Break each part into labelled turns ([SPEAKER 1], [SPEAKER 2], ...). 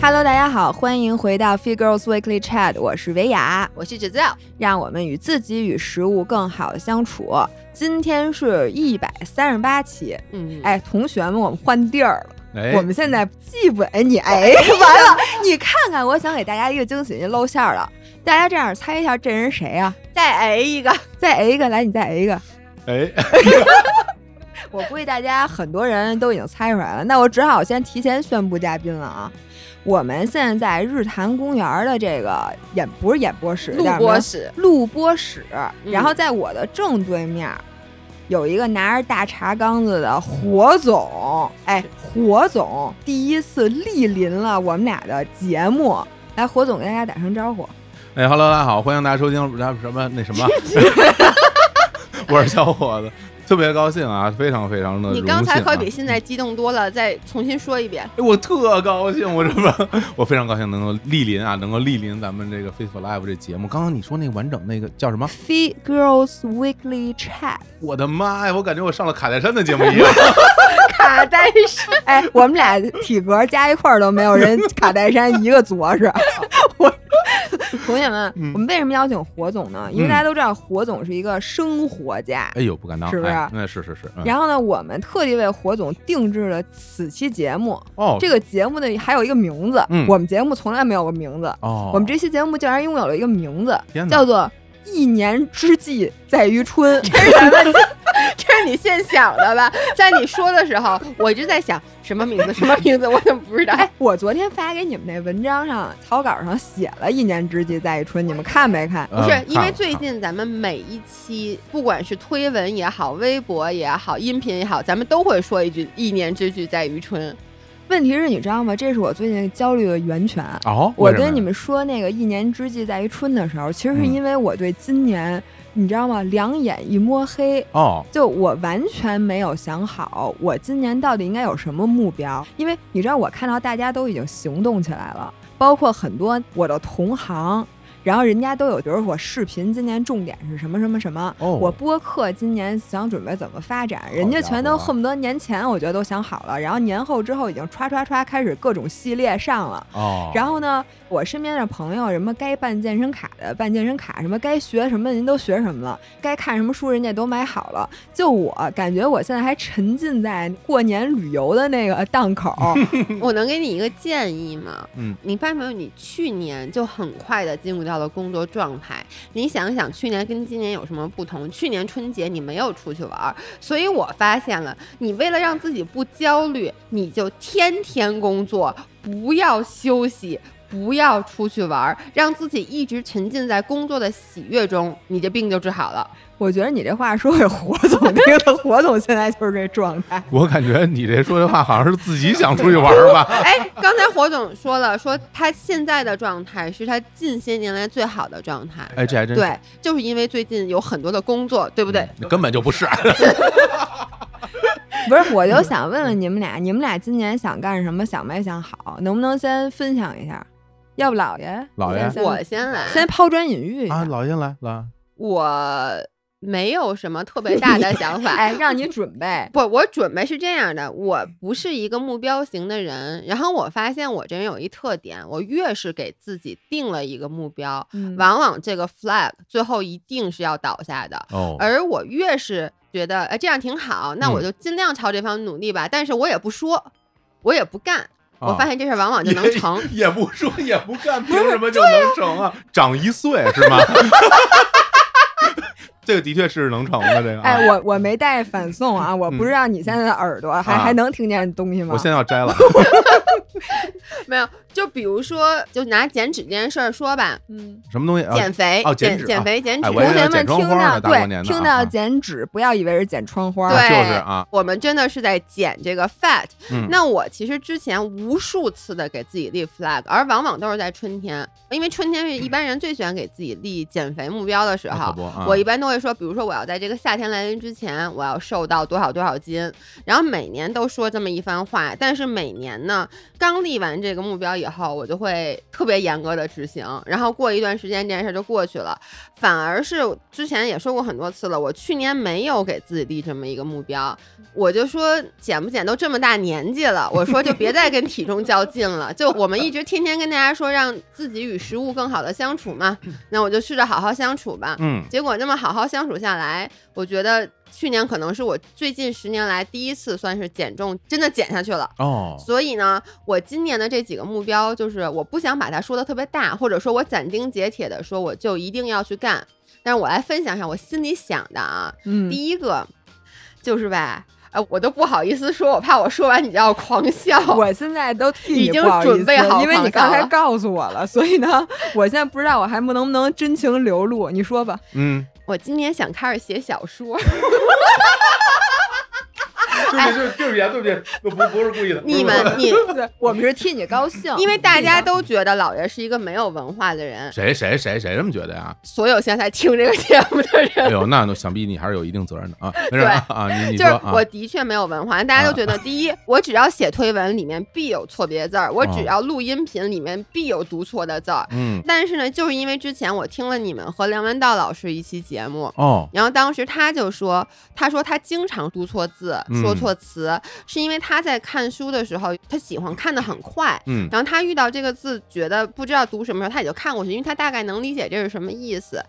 [SPEAKER 1] Hello，大家好，欢迎回到 Fit Girls Weekly Chat，我是维雅，
[SPEAKER 2] 我是 Giselle。
[SPEAKER 1] 让我们与自己与食物更好的相处。今天是一百三十八期，
[SPEAKER 2] 嗯，哎，
[SPEAKER 1] 哎，同学们，我们换地儿了。
[SPEAKER 3] 哎，
[SPEAKER 1] 我们现在既不哎你 哎完了，你看看，我想给大家一个惊喜，你露馅儿了。大家这样猜一下，这人谁啊？
[SPEAKER 2] 再挨一个，
[SPEAKER 1] 再 A 一个，来，你再 A 一个。
[SPEAKER 3] 哎，
[SPEAKER 1] 我估计大家很多人都已经猜出来了，那我只好先提前宣布嘉宾了啊！我们现在在日坛公园的这个演不是演播室，
[SPEAKER 2] 录
[SPEAKER 1] 叫什么
[SPEAKER 2] 播室，
[SPEAKER 1] 录播室，然后
[SPEAKER 2] 嗯
[SPEAKER 1] 在我的正对面。有一个拿着大茶缸子的火总，哎，火总第一次莅临了我们俩的节目，来，火总跟大家打声招呼。
[SPEAKER 3] 哎，Hello，大家好，欢迎大家收听咱们什么那 什么，我是小伙子，特别高兴啊，非常非常的、荣
[SPEAKER 2] 你刚才
[SPEAKER 3] 幸啊
[SPEAKER 2] 可比现在激动多了，再重新说一遍。
[SPEAKER 3] 哎我特高兴，我这不，我非常高兴能够莅临啊，能够莅临咱们这个 Faithful Live 这节目。刚刚你说那个完整那个叫什么？
[SPEAKER 1] Fit Girls Weekly Chat，
[SPEAKER 3] 我的妈呀，我感觉我上了卡戴珊的节目 一样。
[SPEAKER 2] 卡戴珊，
[SPEAKER 1] 哎，我们俩体格加一块儿都没有人卡戴珊一个着 实。我同学们，
[SPEAKER 3] 嗯
[SPEAKER 1] 我们为什么邀请火总呢？因为
[SPEAKER 3] 嗯
[SPEAKER 1] 大家都知道火总是一个生活家。
[SPEAKER 3] 哎呦，不敢当，
[SPEAKER 1] 是不是啊
[SPEAKER 3] 哎那是是是。嗯
[SPEAKER 1] 然后呢，我们特地为火总定制了此期节目。
[SPEAKER 3] 哦，
[SPEAKER 1] 这个节目呢，还有一个名字，
[SPEAKER 3] 嗯
[SPEAKER 1] 我们节目从来没有过名字。
[SPEAKER 3] 哦，
[SPEAKER 1] 我们这期节目竟然拥有了一个名字，
[SPEAKER 3] 天哪
[SPEAKER 1] 叫做“一年之计在于 春
[SPEAKER 2] 这是你现想的吧？ 在你说的时候，我一直在想什么名 字，什么名字，我怎么不知道？”。
[SPEAKER 1] 哎，我昨天发给你们那文章上草稿上写了“一年之计在于春”，你们看没看？
[SPEAKER 3] 嗯
[SPEAKER 2] 不是
[SPEAKER 3] 看，
[SPEAKER 2] 因为
[SPEAKER 3] 了
[SPEAKER 2] 最
[SPEAKER 3] 看了
[SPEAKER 2] 近咱们每一期，不管是推文也好，微博也好，音频也好，咱们都会说一句“一年之计在于春
[SPEAKER 1] 问题是你知道吗？这是我最近焦虑的源泉。
[SPEAKER 3] 哦，
[SPEAKER 1] 我
[SPEAKER 3] 为什么呀
[SPEAKER 1] 跟你们说那个“一年之计在于春”的时候，其实是
[SPEAKER 3] 嗯
[SPEAKER 1] 因为我对今年，你知道吗？两眼一摸黑，
[SPEAKER 3] 哦，
[SPEAKER 1] 就我完全没有想好我今年到底应该有什么目标。因为你知道，我看到大家都已经行动起来了，包括很多我的同行。然后人家都有，比如我视频今年重点是什么什么什么，
[SPEAKER 3] 哦
[SPEAKER 1] 我播客今年想准备怎么发展，人家
[SPEAKER 3] 家伙
[SPEAKER 1] 全都恨不得年前我觉得都想好了，然后年后之后已经歘歘歘开始各种系列上了。
[SPEAKER 3] 哦，
[SPEAKER 1] 然后呢，我身边的朋友，什么该办健身卡的办健身卡，什么该学什么人都学什么了，该看什么书人家都买好了。就我感觉我现在还沉浸在过年旅游的那个档 口，”。
[SPEAKER 2] 我能给你一个建议吗？
[SPEAKER 3] 嗯，
[SPEAKER 2] 你发现没有？你去年就很快的进入到了工作状态。你想一想，去年跟今年有什么不同？去年春节你没有出去玩儿，所以我发现了，你为了让自己不焦虑，你就天天工作，不要休息。不要出去玩儿，让自己一直沉浸在工作的喜悦中，你这病就治好了。
[SPEAKER 1] 我觉得 你这话说给火总听的，火总现在就是这状态。
[SPEAKER 3] 我感觉你这说的话好像是自己想出去玩儿 吧？
[SPEAKER 2] 哎，刚才火总说了，说他现在的状态是他近些年来最好的状态。
[SPEAKER 3] 哎，这还真是
[SPEAKER 2] 对，就是因为最近有很多的工作，对不对？
[SPEAKER 3] 嗯根本就不是。
[SPEAKER 1] 不是，我就想问问你们俩，你们俩今年想干什么？想没想好？能不能先分享一下？要不老爷，
[SPEAKER 3] 老
[SPEAKER 1] 你
[SPEAKER 3] 爷
[SPEAKER 1] 先
[SPEAKER 2] 我先来，
[SPEAKER 1] 先抛砖引玉一下
[SPEAKER 3] 啊，老爷来了，
[SPEAKER 2] 我没有什么特别大 的想法。
[SPEAKER 1] 哎，让你准备。
[SPEAKER 2] 不，我准备是这样的，我不是一个目标型的人。然后我发现我这人有一特点，我越是给自己定了一个目标，
[SPEAKER 1] 嗯
[SPEAKER 2] 往往这个 flag 最后一定是要倒下的。
[SPEAKER 3] 哦，
[SPEAKER 2] 而我越是觉得，哎，这样挺好，那我
[SPEAKER 3] 嗯
[SPEAKER 2] 就尽量朝这方面努力吧。但是我也不说，我也不干，我
[SPEAKER 3] 啊
[SPEAKER 2] 发现这事儿往往就能成。
[SPEAKER 3] 也不说也不干，凭什么就能成啊？长一岁是吗？ 这个的确是能成的，这个啊。嗯
[SPEAKER 1] 哎，我我没带反送啊，我不知道你现在的耳朵还、
[SPEAKER 3] 啊
[SPEAKER 1] 还能听见东西吗？
[SPEAKER 3] 我现在 要摘了。
[SPEAKER 2] 没有，就比如说，就拿减脂这件事儿说吧，
[SPEAKER 1] 嗯，
[SPEAKER 3] 什么东西？啊
[SPEAKER 2] 减肥，
[SPEAKER 3] 哦减
[SPEAKER 2] 减
[SPEAKER 3] 脂啊
[SPEAKER 2] 肥减脂，
[SPEAKER 3] 哎
[SPEAKER 1] 同
[SPEAKER 3] 我以为
[SPEAKER 1] 学
[SPEAKER 3] 要
[SPEAKER 1] 们
[SPEAKER 3] 剪窗
[SPEAKER 1] 听
[SPEAKER 3] 花
[SPEAKER 1] 到
[SPEAKER 3] 呢大过
[SPEAKER 1] 对
[SPEAKER 3] 年的
[SPEAKER 1] 听
[SPEAKER 3] 啊
[SPEAKER 1] 到
[SPEAKER 3] 啊
[SPEAKER 1] 剪纸，不要以为是剪窗花，
[SPEAKER 2] 对
[SPEAKER 3] 就是啊，
[SPEAKER 2] 我们真的是在减这个 fat。
[SPEAKER 3] 嗯，
[SPEAKER 2] 那我其实之前无数次的给自己立 flag，而往往都是在春天，因为春天是一般人最喜欢给自己立减肥目标的时
[SPEAKER 3] 那可
[SPEAKER 2] 候。
[SPEAKER 3] 不啊
[SPEAKER 2] 我一般都会说，比如说我要在这个夏天来临之前，我要瘦到多少多少斤，然后每年都说这么一番话，但是每年呢，刚立完这个目标，也以后，我就会特别严格的执行，然后过一段时间这件事儿就过去了。反而是之前也说过很多次了，我去年没有给自己立这么一个目标，我就说减不减都这么大年纪了，我说就别再跟体重较劲了。就我们一直天天跟大家说让自己与食物更好的相处嘛，那我就试着好好相处吧。
[SPEAKER 3] 嗯，
[SPEAKER 2] 结果那么好好相处下来，我觉得去年可能是我最近十年来第一次算是减重真的减下去了。
[SPEAKER 3] 哦，
[SPEAKER 2] 所以呢，我今年的这几个目标，就是我不想把它说的特别大，或者说我斩钉截铁的说我就一定要去干。但是我来分享一下我心里想的啊，
[SPEAKER 1] 嗯，
[SPEAKER 2] 第一个就是呗，呃，我都不好意思说，我怕我说完你就要狂笑。
[SPEAKER 1] 我现在都替你
[SPEAKER 2] 已经
[SPEAKER 1] 不好意思
[SPEAKER 2] 准备好
[SPEAKER 1] 因为你
[SPEAKER 2] 狂笑
[SPEAKER 1] 刚才
[SPEAKER 2] 了
[SPEAKER 1] 告诉我了，所以呢，我现在不知道我还不能不能真情流露。你说吧，
[SPEAKER 3] 嗯，
[SPEAKER 2] 我今年想开始写小 说，
[SPEAKER 3] 对不起，对不起啊，对不起，我不不是故意的。不
[SPEAKER 2] 哎
[SPEAKER 3] 是
[SPEAKER 2] 你
[SPEAKER 3] 故意的
[SPEAKER 2] 们你，
[SPEAKER 1] 对，我们是替你高兴，嗯
[SPEAKER 2] 因为大家都觉得老爷是一个没有文化的人，
[SPEAKER 3] 谁谁谁谁这么觉 得呀？
[SPEAKER 2] 所有现在听这个节目的人
[SPEAKER 3] 哎呦，那想必你还是有一定责任的啊。没
[SPEAKER 2] 对
[SPEAKER 3] 事啊，啊你你
[SPEAKER 2] 就
[SPEAKER 3] 说
[SPEAKER 2] 是
[SPEAKER 3] 啊
[SPEAKER 2] 我，的确没有文化，大家都觉得第一，我只要写推文里面必有错别字儿，我只
[SPEAKER 3] 哦
[SPEAKER 2] 要录音频里面必有读错的字儿。
[SPEAKER 3] 嗯，
[SPEAKER 2] 但是呢，就是因为之前我听了你们和梁文道老师一期节目。
[SPEAKER 3] 哦，
[SPEAKER 2] 然后当时他就说，他说他经常读错字、
[SPEAKER 3] 嗯
[SPEAKER 2] 说错词，是因为他在看书的时候，他喜欢看的很快，
[SPEAKER 3] 嗯
[SPEAKER 2] 然后他遇到这个字，觉得不知道读什么时候，他也就看过去，因为他大概能理解这是什么意思。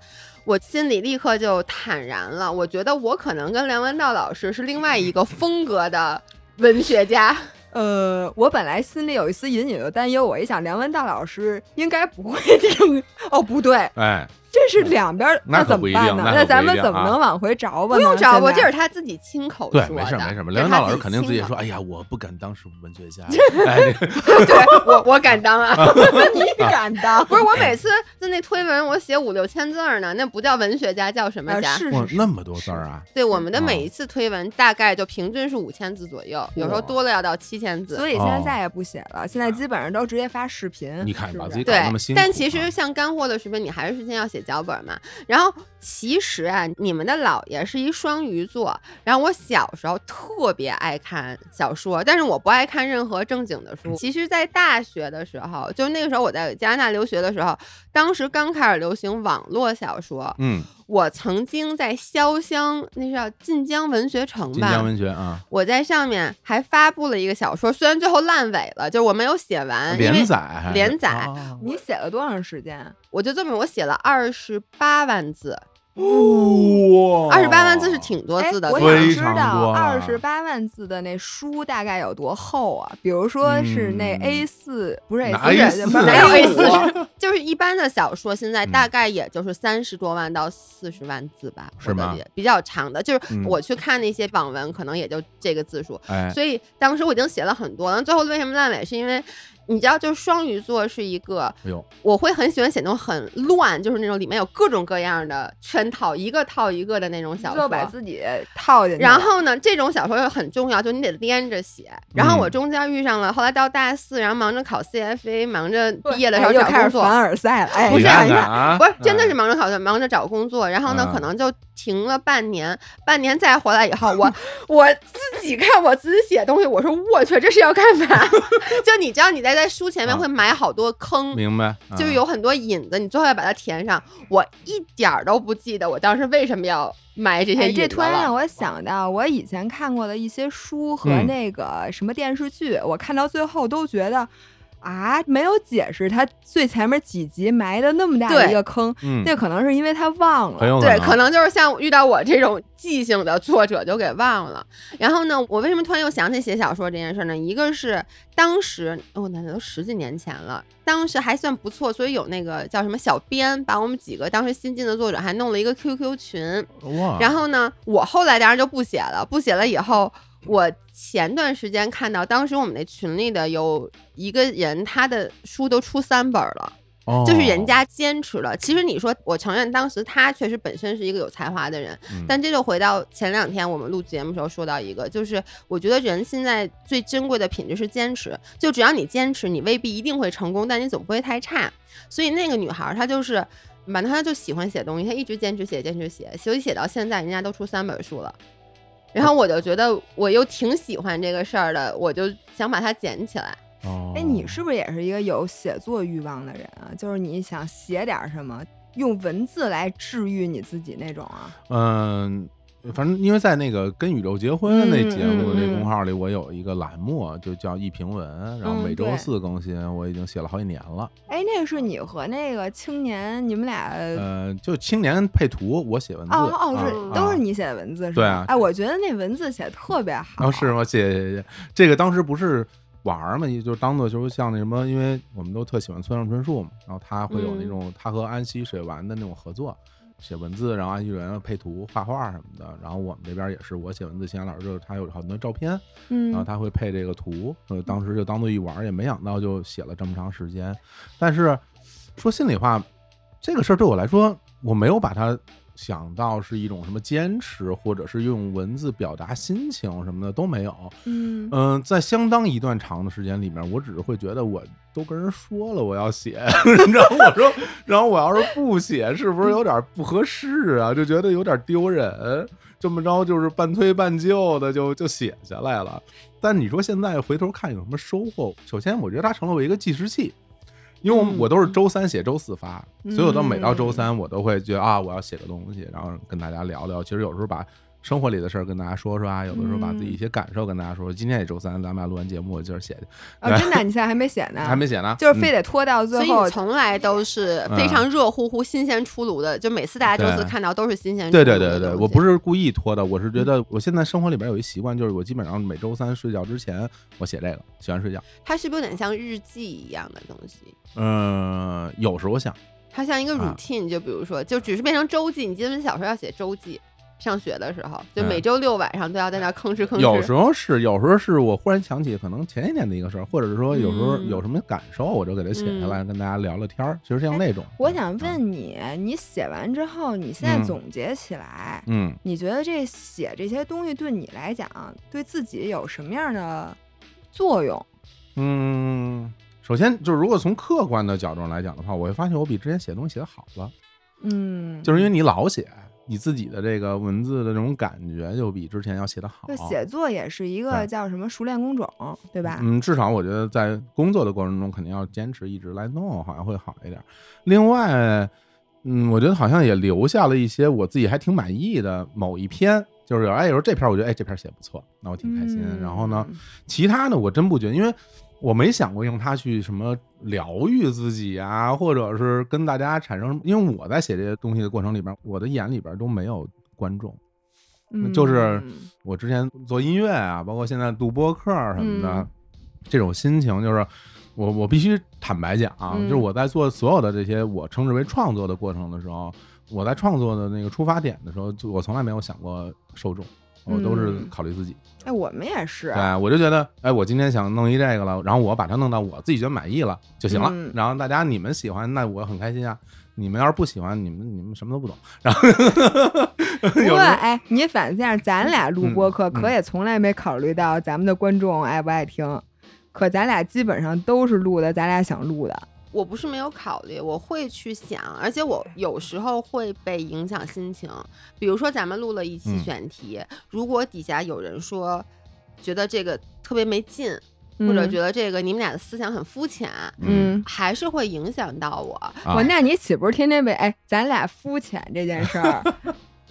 [SPEAKER 2] 我心里立刻就坦然了，我觉得我可能跟梁文道老师是另外一个风格的文学家，
[SPEAKER 3] 嗯
[SPEAKER 1] 呃，我本来心里有一丝隐隐的担忧，我一想梁文道老师应该不会听，哦，不对，
[SPEAKER 3] 哎，
[SPEAKER 1] 这是两边儿，
[SPEAKER 3] 那可
[SPEAKER 1] 怎
[SPEAKER 3] 不
[SPEAKER 1] 么
[SPEAKER 3] 一
[SPEAKER 1] 办
[SPEAKER 3] 定
[SPEAKER 1] 呢？
[SPEAKER 3] 那可
[SPEAKER 1] 那
[SPEAKER 3] 不
[SPEAKER 1] 咱
[SPEAKER 3] 一
[SPEAKER 1] 们
[SPEAKER 3] 定
[SPEAKER 1] 怎么
[SPEAKER 3] 啊
[SPEAKER 1] 能往回找
[SPEAKER 2] 不
[SPEAKER 1] 吧呢？
[SPEAKER 2] 用找我，
[SPEAKER 1] 现在
[SPEAKER 2] 这是他自己亲口说
[SPEAKER 3] 对
[SPEAKER 2] 的。，
[SPEAKER 3] 没事儿没事儿，
[SPEAKER 2] 这是
[SPEAKER 3] 梁文道
[SPEAKER 2] 他
[SPEAKER 3] 老师
[SPEAKER 2] 己
[SPEAKER 3] 肯定自己
[SPEAKER 2] 亲口
[SPEAKER 3] 说，哎呀，我不敢当什么文学家，哎，
[SPEAKER 2] 对 我我敢当啊！
[SPEAKER 1] 你敢当？
[SPEAKER 2] 不是我每次在那推文，我写五六千字儿呢，那不叫文学家，叫什么
[SPEAKER 1] 呃
[SPEAKER 2] 家？
[SPEAKER 1] 是
[SPEAKER 3] 哇
[SPEAKER 1] 是，是
[SPEAKER 3] 那么多字儿啊，
[SPEAKER 2] 对我们的每
[SPEAKER 3] 哦
[SPEAKER 2] 一次推文大概就平均是五千字左右，有时候多了要到七千字。
[SPEAKER 1] 所以现在
[SPEAKER 3] 哦
[SPEAKER 1] 再也不写了，现在基本上都直接发视频。
[SPEAKER 3] 你看
[SPEAKER 1] 是
[SPEAKER 3] 把
[SPEAKER 1] 不
[SPEAKER 3] 自
[SPEAKER 1] 是
[SPEAKER 3] 己搞
[SPEAKER 2] 对
[SPEAKER 3] 那么辛，苦啊，
[SPEAKER 2] 但其实像干货的视频，你还是先要写脚本嘛。然后其实啊，你们的姥爷是一双鱼座，然后我小时候特别爱看小说，但是我不爱看任何正经的书。
[SPEAKER 3] 嗯
[SPEAKER 2] 其实，在大学的时候，就那个时候我在加拿大留学的时候，当时刚开始流行网络小说，
[SPEAKER 3] 嗯，
[SPEAKER 2] 我曾经在潇湘，那是叫晋江文学城
[SPEAKER 3] 晋
[SPEAKER 2] 吧，
[SPEAKER 3] 江文学啊，
[SPEAKER 2] 我在上面还发布了一个小说，虽然最后烂尾了，就是我没有写完，呃因为
[SPEAKER 3] 啊连载还是
[SPEAKER 2] 连载
[SPEAKER 3] 啊
[SPEAKER 1] 你写了多长时间？啊
[SPEAKER 2] 我就这么我写了二十八万字，
[SPEAKER 3] 哇，
[SPEAKER 2] 二十八万字是挺多
[SPEAKER 1] 哎，
[SPEAKER 2] 字的。
[SPEAKER 1] 我
[SPEAKER 2] 对吧
[SPEAKER 1] 想
[SPEAKER 3] 非
[SPEAKER 1] 知
[SPEAKER 3] 常
[SPEAKER 1] 道
[SPEAKER 3] 多啊
[SPEAKER 1] 二十八万字的那书大概有多厚啊？比如说是那
[SPEAKER 3] 嗯
[SPEAKER 1] A 四，不是 A
[SPEAKER 3] 哪
[SPEAKER 1] 四，
[SPEAKER 2] A4
[SPEAKER 1] 是不是
[SPEAKER 2] 哪有
[SPEAKER 1] A 五
[SPEAKER 2] A4 就是一般的小说，现在
[SPEAKER 3] 嗯
[SPEAKER 2] 大概也就是三十多万到四十万字吧，
[SPEAKER 3] 是吗
[SPEAKER 2] 我的理解？比较长的，就是
[SPEAKER 3] 嗯
[SPEAKER 2] 我去看那些网文，可能也就这个字数。
[SPEAKER 3] 哎，
[SPEAKER 2] 所以当时我已经写了很多了，最后为什么烂尾？是因为你知道，就是双鱼座是一个
[SPEAKER 3] 哎呦，
[SPEAKER 2] 我会很喜欢写那种很乱，就是那种里面有各种各样的圈套，一个套一个的那种小
[SPEAKER 1] 就
[SPEAKER 2] 说。
[SPEAKER 1] 把自己套进去了。
[SPEAKER 2] 然后呢，这种小说又很重要，就你得连着写。然后我
[SPEAKER 1] 嗯
[SPEAKER 2] 中间遇上了，后来到大四，然后忙着考 CFA，忙着毕业的时候
[SPEAKER 1] 哎又
[SPEAKER 2] 找
[SPEAKER 1] 开始
[SPEAKER 2] 工
[SPEAKER 1] 凡
[SPEAKER 2] 作，
[SPEAKER 1] 尔赛了，哎，
[SPEAKER 2] 不
[SPEAKER 3] 你
[SPEAKER 2] 是
[SPEAKER 3] 看
[SPEAKER 2] 你
[SPEAKER 3] 看
[SPEAKER 2] 看
[SPEAKER 3] 啊，
[SPEAKER 2] 不是真的是
[SPEAKER 3] 嗯
[SPEAKER 2] 忙着考试，忙着找工作。然后呢
[SPEAKER 3] 嗯，
[SPEAKER 2] 可能就停了半年，半年再回来以后， 我 我自己看我自己写东西，我说我去，这是要干嘛？ 就你知道你在在书前面
[SPEAKER 3] 嗯
[SPEAKER 2] 会埋好多坑，
[SPEAKER 3] 明白，
[SPEAKER 2] 就是
[SPEAKER 3] 嗯
[SPEAKER 2] 有很多引子，你最后要把它填上。我一点儿都不记得我当时为什么要埋这些
[SPEAKER 1] 哎，
[SPEAKER 2] 引子
[SPEAKER 1] 这突然
[SPEAKER 2] 了
[SPEAKER 1] 让我想到，我以前看过的一些书和
[SPEAKER 3] 嗯
[SPEAKER 1] 那个什么电视剧，我看到最后都觉得啊，没有解释他最前面几集埋的那么大的
[SPEAKER 2] 对
[SPEAKER 1] 一个坑，
[SPEAKER 3] 嗯，
[SPEAKER 1] 那可能是因为他忘
[SPEAKER 3] 很
[SPEAKER 1] 了。
[SPEAKER 3] 有
[SPEAKER 2] 对，可能就是像遇到我这种记性的作者就给忘了。然后呢，我为什么突然又想起写小说这件事呢？一个是当时，哦，那都十几年前了，当时还算不错，所以有那个叫什么小编，把我们几个当时新进的作者还弄了一个 QQ 群。
[SPEAKER 3] 哇，
[SPEAKER 2] 然后呢，我后来当然就不写了，不写了以后。我前段时间看到，当时我们那群里的有一个人，他的书都出三本了，
[SPEAKER 3] 哦
[SPEAKER 2] 就是人，家坚持了。其实你说，我承认当时他确实本身是一个有才华的人，
[SPEAKER 3] 嗯
[SPEAKER 2] 但这就回到前两天我们录节目时候说到一个，就是我觉得人现在最珍贵的品质是坚持。就只要你坚持，你未必一定会成功，但你总不会太差。所以那个女孩儿她就是。反正她就喜欢写东西，她一直坚持写，坚持写，所以写到现在，人家都出三本书了。然后我就觉得我又挺喜欢这个事儿的，我就想把它捡起来。
[SPEAKER 3] 哦，
[SPEAKER 1] 哎，你是不是也是一个有写作欲望的人啊？就是你想写点什么，用文字来治愈你自己那种啊？
[SPEAKER 3] 嗯。反正因为在那个跟宇宙结婚那节目
[SPEAKER 1] 嗯嗯
[SPEAKER 3] 那
[SPEAKER 1] 嗯
[SPEAKER 3] 公号里，我有一个栏目啊就叫一评文，然后
[SPEAKER 2] 嗯
[SPEAKER 3] 每周
[SPEAKER 1] 对
[SPEAKER 3] 四更新，我已经写了好几年了。
[SPEAKER 1] 哎，那个是你和那个青年，你们俩
[SPEAKER 3] 呃，就青年配图，我写文字，
[SPEAKER 1] 哦哦，
[SPEAKER 3] 啊
[SPEAKER 1] 是、
[SPEAKER 2] 嗯
[SPEAKER 1] 都是。你写的文字是吧？
[SPEAKER 3] 对啊
[SPEAKER 1] 哎，我觉得那文字写得特别好。
[SPEAKER 3] 啊，是吗？谢谢谢谢。这个当时不是玩儿嘛，也就当做就是像那什么，因为我们都特喜欢村上春树嘛，然后他会有那
[SPEAKER 2] 嗯
[SPEAKER 3] 种、他和安溪水丸的那种合作，写文字，然后安溪水丸配图、画画什么的。然后我们这边也是，我写文字，秦岩老师就是他有很多照片，
[SPEAKER 1] 嗯，
[SPEAKER 3] 然后他会配这个图，呃，当时就当做一玩儿，也没想到就写了这么长时间。但是说心里话，这个事儿对我来说，我没有把它想到是一种什么坚持，或者是用文字表达心情什么的都没有。
[SPEAKER 1] 嗯
[SPEAKER 3] 嗯、在相当一段长的时间里面，我只是会觉得我都跟人说了我要写， 然后我说，然后我要是不写，是不是有点不合适啊？就觉得有点丢人，这么着就是半推半就的就就写下来了。但你说现在回头看有什么收获？首先，我觉得它成了我一个计时器。因为我
[SPEAKER 2] 嗯
[SPEAKER 3] 我都是周三写，周四发，所以我到每到周三，我都会觉得啊，我要写个东西，然后跟大家聊聊。其实有时候把生活里的事儿跟大家说说啊，有的时候把
[SPEAKER 1] 嗯
[SPEAKER 3] 自己一些感受跟大家说。今天也周三，咱们俩录完节目，我今儿写去，
[SPEAKER 1] 哦，真的，你现在还没写呢？
[SPEAKER 3] 还没写嗯呢，
[SPEAKER 1] 啊就是非
[SPEAKER 3] 得
[SPEAKER 1] 得拖到
[SPEAKER 2] 所
[SPEAKER 1] 最
[SPEAKER 2] 以
[SPEAKER 1] 后
[SPEAKER 2] 你。从来都是非常热乎乎、新鲜出炉的，就每次大家周四
[SPEAKER 3] 嗯对
[SPEAKER 2] 看到都是新鲜出
[SPEAKER 3] 对
[SPEAKER 2] 炉
[SPEAKER 3] 对
[SPEAKER 2] 的
[SPEAKER 3] 对对，
[SPEAKER 2] 东西
[SPEAKER 3] 我不是故意拖的，我是觉
[SPEAKER 1] 嗯
[SPEAKER 3] 得我现在生活里边有一习惯，就是我基本上每周三睡觉之前我写这个，写完睡觉。
[SPEAKER 2] 它是不是有点像日记一样的东西？
[SPEAKER 3] 嗯，有时候想，
[SPEAKER 2] 它像一个
[SPEAKER 3] 啊
[SPEAKER 2] routine，、就比如说，就只是变成周记。你记得小时候要写周记，上学的时候，就
[SPEAKER 3] 嗯
[SPEAKER 2] 每周六晚上都要在那儿吭哧吭哧。
[SPEAKER 3] 有时候是，有时候是我忽然想起可能前一年的一个事儿，或者是说有时候
[SPEAKER 2] 嗯
[SPEAKER 3] 有什么感受，我就给它写下来，跟大家聊聊天儿，其实像那种。
[SPEAKER 1] 嗯哎我想问你，你写完之后，你现在
[SPEAKER 3] 嗯
[SPEAKER 1] 总结起来，
[SPEAKER 3] 嗯，嗯，
[SPEAKER 1] 你觉得这写这些东西对你来讲，对自己有什么样的作用？
[SPEAKER 3] 嗯，首先就是如果从客观的角度来讲的话，我会发现我比之前写东西写的好了，
[SPEAKER 1] 嗯，
[SPEAKER 3] 就是因为你老写，你自己的这个文字的这种感觉就比之前要写的好
[SPEAKER 1] 就。写作也是一个
[SPEAKER 3] 对
[SPEAKER 1] 叫什么熟练工种，对吧？
[SPEAKER 3] 嗯，至少我觉得在工作的过程中，肯定要坚持一直来弄，好像会好一点。另外，嗯，我觉得好像也留下了一些我自己还挺满意的某一篇，就是有哎，有时候这篇我觉得哎这篇写不错，那我挺开心。然后呢，
[SPEAKER 1] 嗯，
[SPEAKER 3] 其他的我真不觉得，因为我没想过用它去什么疗愈自己啊，或者是跟大家产生，因为我在写这些东西的过程里边，我的眼里边都没有观众。
[SPEAKER 1] 嗯
[SPEAKER 3] 就是我之前做音乐啊，包括现在录播客什么的，
[SPEAKER 1] 嗯
[SPEAKER 3] 这种心情就是。我我必须坦白讲、啊
[SPEAKER 1] 嗯
[SPEAKER 3] 就是我在做所有的这些我称之为创作的过程的时候，我在创作的那个出发点的时候，就我从来没有想过受众，我都是
[SPEAKER 1] 嗯
[SPEAKER 3] 考虑自己。
[SPEAKER 1] 哎，我们也是，
[SPEAKER 3] 对，我就觉得，哎，我今天想弄一这个了，然后我把它弄到我自己觉得满意了就行了。
[SPEAKER 1] 嗯
[SPEAKER 3] 然后大家你们喜欢，那我很开心啊。你们要是不喜欢，你们你们什么都不懂。
[SPEAKER 1] 不过，
[SPEAKER 3] 有时候
[SPEAKER 1] 哎，你反思一下，咱俩录播客，
[SPEAKER 3] 嗯嗯
[SPEAKER 1] 可也从来没考虑到咱们的观众爱不爱听。可咱俩基本上都是录的，咱俩想录的。
[SPEAKER 2] 我不是没有考虑，我会去想，而且我有时候会被影响心情。比如说，咱们录了一期
[SPEAKER 3] 嗯
[SPEAKER 2] 选题，如果底下有人说觉得这个特别没劲，
[SPEAKER 1] 嗯
[SPEAKER 2] 或者觉得这个你们俩的思想很肤浅，
[SPEAKER 1] 嗯，
[SPEAKER 2] 还是会影响到我。
[SPEAKER 3] 啊
[SPEAKER 1] 我那你岂不是天天被哎，咱俩肤浅这件事 儿？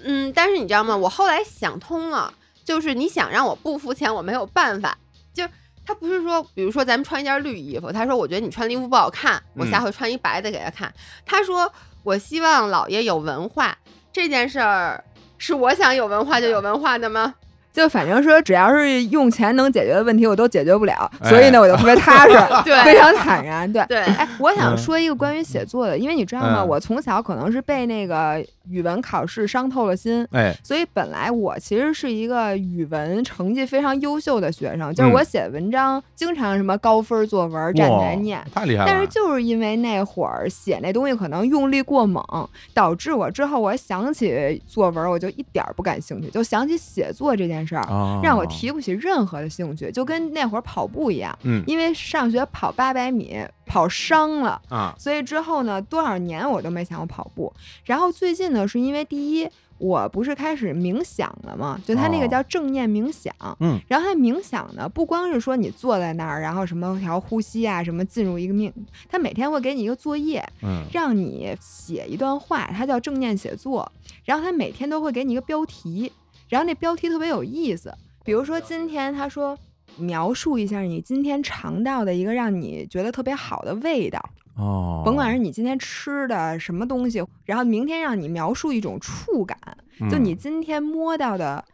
[SPEAKER 2] 嗯，但是你知道吗？我后来想通了，就是你想让我不肤浅，我没有办法。就他不是说，比如说咱们穿一件绿衣服，他说我觉得你穿的衣服不好看，我下
[SPEAKER 3] 嗯
[SPEAKER 2] 回穿一白的给他看。他说我希望老爷有文化，这件事儿是我想有文化就有文化的吗？
[SPEAKER 1] 就反正说，只要是用钱能解决的问题，我都解决不了，
[SPEAKER 3] 哎
[SPEAKER 1] 所以呢，我就特别踏实，
[SPEAKER 2] 对
[SPEAKER 1] 非常坦然。对，
[SPEAKER 2] 对
[SPEAKER 1] 哎，我想
[SPEAKER 3] 嗯
[SPEAKER 1] 说一个关于写作的，因为你知道吗？
[SPEAKER 3] 嗯
[SPEAKER 1] 我从小可能是被那个语文考试伤透了心，
[SPEAKER 3] 哎，
[SPEAKER 1] 所以本来我其实是一个语文成绩非常优秀的学生，就是我写文章经常什么高分作文占
[SPEAKER 3] 哇
[SPEAKER 1] 难念。
[SPEAKER 3] 太厉害了。
[SPEAKER 1] 但是就是因为那会儿写那东西可能用力过猛，导致我之后我想起作文我就一点儿不感兴趣，就想起写作这件事儿，
[SPEAKER 3] 啊，
[SPEAKER 1] 让我提不起任何的兴趣，就跟那会儿跑步一样，
[SPEAKER 3] 嗯
[SPEAKER 1] 因为上学跑八百米跑伤了，
[SPEAKER 3] 啊
[SPEAKER 1] 所以之后呢，多少年我都没想过跑步。然后最近呢，是因为第一，我不是开始冥想了吗？就他那个
[SPEAKER 3] 哦
[SPEAKER 1] 叫正念冥想。
[SPEAKER 3] 嗯，
[SPEAKER 1] 然后他冥想呢，不光是说你坐在那儿，然后什么调呼吸啊，什么进入一个命，他每天会给你一个作业，
[SPEAKER 3] 嗯，
[SPEAKER 1] 让你写一段话，它叫正念写作。然后他每天都会给你一个标题，然后那标题特别有意思。比如说今天他说描述一下你今天尝到的一个让你觉得特别好的味道，
[SPEAKER 3] 哦，
[SPEAKER 1] 甭管是你今天吃的什么东西，然后明天让你描述一种触感，就
[SPEAKER 3] 嗯
[SPEAKER 1] 你今天摸到的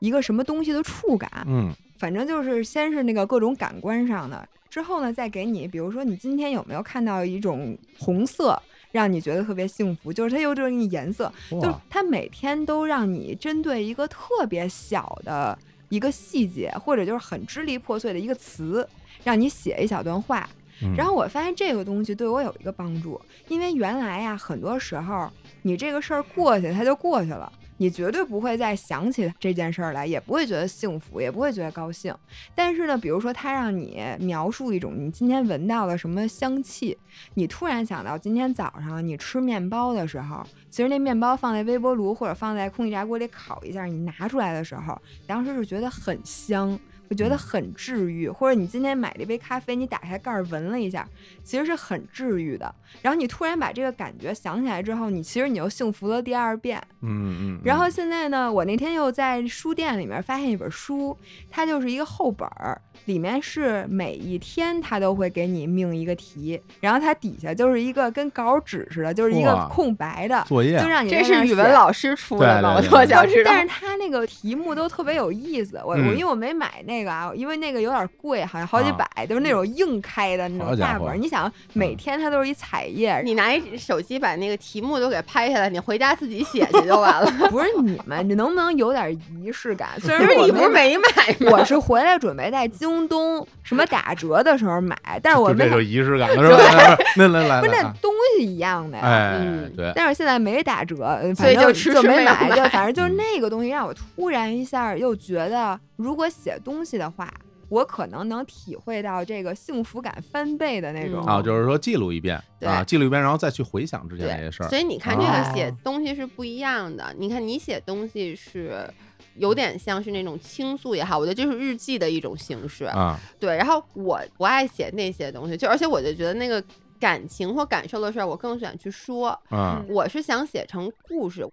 [SPEAKER 1] 一个什么东西的触感。
[SPEAKER 3] 嗯，
[SPEAKER 1] 反正就是先是那个各种感官上的，之后呢再给你，比如说你今天有没有看到一种红色，让你觉得特别幸福，就是它有这种颜色，
[SPEAKER 3] 嗯，
[SPEAKER 1] 就是
[SPEAKER 3] 哇，
[SPEAKER 1] 它每天都让你针对一个特别小的一个细节，或者就是很支离破碎的一个词，让你写一小段话。
[SPEAKER 3] 嗯
[SPEAKER 1] 然后我发现这个东西对我有一个帮助，因为原来呀，很多时候你这个事儿过去，它就过去了。你绝对不会再想起这件事儿来，也不会觉得幸福，也不会觉得高兴。但是呢，比如说他让你描述一种你今天闻到的什么香气，你突然想到今天早上你吃面包的时候，其实那面包放在微波炉或者放在空气炸锅里烤一下，你拿出来的时候，当时是觉得很香，我觉得
[SPEAKER 3] 嗯
[SPEAKER 1] 很治愈。或者你今天买了一杯咖啡，你打开盖儿闻了一下，其实是很治愈的。然后你突然把这个感觉想起来之后，你其实你又幸福了第二遍。
[SPEAKER 3] 嗯嗯，
[SPEAKER 1] 然后现在呢，我那天又在书店里面发现一本书，它就是一个厚本儿，里面是每一天它都会给你命一个题，然后它底下就是一个跟稿纸似的，就是一个
[SPEAKER 3] 哇
[SPEAKER 1] 空白的，
[SPEAKER 3] 作业啊
[SPEAKER 1] 就让 你
[SPEAKER 2] 这
[SPEAKER 1] 在那
[SPEAKER 2] 是
[SPEAKER 1] 儿
[SPEAKER 2] 语文
[SPEAKER 1] 写
[SPEAKER 2] 老师出的吗？我
[SPEAKER 3] 对对对
[SPEAKER 2] 特想知道
[SPEAKER 1] 但。是它那个题目都特别有意思，我、我
[SPEAKER 3] 嗯
[SPEAKER 1] 因为我没买那个啊，因为那个有点贵，好像好几
[SPEAKER 3] 啊
[SPEAKER 1] 百，就是那种硬开的那
[SPEAKER 3] 好
[SPEAKER 1] 种
[SPEAKER 3] 家
[SPEAKER 1] 大
[SPEAKER 3] 伙嗯
[SPEAKER 1] 本儿。你想，每天它都是一彩页，
[SPEAKER 2] 你拿一手机把那个题目都给拍下来，你回家自己写去就完 了。
[SPEAKER 1] 不是你们，你能不能有点仪式感？ 虽然
[SPEAKER 2] 不是
[SPEAKER 1] 我
[SPEAKER 2] 你不是
[SPEAKER 1] 没
[SPEAKER 2] 没买吗？
[SPEAKER 1] 我是回来准备在京东什么打折的时候买，但是我
[SPEAKER 3] 就
[SPEAKER 1] 没
[SPEAKER 3] 这
[SPEAKER 1] 想
[SPEAKER 3] 就仪 式感了，是吧？那来来啊
[SPEAKER 1] 不是那
[SPEAKER 3] 来，
[SPEAKER 1] 东西一样的呀。
[SPEAKER 3] 哎，
[SPEAKER 2] 嗯
[SPEAKER 3] 对，
[SPEAKER 1] 但是现在没打折，呃
[SPEAKER 2] 所以
[SPEAKER 1] 反正
[SPEAKER 2] 就
[SPEAKER 1] 就
[SPEAKER 2] 迟迟没有
[SPEAKER 1] 没
[SPEAKER 2] 买
[SPEAKER 1] 就反正
[SPEAKER 3] 嗯
[SPEAKER 1] 就是那个东西让我突然一下又觉得，如果写东西的话，我可能能体会到这个幸福感翻倍的那种。
[SPEAKER 2] 嗯
[SPEAKER 3] 啊，就是说记录一遍
[SPEAKER 2] 对
[SPEAKER 3] 啊，记录一遍，然后再去回想之前那
[SPEAKER 2] 对
[SPEAKER 3] 些事儿
[SPEAKER 2] 所。以你看，这个写
[SPEAKER 1] 哦
[SPEAKER 2] 东西是不一样的。你看，你写东西是有点像是那种倾诉也好，我觉得这是日记的一种形式。
[SPEAKER 3] 啊，
[SPEAKER 2] 对，然后我不爱写那些东西，就而且我就觉得那个感情或感受的事儿，我更喜欢去说。
[SPEAKER 3] 嗯，
[SPEAKER 2] 我是想写成故事。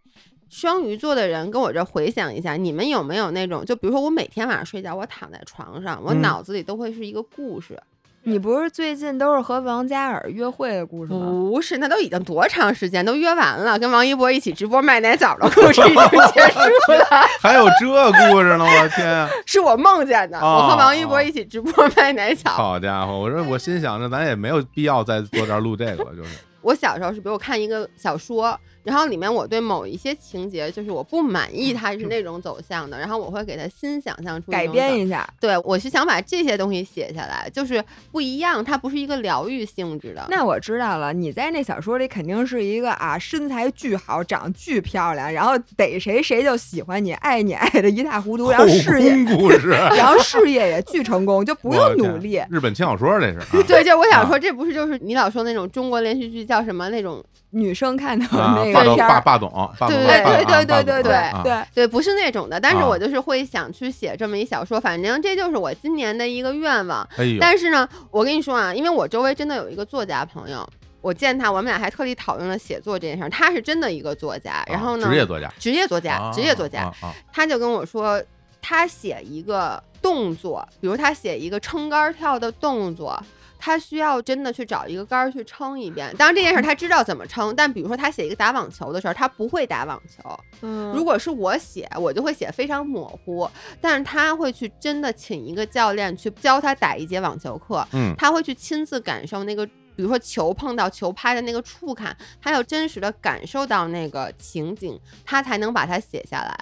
[SPEAKER 2] 双鱼座的人跟我这回想一下，你们有没有那种，就比如说我每天晚上睡觉，我躺在床上，我
[SPEAKER 3] 嗯
[SPEAKER 2] 脑子里都会是一个故事，
[SPEAKER 1] 你不是最近都是和王嘉尔约会的故事吗？
[SPEAKER 2] 不是，那都已经多长时间，都约完了，跟王一博一起直播卖奶枣的故事已经结 束 了，
[SPEAKER 3] 哎还有这故事呢，我天啊！
[SPEAKER 2] 是我梦见的。我和王一博一起直播卖奶枣。
[SPEAKER 3] 好家伙，我说我心想着咱也没有必要再坐这儿录这个了，就是
[SPEAKER 2] 我小时候是，比如我看一个小说，然后里面我对某一些情节就是我不满意，它是那种走向的，然后我会给它新想象嗯出一种
[SPEAKER 1] 改编
[SPEAKER 2] 走
[SPEAKER 1] 一下。
[SPEAKER 2] 对，我是想把这些东西写下来，就是不一样，它不是一个疗愈性质的。
[SPEAKER 3] 啊
[SPEAKER 1] 那我知道了，你在那小说里肯定是一个啊，身材巨好，长得巨漂亮，然后逮谁谁就喜欢你，爱你爱的一塌糊涂，然后事业，
[SPEAKER 3] 宫故事，
[SPEAKER 1] 然后事业也巨成功，就 不
[SPEAKER 3] 我
[SPEAKER 1] 用
[SPEAKER 3] 天
[SPEAKER 1] 努力，
[SPEAKER 3] 日本轻小说 这是啊，
[SPEAKER 2] 对，就是我想
[SPEAKER 3] 啊
[SPEAKER 2] 说，这不是就是你老说那种中国连续剧叫什么那种
[SPEAKER 1] 女生看到
[SPEAKER 3] 啊
[SPEAKER 1] 那
[SPEAKER 3] 霸
[SPEAKER 1] 个
[SPEAKER 3] 道
[SPEAKER 1] 片
[SPEAKER 3] 霸
[SPEAKER 1] 儿，
[SPEAKER 3] 霸总，霸总
[SPEAKER 2] 对
[SPEAKER 3] 霸
[SPEAKER 1] 对
[SPEAKER 3] 总
[SPEAKER 1] 对
[SPEAKER 3] 啊
[SPEAKER 1] 对
[SPEAKER 3] 霸
[SPEAKER 1] 对
[SPEAKER 3] 总
[SPEAKER 1] 对
[SPEAKER 3] 啊
[SPEAKER 1] 对
[SPEAKER 2] 对，不是那种的，但是
[SPEAKER 3] 啊
[SPEAKER 2] 我就是会想去写这么一小说，反正这就是我今年的一个愿望。
[SPEAKER 3] 哎呦，
[SPEAKER 2] 但是呢，我跟你说啊，因为我周围真的有一个作家朋友，我见他，我们俩还特地讨论了写作这件事儿。他是真的一个作家，然后呢，
[SPEAKER 3] 啊职业作家，
[SPEAKER 2] 职业作家，
[SPEAKER 3] 啊
[SPEAKER 2] 职业作家，
[SPEAKER 3] 啊啊
[SPEAKER 2] 他就跟我说，他写一个动作，比如他写一个撑杆儿跳的动作。他需要真的去找一个杆儿去撑一遍，当然这件事儿他知道怎么撑，但比如说他写一个打网球的时候，他不会打网球，
[SPEAKER 1] 嗯
[SPEAKER 2] 如果是我写，我就会写非常模糊，但是他会去真的请一个教练去教他打一节网球课，
[SPEAKER 3] 嗯
[SPEAKER 2] 他会去亲自感受那个，比如说球碰到球拍的那个触感，他要真实的感受到那个情景，他才能把它写下来。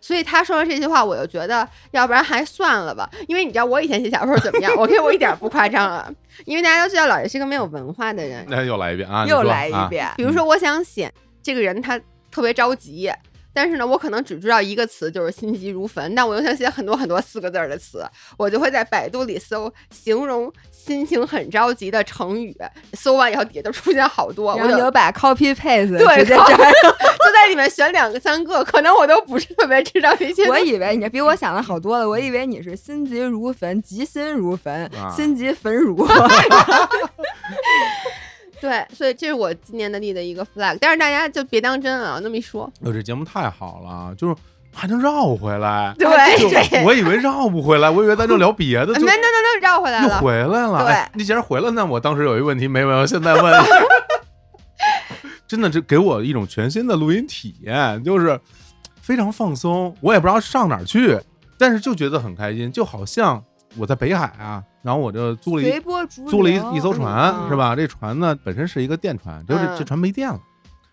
[SPEAKER 2] 所以他说了这句话，我就觉得，要不然还算了吧。因为你知道我以前写小说怎么样？我跟我一点儿不夸张啊，因为大家都知道老爷是个没有文化的人，
[SPEAKER 3] 那又来一遍啊，你
[SPEAKER 1] 又
[SPEAKER 3] 说
[SPEAKER 1] 来一
[SPEAKER 3] 啊
[SPEAKER 1] 遍。
[SPEAKER 2] 比如说，我想写这个人他特别着急，但是呢，我可能只知道一个词，就是心急如焚。但我又想写很多很多四个字儿的词，我就会在百度里搜形容心情很着急的成语，搜完以后底下就出现好多，我
[SPEAKER 1] 然后
[SPEAKER 2] 就
[SPEAKER 1] 就把 copy paste
[SPEAKER 2] 对
[SPEAKER 1] 直接
[SPEAKER 2] ，copy
[SPEAKER 1] 粘上。
[SPEAKER 2] 就在里面选两个三个，可能我都不是特别知道那些。
[SPEAKER 1] 我以为你比我想的好多了，我以为你是心急如焚，急心如焚，
[SPEAKER 3] 啊
[SPEAKER 1] 心急焚 如。
[SPEAKER 2] 对，所以这是我今年的立的一个 flag，但是大家就别当真啊，那么一说，
[SPEAKER 3] 哎呦，这节目太好了，就是还能绕回来。
[SPEAKER 2] 对，
[SPEAKER 3] 就
[SPEAKER 2] 对，
[SPEAKER 3] 我以为绕不回来，我以为咱就聊别 的，
[SPEAKER 2] 没
[SPEAKER 3] 就
[SPEAKER 2] 没没没绕回来
[SPEAKER 3] 又
[SPEAKER 2] 了。
[SPEAKER 3] 回来了。
[SPEAKER 2] 对
[SPEAKER 3] 哎你既然回来，那我当时有一个问题没问，我 现在问。真的，这给我一种全新的录音体验，就是非常放松。我也不知道上哪儿去，但是就觉得很开心，就好像我在北海啊，然后我就租了一
[SPEAKER 1] 随波逐流，
[SPEAKER 3] 租了一一艘船，
[SPEAKER 1] 嗯
[SPEAKER 3] 是？吧？这船呢本身是一个电船，就是
[SPEAKER 2] 嗯
[SPEAKER 3] 这船没电了，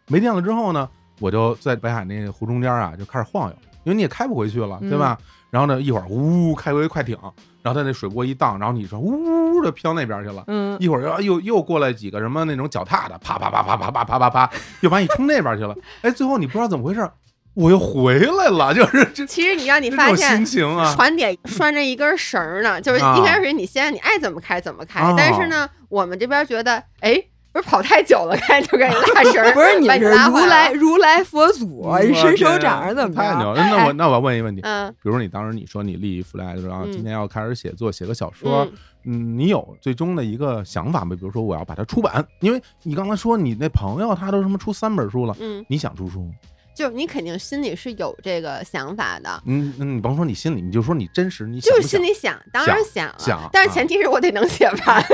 [SPEAKER 3] 没电了之后呢，我就在北海那湖中间啊就开始晃悠，因为你也开不回去了，对吧？然后呢，一会儿呜开回快艇，然后它那水波一荡，然后你说呜的飘那边去了。
[SPEAKER 1] 嗯，
[SPEAKER 3] 一会儿又又又过来几个什么那种脚踏的，啪啪啪啪啪啪啪啪啪，又把你冲那边去了。哎，最后你不知道怎么回事，我又回来了，就是这
[SPEAKER 2] 其实你让你
[SPEAKER 3] 这
[SPEAKER 2] 发
[SPEAKER 3] 种
[SPEAKER 2] 现
[SPEAKER 3] 心，情啊，
[SPEAKER 2] 船底拴着一根绳儿 呢，就是
[SPEAKER 3] 啊
[SPEAKER 2] 一开始你先你爱怎么开怎么开，
[SPEAKER 3] 哦
[SPEAKER 2] 但是呢，我们这边觉得，哎，不是跑太久了，该就该拉绳 儿，
[SPEAKER 1] 不是你
[SPEAKER 2] 把
[SPEAKER 1] 是
[SPEAKER 2] 拉
[SPEAKER 1] 如
[SPEAKER 2] 回
[SPEAKER 1] 来
[SPEAKER 2] 了，
[SPEAKER 1] 如来佛祖
[SPEAKER 3] 我，
[SPEAKER 1] 伸手
[SPEAKER 3] 天
[SPEAKER 1] 掌是怎么
[SPEAKER 3] 太
[SPEAKER 1] 着？
[SPEAKER 3] 牛了！那我那我要问一个问题，
[SPEAKER 2] 嗯
[SPEAKER 3] 比如你当时你说你立 flag，然后
[SPEAKER 2] 嗯
[SPEAKER 3] 今天要开始写作，写个小说，
[SPEAKER 2] 嗯
[SPEAKER 3] 嗯，你有最终的一个想法吗？比如说我要把它出版，因为你刚才说你那朋友他都什么出三本书了，
[SPEAKER 2] 嗯，
[SPEAKER 3] 你想出书吗？
[SPEAKER 2] 就你肯定心里是有这个想法的，
[SPEAKER 3] 嗯，嗯你甭说你心里，你就说你真实，你想
[SPEAKER 2] 就
[SPEAKER 3] 不
[SPEAKER 2] 是心
[SPEAKER 3] 想
[SPEAKER 2] 里想，当然想了，
[SPEAKER 3] 想
[SPEAKER 2] 但是
[SPEAKER 3] 啊
[SPEAKER 2] 前提是我得能写完。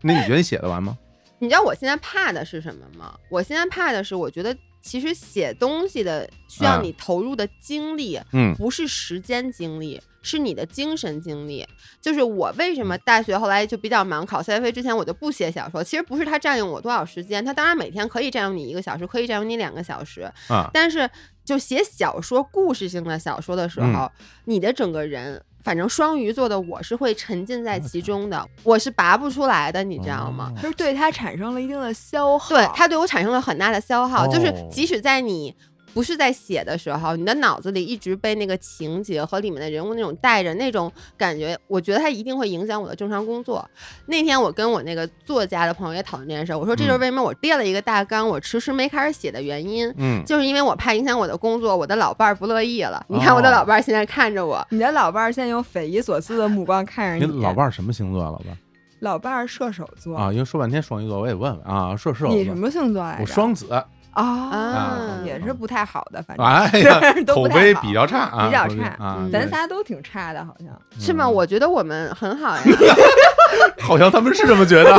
[SPEAKER 3] 那你觉得你写得完吗？
[SPEAKER 2] 你知道我现在怕的是什么吗？我现在怕的是，我觉得其实写东西的需要
[SPEAKER 3] 嗯
[SPEAKER 2] 你投入的精力，啊
[SPEAKER 3] 嗯
[SPEAKER 2] 不是时间精力，是你的精神精力。就是我为什么大学后来就比较忙，考 CFA 之前我就不写小说，其实不是它占用我多少时间，它当然每天可以占用你一个小时，可以占用你两个小时，
[SPEAKER 3] 啊，
[SPEAKER 2] 但是就写小说、故事性的小说的时候，
[SPEAKER 3] 嗯
[SPEAKER 2] 你的整个人。反正双鱼座的我是会沉浸在其中的，我是拔不出来的，你知道吗？
[SPEAKER 3] 哦？
[SPEAKER 1] 就是对它产生了一定的消耗。
[SPEAKER 2] 对，它对我产生了很大的消耗，就是
[SPEAKER 3] 哦
[SPEAKER 2] 即使在你。不是在写的时候，你的脑子里一直被那个情节和里面的人物那种带着那种感觉，我觉得它一定会影响我的正常工作。那天我跟我那个作家的朋友也讨论这件事儿，我说这
[SPEAKER 1] 嗯
[SPEAKER 2] 就是为什么我列了一个大纲，我迟迟没开始写的原因，
[SPEAKER 3] 嗯，
[SPEAKER 2] 就是因为我怕影响我的工作，我的老伴儿不乐意了。你看我的
[SPEAKER 3] 哦
[SPEAKER 2] 老伴儿现在看着我，
[SPEAKER 1] 你的老伴儿现在用匪夷所思的目光看
[SPEAKER 3] 你
[SPEAKER 1] 着你。
[SPEAKER 3] 老伴儿什么星座啊？老伴儿
[SPEAKER 1] 老伴儿射手座，
[SPEAKER 3] 啊，因为说半天双鱼座，我也问问啊，射射手
[SPEAKER 1] 你什
[SPEAKER 3] 座，
[SPEAKER 1] 么星座来着？
[SPEAKER 3] 我双 子，
[SPEAKER 1] 啊
[SPEAKER 2] 啊，
[SPEAKER 1] 也是不太好的，反正
[SPEAKER 3] 哎呀，
[SPEAKER 1] 都
[SPEAKER 3] 口
[SPEAKER 1] 不太
[SPEAKER 3] 碑
[SPEAKER 1] 好
[SPEAKER 3] 比较差啊，
[SPEAKER 1] 比较
[SPEAKER 3] 口碑
[SPEAKER 1] 差
[SPEAKER 3] 啊
[SPEAKER 2] 嗯，
[SPEAKER 1] 咱
[SPEAKER 3] 对
[SPEAKER 1] 仨都挺差的，好像。
[SPEAKER 2] 是吗？
[SPEAKER 3] 嗯
[SPEAKER 2] 我觉得我们很 好呀，
[SPEAKER 3] 好像他们是这么觉得。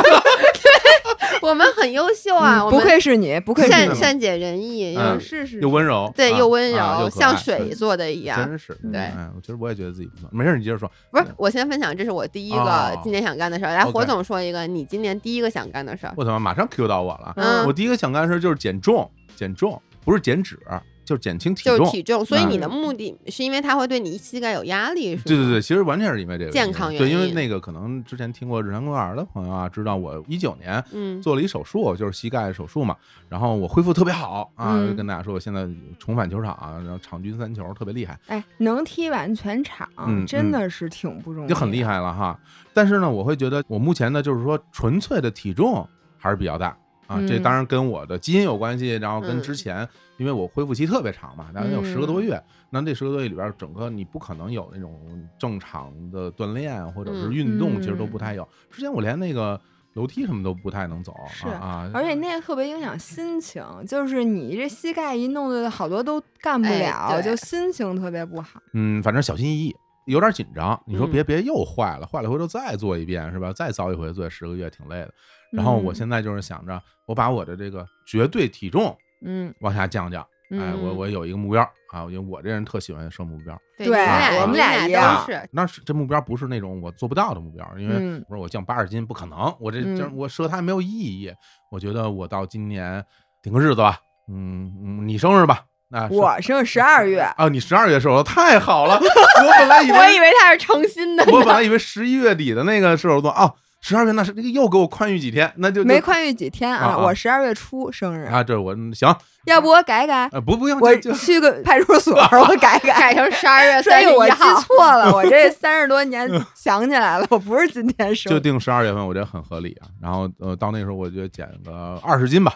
[SPEAKER 2] 我们很优秀啊，我
[SPEAKER 1] 嗯不
[SPEAKER 2] 们
[SPEAKER 1] 愧是你，不愧是
[SPEAKER 2] 善
[SPEAKER 1] 你，嗯
[SPEAKER 2] 善解人意，又
[SPEAKER 3] 嗯
[SPEAKER 1] 是是
[SPEAKER 3] 又温柔，
[SPEAKER 2] 对，
[SPEAKER 3] 啊
[SPEAKER 2] 又温柔，
[SPEAKER 3] 啊又可爱
[SPEAKER 2] 像水做的一样。
[SPEAKER 3] 真是
[SPEAKER 1] 嗯
[SPEAKER 2] 对嗯
[SPEAKER 3] 哎，我觉得我也觉得自己不错。没事，你接着说。
[SPEAKER 2] 不是，我先分享，这是我第一
[SPEAKER 3] 哦
[SPEAKER 2] 个今年想干的事儿。来，
[SPEAKER 3] OK
[SPEAKER 2] 火总说一个你今年第一个想干的事儿。
[SPEAKER 3] 我他妈马上 Q 到我了。
[SPEAKER 2] 嗯
[SPEAKER 3] 我第一个想干的事就是减重，减重不是减脂，就是减轻体
[SPEAKER 2] 就
[SPEAKER 3] 重。
[SPEAKER 2] 是体重，所以你的
[SPEAKER 1] 嗯
[SPEAKER 2] 目的是因为它会对你膝盖有压力，是吗？
[SPEAKER 3] 对对对，，其实完全是因为这个
[SPEAKER 2] 啊健康
[SPEAKER 3] 对，
[SPEAKER 2] 原
[SPEAKER 3] 因为
[SPEAKER 2] 因
[SPEAKER 3] 那个可能之前听过日坛公园的朋友啊，知道我一九年
[SPEAKER 2] 嗯，
[SPEAKER 3] 做了一手术，就是膝盖手术嘛，然后我恢复特别好啊，
[SPEAKER 1] 嗯
[SPEAKER 3] 就跟大家说我现在重返球场，啊然后场均三球特别厉害，
[SPEAKER 1] 哎，能踢完全场
[SPEAKER 3] 嗯，
[SPEAKER 1] 真的是挺不容易，
[SPEAKER 3] 就很厉。害了哈。但是呢，我会觉得我目前呢，就是说纯粹的体重还是比较大啊。这
[SPEAKER 1] 嗯
[SPEAKER 3] 当然跟我的基因有关系，然后跟
[SPEAKER 2] 嗯
[SPEAKER 3] 之前，因为我恢复期特别长嘛，大概有
[SPEAKER 1] 嗯
[SPEAKER 3] 十个多月。那这十个多月里边，整个你不可能有那种正常的锻炼或者是
[SPEAKER 2] 嗯
[SPEAKER 3] 运动，
[SPEAKER 1] 嗯
[SPEAKER 3] 其实都不太有。之前我连那个楼梯什么都不太能走
[SPEAKER 1] 是
[SPEAKER 3] 啊，
[SPEAKER 1] 而且那个特别影响心情，就是你这膝盖一弄，的好多都干不
[SPEAKER 2] 哎
[SPEAKER 1] 了，
[SPEAKER 2] 对
[SPEAKER 1] 就心情特别不好。
[SPEAKER 3] 嗯，反正小心翼翼，有点紧张。你说
[SPEAKER 2] 嗯
[SPEAKER 3] 别别又坏了，坏了回头再做一遍是吧？再遭一回罪，十个月挺累的。然后我
[SPEAKER 1] 嗯
[SPEAKER 3] 现在就是想着，我把我的这个绝对体重
[SPEAKER 1] 嗯，
[SPEAKER 3] 往下降降。哎，我
[SPEAKER 2] 嗯
[SPEAKER 3] 我有一个目标啊，因为我这人特喜欢设目标。
[SPEAKER 2] 对，
[SPEAKER 1] 对
[SPEAKER 3] 我
[SPEAKER 2] 你
[SPEAKER 3] 们
[SPEAKER 1] 俩
[SPEAKER 2] 俩
[SPEAKER 1] 一
[SPEAKER 2] 你俩
[SPEAKER 1] 样
[SPEAKER 2] 都是，
[SPEAKER 3] 那是这目标不是那种我做不到的目标，因为
[SPEAKER 1] 嗯
[SPEAKER 3] 我说我降八十斤不可能，我这这
[SPEAKER 1] 嗯
[SPEAKER 3] 我设它没有意义。我觉得我到今年顶个日子吧，嗯嗯，你生日吧，那是
[SPEAKER 1] 我是十二月，
[SPEAKER 3] 啊，你十二月生日太好了，我本来以为
[SPEAKER 2] 我以为他是诚心的，
[SPEAKER 3] 我本来以为十一月底的那个射手座哦，十二月那是那个又给我宽裕几天，那就就
[SPEAKER 1] 没宽裕几天啊，
[SPEAKER 3] 啊啊
[SPEAKER 1] 我十二月初生日，
[SPEAKER 3] 啊，这我嗯行，
[SPEAKER 1] 要不我改改，
[SPEAKER 3] 呃，不不用，
[SPEAKER 1] 我
[SPEAKER 3] 就就
[SPEAKER 1] 去个派出所， 我改改。
[SPEAKER 2] 改成十二月
[SPEAKER 1] 所
[SPEAKER 2] 三
[SPEAKER 1] 以
[SPEAKER 2] 十
[SPEAKER 1] 我
[SPEAKER 2] 一
[SPEAKER 1] 记
[SPEAKER 2] 号。
[SPEAKER 1] 错了，我 这三十多年想起来了，我不是今天说
[SPEAKER 3] 嗯就
[SPEAKER 1] 的。
[SPEAKER 3] 定十二月份，我觉得很合理啊。然后呃，到那时候我就减个二十斤吧，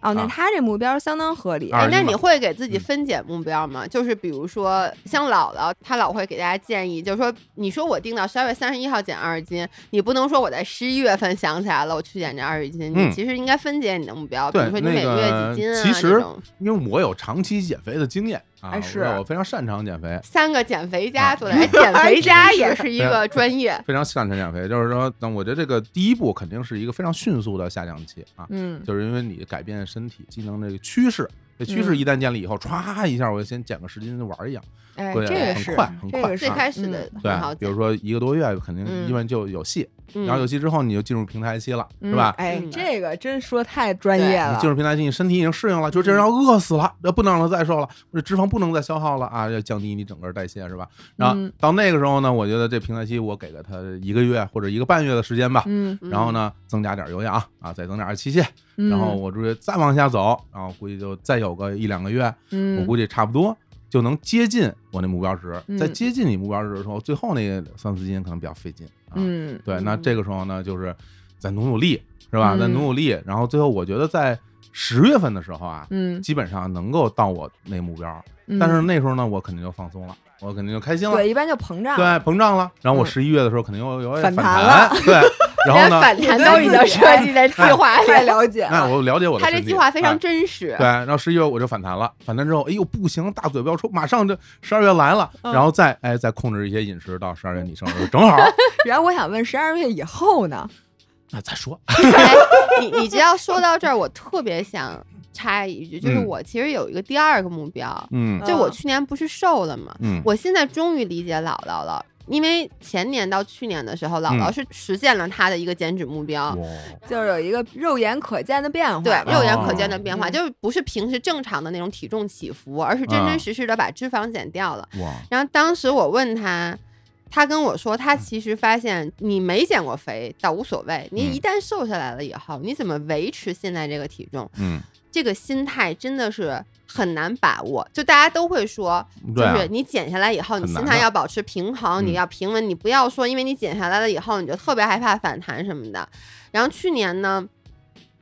[SPEAKER 1] 哦，那
[SPEAKER 3] 啊
[SPEAKER 1] 他这目标相当合理。
[SPEAKER 3] 二
[SPEAKER 2] 哎
[SPEAKER 3] 十，
[SPEAKER 2] 那
[SPEAKER 3] 斤
[SPEAKER 2] 你
[SPEAKER 3] 吧
[SPEAKER 2] 会给自己
[SPEAKER 3] 嗯
[SPEAKER 2] 分解目标吗？就是比如说，像姥姥，她老会给大家建议，就是说，你说我定到十二月三十一号减二十斤，你不能说我在十一月份想起来了我去减这二十斤，
[SPEAKER 3] 嗯
[SPEAKER 2] 你其实应该分解你的目标，
[SPEAKER 3] 对
[SPEAKER 2] 啊比如说你
[SPEAKER 3] 那
[SPEAKER 2] 每个月
[SPEAKER 3] 个
[SPEAKER 2] 几斤啊
[SPEAKER 3] 其
[SPEAKER 2] 这
[SPEAKER 3] 实
[SPEAKER 2] 种。
[SPEAKER 3] 因为我有长期减肥的经验啊，
[SPEAKER 1] 哎
[SPEAKER 3] 我
[SPEAKER 1] 是
[SPEAKER 3] 我非常擅长减肥。
[SPEAKER 2] 三个减肥家
[SPEAKER 3] 啊
[SPEAKER 2] 坐在， 哎减肥家也是一
[SPEAKER 3] 对啊
[SPEAKER 2] 个专业。
[SPEAKER 3] 非常擅长减肥，就是说，那我觉得这个第一步肯定是一个非常迅速的下降期啊，
[SPEAKER 1] 嗯，
[SPEAKER 3] 就是因为你改变身体机能这个趋势，这趋
[SPEAKER 2] 嗯
[SPEAKER 3] 势一旦建立以后，歘一下我就先减个十斤就玩一样，
[SPEAKER 1] 哎，
[SPEAKER 3] 对，
[SPEAKER 1] 这个
[SPEAKER 3] 很
[SPEAKER 1] 是
[SPEAKER 3] 快很
[SPEAKER 1] 这
[SPEAKER 3] 快
[SPEAKER 1] 个
[SPEAKER 3] 啊。
[SPEAKER 1] 是
[SPEAKER 2] 最开始的很好
[SPEAKER 3] 对，比
[SPEAKER 2] 减，
[SPEAKER 3] 如说一个多月肯定
[SPEAKER 2] 嗯
[SPEAKER 3] 一般就有戏，
[SPEAKER 2] 嗯
[SPEAKER 3] 然后有戏之后你就进入平台期了，
[SPEAKER 1] 嗯
[SPEAKER 3] 是吧？
[SPEAKER 1] 哎，
[SPEAKER 2] 嗯
[SPEAKER 1] 这个真说太专业
[SPEAKER 2] 对
[SPEAKER 1] 了
[SPEAKER 3] 你进。入平台期，你身体已经适应了，就这人要饿死了，那不能让他再瘦了，这脂肪不能再消耗了啊，要降低你整个代谢是吧？然后
[SPEAKER 1] 嗯
[SPEAKER 3] 到那个时候呢，我觉得这平台期我给了他一个月或者一个半月的时间吧，
[SPEAKER 1] 嗯，
[SPEAKER 2] 嗯
[SPEAKER 3] 然后呢增加点有氧啊，再增点器械，
[SPEAKER 1] 嗯
[SPEAKER 3] 然后我估计再往下走，然后估计就再有个一两个月，我
[SPEAKER 1] 嗯，
[SPEAKER 3] 估计差不多。就能接近我那目标值，
[SPEAKER 1] 嗯
[SPEAKER 3] 在接近你目标值的时候，最后那三四斤可能比较费劲啊。
[SPEAKER 1] 嗯
[SPEAKER 3] 对，那
[SPEAKER 2] 嗯
[SPEAKER 3] 这个时候呢，就是再努努力，是吧？再
[SPEAKER 1] 嗯
[SPEAKER 3] 努努力，然后最后我觉得在十月份的时候啊，
[SPEAKER 1] 嗯，
[SPEAKER 3] 基本上能够到我那目标，
[SPEAKER 1] 嗯
[SPEAKER 3] 但是那时候呢，我肯定就放松了，我肯定就开心了，
[SPEAKER 1] 对，一般就膨胀。
[SPEAKER 3] 对，膨胀了。然后我
[SPEAKER 1] 嗯
[SPEAKER 3] 十一月的时候肯定又有点
[SPEAKER 1] 反弹
[SPEAKER 3] 弹，对，然后
[SPEAKER 2] 连
[SPEAKER 3] 呢，
[SPEAKER 2] 反弹都已经设计在计划里
[SPEAKER 1] 太
[SPEAKER 2] 了。
[SPEAKER 1] 了解
[SPEAKER 3] 那
[SPEAKER 1] 了。
[SPEAKER 3] 我哎了解我的
[SPEAKER 2] 他这
[SPEAKER 3] 身体
[SPEAKER 2] 计划非
[SPEAKER 3] 哎
[SPEAKER 2] 常真实
[SPEAKER 3] 对，，然后十一月我就反弹了，反弹之后，哎呦不行，大嘴不要抽，马上就十二月来了，
[SPEAKER 1] 嗯
[SPEAKER 3] 然后再哎再控制一些饮食，到十二月你生日 正好，
[SPEAKER 1] 然后我想问，十二月以后呢？
[SPEAKER 3] 那再说，
[SPEAKER 2] 哎，你你只要说到这儿，我特别想插一句，就是
[SPEAKER 3] 嗯
[SPEAKER 2] 我其实有一个第二个目标，
[SPEAKER 3] 嗯
[SPEAKER 2] 就我去年不是瘦了吗？
[SPEAKER 3] 嗯，
[SPEAKER 2] 我现在终于理解姥姥了，因为前年到去年的时候，姥姥是实现了她的一个减脂目标。
[SPEAKER 3] 嗯哇
[SPEAKER 1] 就是有一个肉眼可见的变化
[SPEAKER 2] 对
[SPEAKER 1] 吧。，
[SPEAKER 2] 肉眼
[SPEAKER 3] 哦
[SPEAKER 2] 可见的变化，
[SPEAKER 1] 嗯
[SPEAKER 2] 就是不是平时正常的那种体重起伏，而是真真
[SPEAKER 3] 啊
[SPEAKER 2] 实实的把脂肪减掉了。
[SPEAKER 3] 哇，
[SPEAKER 2] 然后当时我问他，他跟我说，
[SPEAKER 3] 嗯
[SPEAKER 2] 他其实发现你没减过肥倒无所谓，你
[SPEAKER 3] 嗯
[SPEAKER 2] 一旦瘦下来了以后，你怎么维持现在这个体重，
[SPEAKER 3] 嗯，
[SPEAKER 2] 这个心态真的是很难把握。就大家都会说，就
[SPEAKER 3] 对啊
[SPEAKER 2] 是你减下来以后，你
[SPEAKER 3] 很
[SPEAKER 2] 心
[SPEAKER 3] 难
[SPEAKER 2] 态
[SPEAKER 3] 的
[SPEAKER 2] 要保持平衡，你
[SPEAKER 3] 嗯
[SPEAKER 2] 要平稳，你不要说因为你减下来了以后，你就特别害怕反弹什么的。然后去年呢，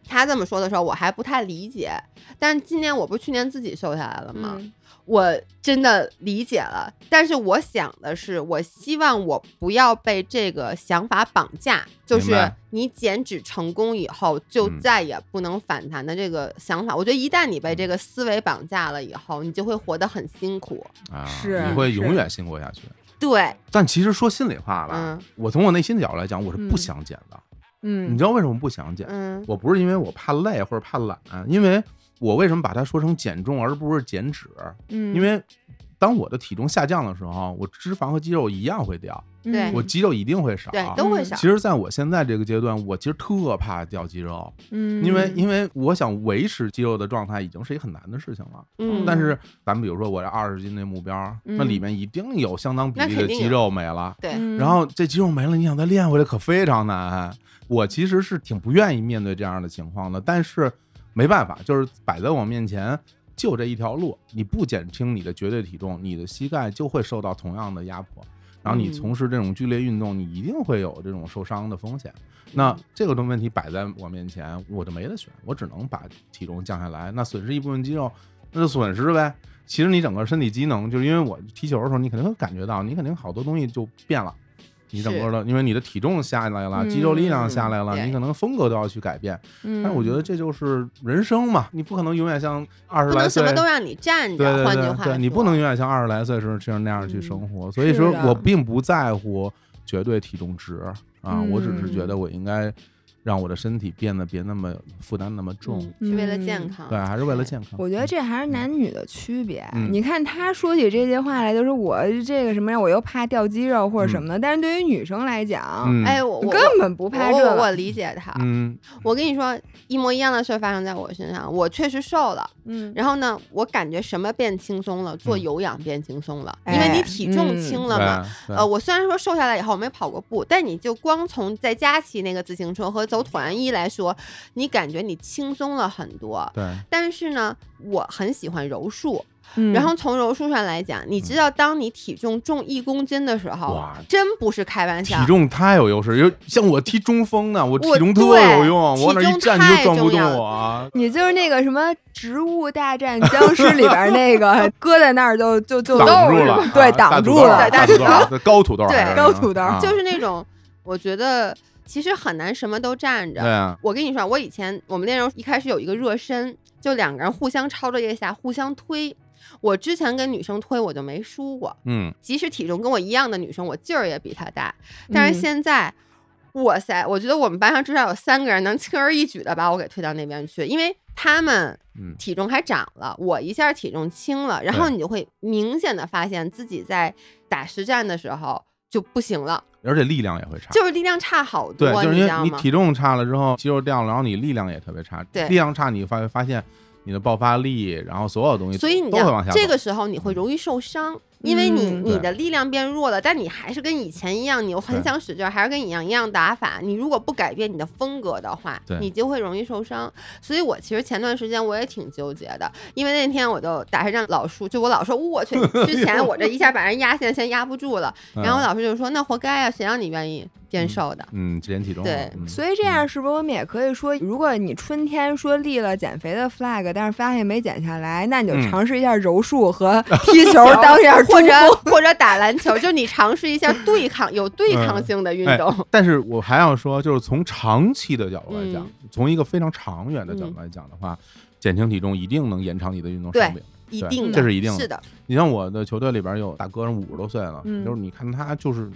[SPEAKER 2] 他这么说的时候，我还不太理解，但是今年我不是去年自己瘦下来了吗？
[SPEAKER 1] 嗯
[SPEAKER 2] 我真的理解了，但是我想的是，我希望我不要被这个想法绑架，就
[SPEAKER 3] 明
[SPEAKER 2] 是
[SPEAKER 3] 白
[SPEAKER 2] 你减脂成功以后就
[SPEAKER 3] 嗯
[SPEAKER 2] 再也不能反弹的这个想法。我觉得一旦你被这个思维绑架了以后，你就会活得很辛苦。
[SPEAKER 3] 啊，
[SPEAKER 1] 是
[SPEAKER 3] 你会
[SPEAKER 1] 是
[SPEAKER 3] 永远辛苦下去。
[SPEAKER 2] 对，
[SPEAKER 3] 但其实说心里话吧，
[SPEAKER 2] 嗯
[SPEAKER 3] 我从我内心的角度来讲，我是
[SPEAKER 1] 嗯
[SPEAKER 3] 不想减的。你
[SPEAKER 1] 嗯
[SPEAKER 3] 知道为什么不想减？
[SPEAKER 2] 嗯
[SPEAKER 3] 我不是因为我怕累或者怕懒，因为我为什么把它说成减重而不是减脂？
[SPEAKER 1] 嗯，
[SPEAKER 3] 因为当我的体重下降的时候，我脂肪和肌肉一样会掉，
[SPEAKER 1] 嗯
[SPEAKER 2] 对
[SPEAKER 3] 我肌肉一定会少。啊
[SPEAKER 2] 对，都会少。
[SPEAKER 3] 其实，在我现在这个阶段，我其实特怕掉肌肉，
[SPEAKER 1] 嗯，
[SPEAKER 3] 因为因为我想维持肌肉的状态已经是一个很难的事情了。
[SPEAKER 2] 嗯，
[SPEAKER 3] 但是，咱们比如说我这二十斤那目标，那
[SPEAKER 1] 嗯
[SPEAKER 3] 里面一定有相当比
[SPEAKER 2] 那
[SPEAKER 3] 例
[SPEAKER 2] 肯
[SPEAKER 3] 的
[SPEAKER 2] 定
[SPEAKER 3] 肌
[SPEAKER 2] 有
[SPEAKER 3] 肉没了。
[SPEAKER 2] 对，
[SPEAKER 1] 嗯
[SPEAKER 3] 然后这肌肉没了，你想再练回来可非常难。我其实是挺不愿意面对这样的情况的，但是没办法，就是摆在我面前就这一条路，你不减轻你的绝对体重，你的膝盖就会受到同样的压迫。然后你
[SPEAKER 2] 嗯
[SPEAKER 3] 从事这种剧烈运动，你一定会有这种受伤的风险。那这个问题摆在我面前，我就没得选，我只能把体重降下来。那损失一部分肌肉，那就损失呗。其实你整个身体机能，就是因为我踢球的时候，你肯定会感觉到，你肯定好多东西就变了。你整个的，因为你的体重下来了，
[SPEAKER 1] 嗯
[SPEAKER 3] 肌肉力量下来了，
[SPEAKER 2] 嗯对
[SPEAKER 3] 你可能风格都要去改变。
[SPEAKER 1] 嗯，
[SPEAKER 3] 但是我觉得这就是人生嘛，你不可能永远像二十
[SPEAKER 2] 不
[SPEAKER 3] 来
[SPEAKER 2] 能
[SPEAKER 3] 岁
[SPEAKER 2] 什，么都让你站
[SPEAKER 3] 对
[SPEAKER 2] 着。
[SPEAKER 3] 对
[SPEAKER 2] 换句
[SPEAKER 3] 对
[SPEAKER 2] 话说，嗯
[SPEAKER 3] 对，你不能永远像二十来岁时候这样那样去生活。所以
[SPEAKER 1] 是
[SPEAKER 3] 说
[SPEAKER 1] 的
[SPEAKER 3] 我并不在乎绝对体重值啊，
[SPEAKER 1] 嗯
[SPEAKER 3] 我只是觉得我应该让我的身体变得别那么负担那么重，
[SPEAKER 2] 嗯是为了
[SPEAKER 1] 嗯
[SPEAKER 2] 健康。
[SPEAKER 3] 对，还是为了健康。
[SPEAKER 1] 我觉得这还是男女的区别。啊
[SPEAKER 3] 嗯
[SPEAKER 1] 你看他说起这些话来，就是我这个什么呀，我又怕掉肌肉或者什么的。但是对于女生来讲，
[SPEAKER 3] 嗯
[SPEAKER 2] 哎，我我
[SPEAKER 1] 根本不
[SPEAKER 2] 我
[SPEAKER 1] 怕这
[SPEAKER 2] 我我
[SPEAKER 1] 个。
[SPEAKER 2] 理解他。
[SPEAKER 3] 嗯
[SPEAKER 2] 我跟你说，一模一样的事儿发生在我身上，我确实瘦了。
[SPEAKER 1] 嗯
[SPEAKER 2] 然后呢，我感觉什么变轻松了？做
[SPEAKER 3] 嗯
[SPEAKER 2] 有氧变轻松了，
[SPEAKER 1] 哎
[SPEAKER 2] 因为你体重
[SPEAKER 1] 嗯
[SPEAKER 2] 轻
[SPEAKER 3] 对
[SPEAKER 2] 了
[SPEAKER 3] 啊
[SPEAKER 2] 嘛。呃
[SPEAKER 3] 对
[SPEAKER 2] 呃，我虽然说瘦下来以后我没跑过步，但你就光从在家骑那个自行车和走搜团一来说，你感觉你轻松了很多。
[SPEAKER 3] 对，
[SPEAKER 2] 但是呢，我很喜欢柔术，
[SPEAKER 1] 嗯
[SPEAKER 2] 然后从柔术上来讲，你知道，当你体重重一公斤的时候
[SPEAKER 3] 嗯哇，
[SPEAKER 2] 真不是开玩
[SPEAKER 3] 体
[SPEAKER 2] 笑。
[SPEAKER 3] 重太有优势，有像我踢中锋呢，我体
[SPEAKER 2] 啊我
[SPEAKER 3] 重特
[SPEAKER 2] 对
[SPEAKER 3] 有用，啊我往那
[SPEAKER 2] 体
[SPEAKER 3] 一
[SPEAKER 2] 重
[SPEAKER 3] 站你
[SPEAKER 2] 太
[SPEAKER 3] 就转不
[SPEAKER 2] 重
[SPEAKER 3] 动
[SPEAKER 2] 要
[SPEAKER 3] 我啊。
[SPEAKER 1] 你就是那个什么《植物大战僵尸》里边那 个搁在那儿就就就
[SPEAKER 3] 挡
[SPEAKER 1] 漏
[SPEAKER 3] 住
[SPEAKER 1] 是
[SPEAKER 3] 了
[SPEAKER 1] 吧
[SPEAKER 3] 啊，
[SPEAKER 1] 对，
[SPEAKER 3] 大
[SPEAKER 1] 挡
[SPEAKER 3] 土
[SPEAKER 1] 住
[SPEAKER 3] 豆儿
[SPEAKER 1] 了。
[SPEAKER 3] 大土豆儿，对高土豆儿
[SPEAKER 2] 对
[SPEAKER 3] 还是，
[SPEAKER 1] 高土豆儿
[SPEAKER 3] 啊
[SPEAKER 2] 就是那种，我觉得其实很难什么都站
[SPEAKER 3] 对
[SPEAKER 2] 着。
[SPEAKER 3] 啊，
[SPEAKER 2] 我跟你说啊，我以前我们那时候一开始有一个热身，就两个人互相抄着腋下互相推。我之前跟女生推我就没输过，
[SPEAKER 3] 嗯，
[SPEAKER 2] 即使体重跟我一样的女生，我劲儿也比她大。但是
[SPEAKER 1] 嗯
[SPEAKER 2] 现在，哇塞，我觉得我们班上至少有三个人能轻而易举的把我给推到那边去，因为他们
[SPEAKER 3] 嗯
[SPEAKER 2] 体重还涨了，我一下体重轻了，然后
[SPEAKER 3] 对
[SPEAKER 2] 你就会明显的发现自己在打实战的时候就不行了，
[SPEAKER 3] 而且力量也会差。
[SPEAKER 2] 就是力量差好
[SPEAKER 3] 啊对，
[SPEAKER 2] 多，
[SPEAKER 3] 就是
[SPEAKER 2] 你
[SPEAKER 3] 因
[SPEAKER 2] 知
[SPEAKER 3] 为
[SPEAKER 2] 道
[SPEAKER 3] 你
[SPEAKER 2] 吗？
[SPEAKER 3] 体重差了之后，肌肉掉了，然后你力量也特别差。
[SPEAKER 2] 对
[SPEAKER 3] 力量差，你发发现你的爆发力，然后所有东西，
[SPEAKER 2] 所以你
[SPEAKER 3] 都
[SPEAKER 2] 知
[SPEAKER 3] 会
[SPEAKER 2] 道
[SPEAKER 3] 往下走。
[SPEAKER 2] 这个时候你会容易受伤，因为你
[SPEAKER 1] 嗯
[SPEAKER 2] 你
[SPEAKER 3] 对
[SPEAKER 2] 的力量变弱了，但你还是跟以前一样，你又很
[SPEAKER 3] 对
[SPEAKER 2] 想使劲儿，还是跟以前一样打法。你如果不改变你的风格的话
[SPEAKER 3] 对，
[SPEAKER 2] 你就会容易受伤。所以我其实前段时间我也挺纠结的，因为那天我就打上让老叔，就我老说，我去，之前我这一下把人压线先压不住了，
[SPEAKER 3] 嗯
[SPEAKER 2] 然后老师就说，那活该啊，谁让你愿意变瘦的？
[SPEAKER 3] 嗯，减体重了
[SPEAKER 2] 对
[SPEAKER 3] 嗯
[SPEAKER 1] 所以这样是不是我们也可以说，如果你春天说立了减肥的 flag，但是发现没减下来，那你就
[SPEAKER 3] 嗯
[SPEAKER 1] 尝试一下柔术 和踢球当一下中
[SPEAKER 2] 或者
[SPEAKER 1] 锋。
[SPEAKER 2] 或者打篮球，就你尝试一下对抗有对抗性的运
[SPEAKER 3] 哎
[SPEAKER 2] 动。
[SPEAKER 3] 但是我还要说，就是从长期的角度来讲，
[SPEAKER 2] 嗯
[SPEAKER 3] 从一个非常长远的角
[SPEAKER 1] 嗯
[SPEAKER 3] 度来讲的话，减轻体重一定能延长你的运动寿命。
[SPEAKER 2] 一
[SPEAKER 3] 对
[SPEAKER 2] 定的，
[SPEAKER 3] 这是一定的
[SPEAKER 2] 是的，
[SPEAKER 3] 你像我的球队里边有大哥，五十多岁了，
[SPEAKER 1] 嗯
[SPEAKER 3] 就是你看他就是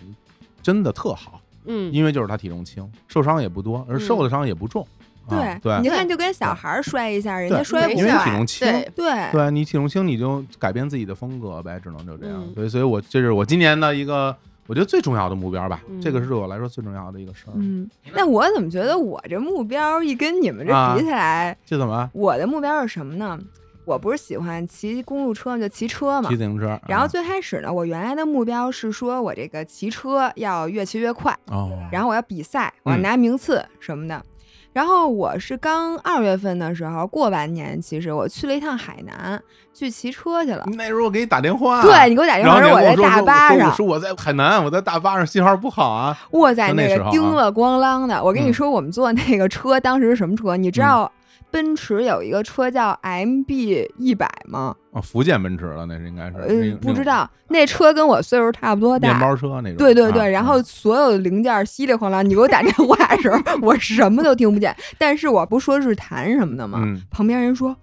[SPEAKER 3] 真的特好，
[SPEAKER 2] 嗯，
[SPEAKER 3] 因为就是他体重轻，受伤也不多，
[SPEAKER 1] 嗯
[SPEAKER 3] 而受的伤也不重。啊、对
[SPEAKER 1] 你就看就跟小孩儿摔一下，人家
[SPEAKER 3] 对
[SPEAKER 1] 摔不
[SPEAKER 3] 因为体
[SPEAKER 1] 坏。
[SPEAKER 3] 重轻，
[SPEAKER 2] 对
[SPEAKER 1] 对，
[SPEAKER 3] 对你体重轻，你就改变自己的风格呗，只能就这样。
[SPEAKER 2] 嗯
[SPEAKER 3] 所以，所以我这是我今年的一个我觉得最重要的目标吧，
[SPEAKER 2] 嗯
[SPEAKER 3] 这个是对我来说最重要的一个事儿。
[SPEAKER 1] 嗯，那我怎么觉得我这目标一跟你们
[SPEAKER 3] 啊
[SPEAKER 1] 这比起来，
[SPEAKER 3] 这怎么？
[SPEAKER 1] 我的目标是什么呢？我不是喜欢骑公路车吗就骑车嘛
[SPEAKER 3] 骑。自行车？
[SPEAKER 1] 嗯
[SPEAKER 3] 啊
[SPEAKER 1] 然后最开始呢，我原来的目标是说我这个骑车要越骑越快，
[SPEAKER 3] 啊哦，
[SPEAKER 1] 然后我要比赛，我要
[SPEAKER 3] 嗯
[SPEAKER 1] 拿名次什么的。然后我是刚二月份的时候过完年，其实我去了一趟海南去骑车去了。
[SPEAKER 3] 那时候我给你打电话，
[SPEAKER 1] 对你给我打电
[SPEAKER 3] 然后
[SPEAKER 1] 话
[SPEAKER 3] 你还
[SPEAKER 1] 我
[SPEAKER 3] 跟
[SPEAKER 1] 在大
[SPEAKER 3] 说
[SPEAKER 1] 巴
[SPEAKER 3] 说
[SPEAKER 1] 上
[SPEAKER 3] 我，说我在海南，我在大巴上信号不好啊。
[SPEAKER 1] 我在
[SPEAKER 3] 就那
[SPEAKER 1] 那
[SPEAKER 3] 时候
[SPEAKER 1] 个
[SPEAKER 3] 啊
[SPEAKER 1] 叮了咣啷的。我跟你
[SPEAKER 3] 嗯
[SPEAKER 1] 说，我们坐那个车当时是什么车？你知
[SPEAKER 3] 嗯
[SPEAKER 1] 道奔驰有一个车叫 MB 一百吗？
[SPEAKER 3] 哦，福建奔驰了，那是应该是，那
[SPEAKER 1] 呃
[SPEAKER 3] 个，
[SPEAKER 1] 不知，道，那车跟我岁数差不多
[SPEAKER 3] 那个面
[SPEAKER 1] 大。
[SPEAKER 3] 包车那种。
[SPEAKER 1] 对对对，
[SPEAKER 3] 啊
[SPEAKER 1] 然后
[SPEAKER 3] 啊
[SPEAKER 1] 所有的零件稀里哗啦，你给我打电话的时候， 我什么都听不见。但是我不说日坛什么的吗？
[SPEAKER 3] 嗯，
[SPEAKER 1] 旁边人说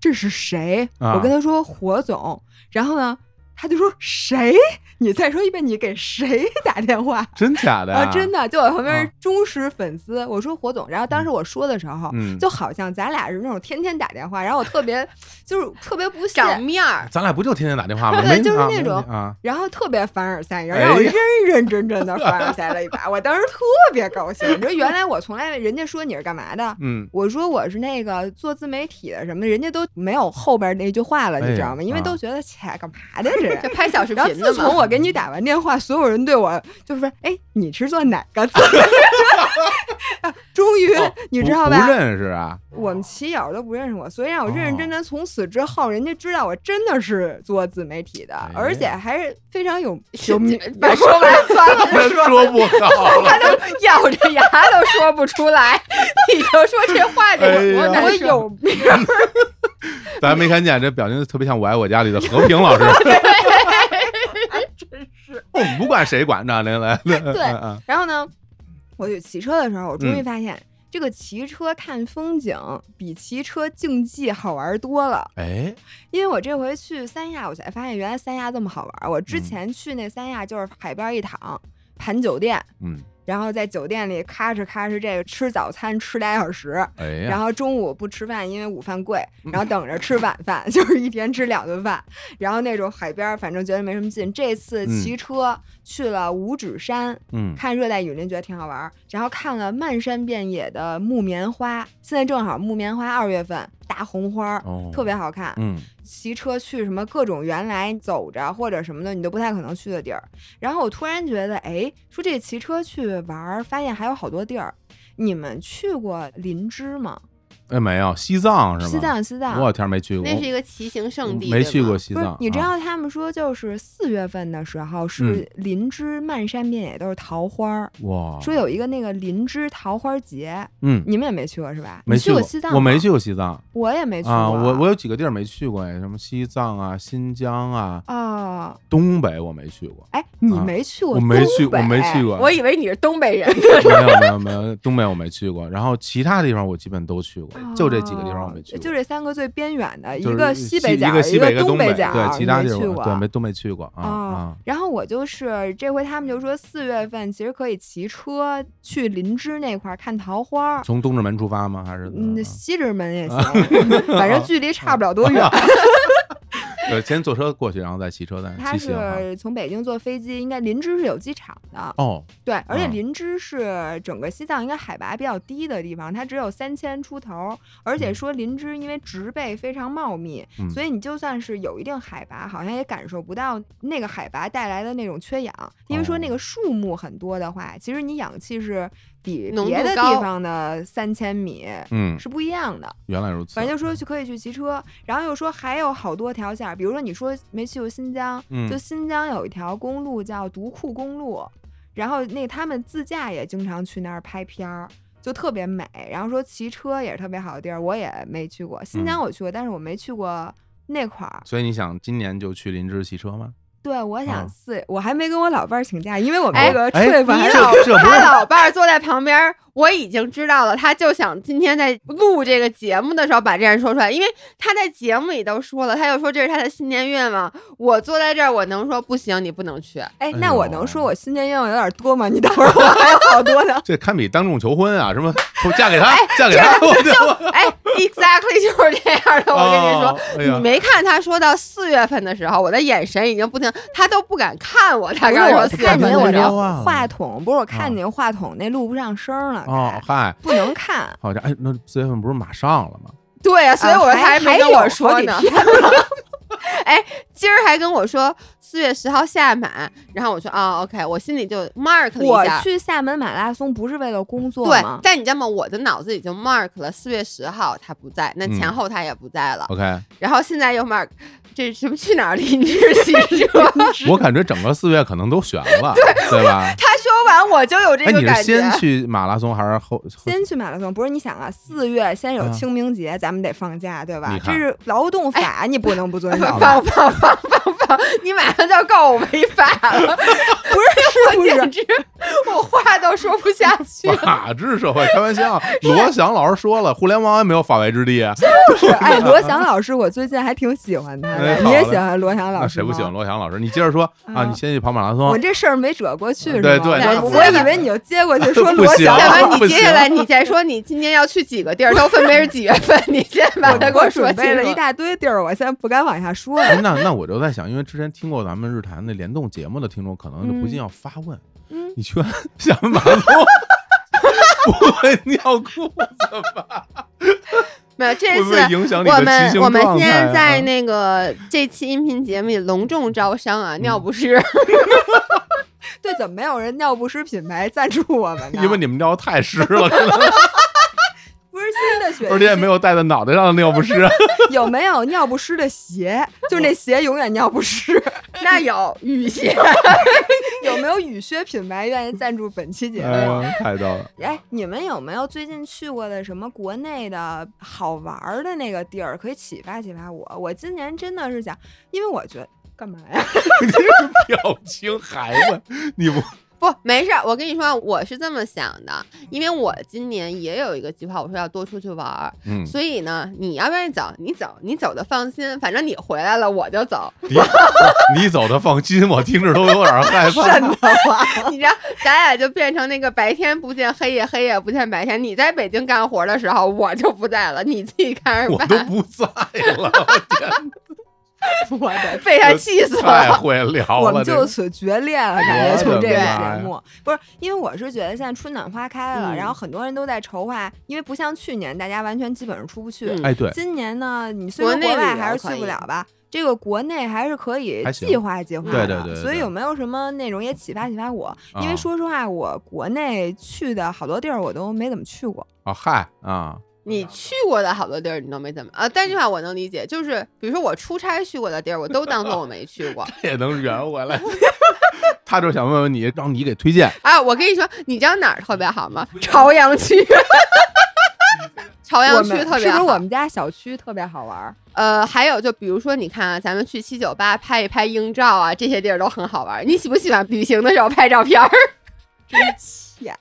[SPEAKER 1] 这是谁？
[SPEAKER 3] 啊
[SPEAKER 1] 我跟他说火总，然后呢，他就说谁？你再说一遍，你给谁打电话？
[SPEAKER 3] 真假的
[SPEAKER 1] 啊，
[SPEAKER 3] 呀？
[SPEAKER 1] 真的，就我旁边
[SPEAKER 3] 啊
[SPEAKER 1] 是忠实粉丝，我说火总，然后当时我说的时候，
[SPEAKER 3] 嗯
[SPEAKER 1] 就好像咱俩是那种天天打电话，然后我特 别就是特别不屑，
[SPEAKER 2] 长面儿，
[SPEAKER 3] 哎咱俩不就天天打电话吗？
[SPEAKER 1] 对
[SPEAKER 3] 没
[SPEAKER 1] 就是
[SPEAKER 3] 啊
[SPEAKER 1] 那
[SPEAKER 3] 没
[SPEAKER 1] 种
[SPEAKER 3] 啊，
[SPEAKER 1] 然后特别凡尔赛，然
[SPEAKER 3] 哎
[SPEAKER 1] 后让我
[SPEAKER 3] 呀
[SPEAKER 1] 认认真真的凡尔赛了一把，我当时特别高兴。你说原来我从来人家说你是干嘛的，
[SPEAKER 3] 嗯，
[SPEAKER 1] 我说我是那个做自媒体的什么的，人家都没有后边那句话了，
[SPEAKER 3] 哎呀
[SPEAKER 1] 你知道吗？因为
[SPEAKER 3] 啊
[SPEAKER 1] 都觉得切干嘛的这人
[SPEAKER 2] 就。拍小视
[SPEAKER 1] 然后
[SPEAKER 2] 频
[SPEAKER 1] 自
[SPEAKER 2] 的
[SPEAKER 1] 从
[SPEAKER 2] 嘛。
[SPEAKER 1] 我给你打完电话，所有人对我就是说：“哎，你是做哪个 自媒体？”终于
[SPEAKER 3] 哦
[SPEAKER 1] 你
[SPEAKER 3] 不
[SPEAKER 1] 知道
[SPEAKER 3] 不
[SPEAKER 1] 吧？
[SPEAKER 3] 认识啊？
[SPEAKER 1] 我们骑友都不认识我，所以让我认认
[SPEAKER 3] 哦
[SPEAKER 1] 真真。从此之后，人家知道我真的是做自媒体
[SPEAKER 3] 哎
[SPEAKER 1] 的，而且还是非 常有有名。
[SPEAKER 2] 把说完算了，
[SPEAKER 3] 说不好了，
[SPEAKER 2] 咬着牙都说不出 来，你就说这话得有多
[SPEAKER 3] 哎呀
[SPEAKER 1] 我
[SPEAKER 2] 难受。
[SPEAKER 1] 有名，
[SPEAKER 3] 咱没看见，这表情特别像我爱我家里的和平老师。 真是，我们不管谁管着，来来，对
[SPEAKER 1] 对
[SPEAKER 3] 嗯
[SPEAKER 1] 然后呢，我去骑车的时候，我终于
[SPEAKER 3] 嗯
[SPEAKER 1] 发现、这个骑车看风景比骑车竞技好玩多了。
[SPEAKER 3] 哎，
[SPEAKER 1] 因为我这回去三亚，我才发现原来三亚这么好玩儿。我之
[SPEAKER 3] 嗯
[SPEAKER 1] 前去那三亚就是海边一躺，盘酒店，
[SPEAKER 3] 嗯，
[SPEAKER 1] 然后在酒店里咔哧咔哧这个吃早餐吃俩小时，
[SPEAKER 3] 哎
[SPEAKER 1] 然
[SPEAKER 3] 呀，嗯
[SPEAKER 1] 后中午不吃饭，因为午饭贵，然后等着吃晚饭， 就是一天吃两顿饭。然后那种海边，反正觉得没什么劲。这次骑车去了五指山，
[SPEAKER 3] 嗯，
[SPEAKER 1] 看热带雨林觉得挺好玩儿，然后看了漫山遍野的木棉花，现在正好木棉花二月份大红花儿，
[SPEAKER 3] 哦，
[SPEAKER 1] 特别好看。
[SPEAKER 3] 嗯，
[SPEAKER 1] 骑车去什么各种原来走着或者什么的，你都不太可能去的地儿。然后我突然觉得，哎，说这骑车去玩儿，发现还有好多地儿。你们去过林芝吗？
[SPEAKER 3] 哎，没有西藏是吗？
[SPEAKER 1] 西，藏，西藏，
[SPEAKER 3] 我天儿没去过，
[SPEAKER 2] 那是一个骑行圣地，
[SPEAKER 3] 嗯没
[SPEAKER 2] 对
[SPEAKER 3] 去
[SPEAKER 2] 吗
[SPEAKER 3] 过西
[SPEAKER 1] 不是
[SPEAKER 3] 藏。，
[SPEAKER 1] 你知
[SPEAKER 3] 啊嗯
[SPEAKER 1] 道他们说就是四月份的时候是林芝漫山遍野都是桃花儿，
[SPEAKER 3] 哇？
[SPEAKER 1] 说有一个那个林芝桃花节，
[SPEAKER 3] 嗯，
[SPEAKER 1] 你们也没去过是吧？
[SPEAKER 3] 没
[SPEAKER 1] 你去
[SPEAKER 3] 过
[SPEAKER 1] 西藏，
[SPEAKER 3] 我没，去过西藏
[SPEAKER 1] 我也没去过。
[SPEAKER 3] 啊。我我有几个地儿没去过哎，什么西藏啊、新疆啊、
[SPEAKER 1] 哦，
[SPEAKER 3] 东北我没去过，
[SPEAKER 1] 哎，你
[SPEAKER 3] 啊
[SPEAKER 1] 没去过
[SPEAKER 3] 我
[SPEAKER 1] 东北？
[SPEAKER 3] 没去，我没去过，
[SPEAKER 2] 我以为你是东北人，
[SPEAKER 3] 没有没有没有，东北我没去过，然后其他地方我基本都去过，就这几个地方我没去
[SPEAKER 1] 哦
[SPEAKER 3] 过，
[SPEAKER 1] 就这三个最边远的，
[SPEAKER 3] 就是
[SPEAKER 1] 个
[SPEAKER 3] 西
[SPEAKER 1] 西北角，
[SPEAKER 3] 一个西北，一个
[SPEAKER 1] 东
[SPEAKER 3] 北
[SPEAKER 1] 角，
[SPEAKER 3] 对，其他
[SPEAKER 1] 你
[SPEAKER 3] 地
[SPEAKER 1] 没去
[SPEAKER 3] 儿
[SPEAKER 1] 过
[SPEAKER 3] 我对没都没去过啊
[SPEAKER 1] 哦
[SPEAKER 3] 啊，，
[SPEAKER 1] 然后我就是这回他们就说四月份其实可以骑车去林芝那块儿看桃花儿，
[SPEAKER 3] 从东直门出发吗？还是
[SPEAKER 1] 嗯，西直门也行，
[SPEAKER 3] 啊
[SPEAKER 1] 反正距离差不了多远。
[SPEAKER 3] 呃，先坐车过去，然后再骑车再
[SPEAKER 1] 他
[SPEAKER 3] 骑行啊哈。
[SPEAKER 1] 是从北京坐飞机，应该林芝是有机场的，
[SPEAKER 3] 哦，
[SPEAKER 1] 对，而且
[SPEAKER 3] 啊
[SPEAKER 1] 林芝是整个西藏应该海拔比较低的地方，它只有三千出头，而且
[SPEAKER 3] 嗯
[SPEAKER 1] 说林芝因为植被非常茂密，
[SPEAKER 3] 嗯
[SPEAKER 1] 所以你就算是有一定海拔，好像也感受不到那个海拔带来的那种缺氧，因为说那
[SPEAKER 3] 哦
[SPEAKER 1] 个树木很多的话，其实你氧气是比
[SPEAKER 2] 浓
[SPEAKER 1] 别
[SPEAKER 2] 度
[SPEAKER 1] 的地
[SPEAKER 2] 高
[SPEAKER 1] 方的三千米
[SPEAKER 3] 嗯，
[SPEAKER 1] 是不一样的。
[SPEAKER 3] 原来如此。
[SPEAKER 1] 反正就说去可以去骑车，然后又说还有好多条线儿，比如说你说没去过新疆，
[SPEAKER 3] 嗯
[SPEAKER 1] 就新疆有一条公路叫独库公路，然后那他们自驾也经常去那儿拍片儿。就特别美，然后说骑车也是特别好的地儿，我也没去过。新疆我去过，但是我没去过那块儿。
[SPEAKER 3] 所以你想今年就去林芝骑车吗？
[SPEAKER 1] 对，我
[SPEAKER 3] 啊
[SPEAKER 1] 想四，我还没跟我老伴儿请假，因为我们
[SPEAKER 2] 哎
[SPEAKER 1] 这个
[SPEAKER 3] 哎
[SPEAKER 1] 睡法还
[SPEAKER 2] 你
[SPEAKER 1] 是
[SPEAKER 2] 老
[SPEAKER 3] 这不是
[SPEAKER 2] 他老伴儿坐在旁边儿，我已经知道了，他就想今天在录这个节目的时候把这件事说出来，因为他在节目里都说了，他就说这是他的新年愿望。我坐在这儿，我能说不行，你不能去。
[SPEAKER 1] 哎，
[SPEAKER 3] 呦。
[SPEAKER 1] 那我能说我新年愿望有点多吗？你等会儿我还有好多呢
[SPEAKER 3] 这堪比当众求婚啊！什 么嫁给他，嫁给他，我就
[SPEAKER 2] 哎，exactly 就是这样的，我跟你说。
[SPEAKER 3] 哦哎呀
[SPEAKER 2] 你没看他说到四月份的时候，我的眼神已经不停，他都不敢看我。他
[SPEAKER 1] 不是
[SPEAKER 2] 刚才
[SPEAKER 1] 我
[SPEAKER 2] 说四月
[SPEAKER 1] 看
[SPEAKER 2] 份
[SPEAKER 1] 你
[SPEAKER 2] 的时
[SPEAKER 1] 我
[SPEAKER 2] 候，
[SPEAKER 1] 这
[SPEAKER 3] 聊忘了
[SPEAKER 1] 话筒，不是我
[SPEAKER 3] 啊
[SPEAKER 1] 看你话筒那录不上声儿了，
[SPEAKER 3] 哦，嗨，
[SPEAKER 1] 不能 看。
[SPEAKER 3] 好像哎，那四月份不是马上了吗？
[SPEAKER 2] 对呀、所以我说
[SPEAKER 1] 啊
[SPEAKER 2] 他
[SPEAKER 1] 还
[SPEAKER 2] 没跟
[SPEAKER 1] 有
[SPEAKER 2] 我说
[SPEAKER 1] 好几
[SPEAKER 2] 呢。
[SPEAKER 1] 天
[SPEAKER 2] 今儿还跟我说四月十号厦门，然后我说啊、o k 我心里就 mark 了
[SPEAKER 1] 我
[SPEAKER 2] 一下。
[SPEAKER 1] 去厦门马拉松不是为了工作
[SPEAKER 2] 对
[SPEAKER 1] 吗，？
[SPEAKER 2] 但你知道吗？我的脑子已经 mark 了四月十号他不在，那
[SPEAKER 3] 嗯哦
[SPEAKER 2] 前后他也不在了，
[SPEAKER 3] OK，
[SPEAKER 2] 然后现在又 mark，这是什么去哪儿林芝骑 车？
[SPEAKER 3] 我感觉整个四月可能都悬了，对吧？
[SPEAKER 2] 他说完我就有这
[SPEAKER 3] 哎，
[SPEAKER 2] 个
[SPEAKER 3] 你是
[SPEAKER 2] 感觉。
[SPEAKER 3] 先去马拉松还是后？后
[SPEAKER 1] 先去马拉松，不是你想啊，四月先有
[SPEAKER 3] 啊
[SPEAKER 1] 清明节，咱们得放假，对吧
[SPEAKER 3] 你？
[SPEAKER 1] 这
[SPEAKER 3] 看
[SPEAKER 1] 是劳动
[SPEAKER 2] 哎
[SPEAKER 1] 法，你不 能不遵守。
[SPEAKER 3] 啊
[SPEAKER 2] 放放放放放放！你马上就要告我违法 了，
[SPEAKER 1] 不是，是
[SPEAKER 2] 我
[SPEAKER 1] 不
[SPEAKER 2] 简
[SPEAKER 1] 是？
[SPEAKER 2] 直我话都说不下去 了。
[SPEAKER 3] 法治社会，开玩 笑。罗翔老师说了，互联网也没有法外之地啊。
[SPEAKER 1] 是 哎，罗翔老师，我最近还挺喜欢他的。
[SPEAKER 3] 哎好
[SPEAKER 1] 你也
[SPEAKER 3] 嘞
[SPEAKER 1] 喜欢罗翔老
[SPEAKER 3] 那
[SPEAKER 1] 师
[SPEAKER 3] 啊谁
[SPEAKER 1] 吗？
[SPEAKER 3] 不喜欢罗翔老师？你接着说啊，
[SPEAKER 1] 啊
[SPEAKER 3] 你先去跑马拉
[SPEAKER 1] 我
[SPEAKER 3] 松。
[SPEAKER 1] 这事儿没折过去是吗？
[SPEAKER 3] 对对
[SPEAKER 1] 我
[SPEAKER 2] 那
[SPEAKER 1] 我以为你就接过去说
[SPEAKER 3] 哦不
[SPEAKER 1] 罗
[SPEAKER 3] 行
[SPEAKER 1] 翔
[SPEAKER 2] 要不
[SPEAKER 1] 老
[SPEAKER 2] 然
[SPEAKER 1] 师。
[SPEAKER 2] 你接 下来你再说你今年要去几个地儿，都分别是几月份？你先把它给
[SPEAKER 1] 我
[SPEAKER 2] 说
[SPEAKER 1] 准备
[SPEAKER 2] 清
[SPEAKER 1] 了一
[SPEAKER 2] 楚。
[SPEAKER 1] 大堆地儿，我现在不敢往下说了。
[SPEAKER 3] 哎那那我就在想，因为之前听过咱们日坛那联动节目的听众，可能就不禁要发问：
[SPEAKER 1] 嗯，
[SPEAKER 3] 你去 完厦门马拉松 不会尿裤子吧？
[SPEAKER 2] 没有，这
[SPEAKER 3] 会
[SPEAKER 2] 次
[SPEAKER 3] 不会影响你
[SPEAKER 2] 我
[SPEAKER 3] 的骑
[SPEAKER 2] 们
[SPEAKER 3] 行
[SPEAKER 2] 我们
[SPEAKER 3] 状
[SPEAKER 2] 现
[SPEAKER 3] 态
[SPEAKER 2] 在
[SPEAKER 3] 啊？
[SPEAKER 2] 在那个这期音频节目里隆重招商啊，尿
[SPEAKER 3] 嗯
[SPEAKER 2] 不湿。
[SPEAKER 1] 对，怎么没有人尿不湿品牌赞助我们呢？
[SPEAKER 3] 因为你们尿太湿了，真的
[SPEAKER 1] 不是新的雪，
[SPEAKER 3] 而且也没有戴在脑袋上的尿不湿。啊
[SPEAKER 1] 有没有尿不湿的 鞋？就是那鞋永远尿不湿。
[SPEAKER 2] 那有雨鞋，
[SPEAKER 1] 有没有雨靴品牌愿意赞助本期节
[SPEAKER 3] 哎
[SPEAKER 1] 目？
[SPEAKER 3] 呀，太逗 了。
[SPEAKER 1] 哎，你们有没有最近去过的什么国内的好玩儿的那个地儿，可以启发启发我？我今年真的是想，因为我觉得干嘛 呀？
[SPEAKER 3] 你这个表情还问你不
[SPEAKER 2] 不没事儿。我跟你说，我是这么想的，因为我今年也有一个计划，我说要多出去玩儿。
[SPEAKER 3] 嗯
[SPEAKER 2] 所以呢，你要愿意走，你走，你走的放心，反正你回来了我就走。
[SPEAKER 3] 你 你走的放心，我听着都有点害怕。
[SPEAKER 1] 真的吗？
[SPEAKER 2] 你知道，咱俩就变成那个白天不见黑夜，黑夜不见白天。你在北京干活的时候，我就不在了，你自己看着
[SPEAKER 3] 我
[SPEAKER 2] 办
[SPEAKER 3] 都。不在
[SPEAKER 2] 哎
[SPEAKER 3] 了，我天
[SPEAKER 1] 我的。
[SPEAKER 2] 被他气死
[SPEAKER 3] 太
[SPEAKER 2] 了。
[SPEAKER 3] 会聊了。
[SPEAKER 1] 我们
[SPEAKER 3] 这
[SPEAKER 1] 就此决裂了，感觉
[SPEAKER 2] 啊我
[SPEAKER 1] 就
[SPEAKER 2] 的
[SPEAKER 1] 这个
[SPEAKER 3] 妈
[SPEAKER 1] 节目不是，因为我是觉得现在春暖花开了，
[SPEAKER 2] 嗯
[SPEAKER 1] 然后很多人都在筹划，因为不像去年大家完全基本上出不去，
[SPEAKER 2] 嗯
[SPEAKER 3] 哎对，
[SPEAKER 1] 今年呢，你虽
[SPEAKER 2] 国
[SPEAKER 1] 然
[SPEAKER 2] 内
[SPEAKER 1] 国外
[SPEAKER 2] 旅游
[SPEAKER 1] 还是
[SPEAKER 2] 可
[SPEAKER 1] 去不
[SPEAKER 2] 以
[SPEAKER 1] 了吧，这个国内还是可以
[SPEAKER 3] 还行
[SPEAKER 1] 计划计划
[SPEAKER 3] 对
[SPEAKER 1] 的。
[SPEAKER 3] 对对对
[SPEAKER 1] 所以
[SPEAKER 3] 对
[SPEAKER 1] 有没有什么内容也启发启发我？因
[SPEAKER 3] 啊
[SPEAKER 1] 为说实话，我国内去的好多地儿我都没怎么去过。
[SPEAKER 3] 啊嗨啊，
[SPEAKER 2] 你去过的好多地儿你都没怎么啊，但这话我能理解，就是比如说我出差去过的地儿，我都当做我没去 过。
[SPEAKER 3] 也能圆回来。 他就想问问你，让你给推荐。
[SPEAKER 2] 哎，我跟你说，你知道哪儿特别好吗？朝阳 区，朝
[SPEAKER 1] 我
[SPEAKER 2] 阳区
[SPEAKER 1] 们
[SPEAKER 2] 特别好。
[SPEAKER 1] 是不是我们家小区特别好玩 儿？
[SPEAKER 2] 呃，还有就比如说，你看啊，咱们去七九八拍一拍硬照啊，这些地儿都很好玩儿。你喜不喜欢旅行的时候拍照片儿？
[SPEAKER 1] 真欠。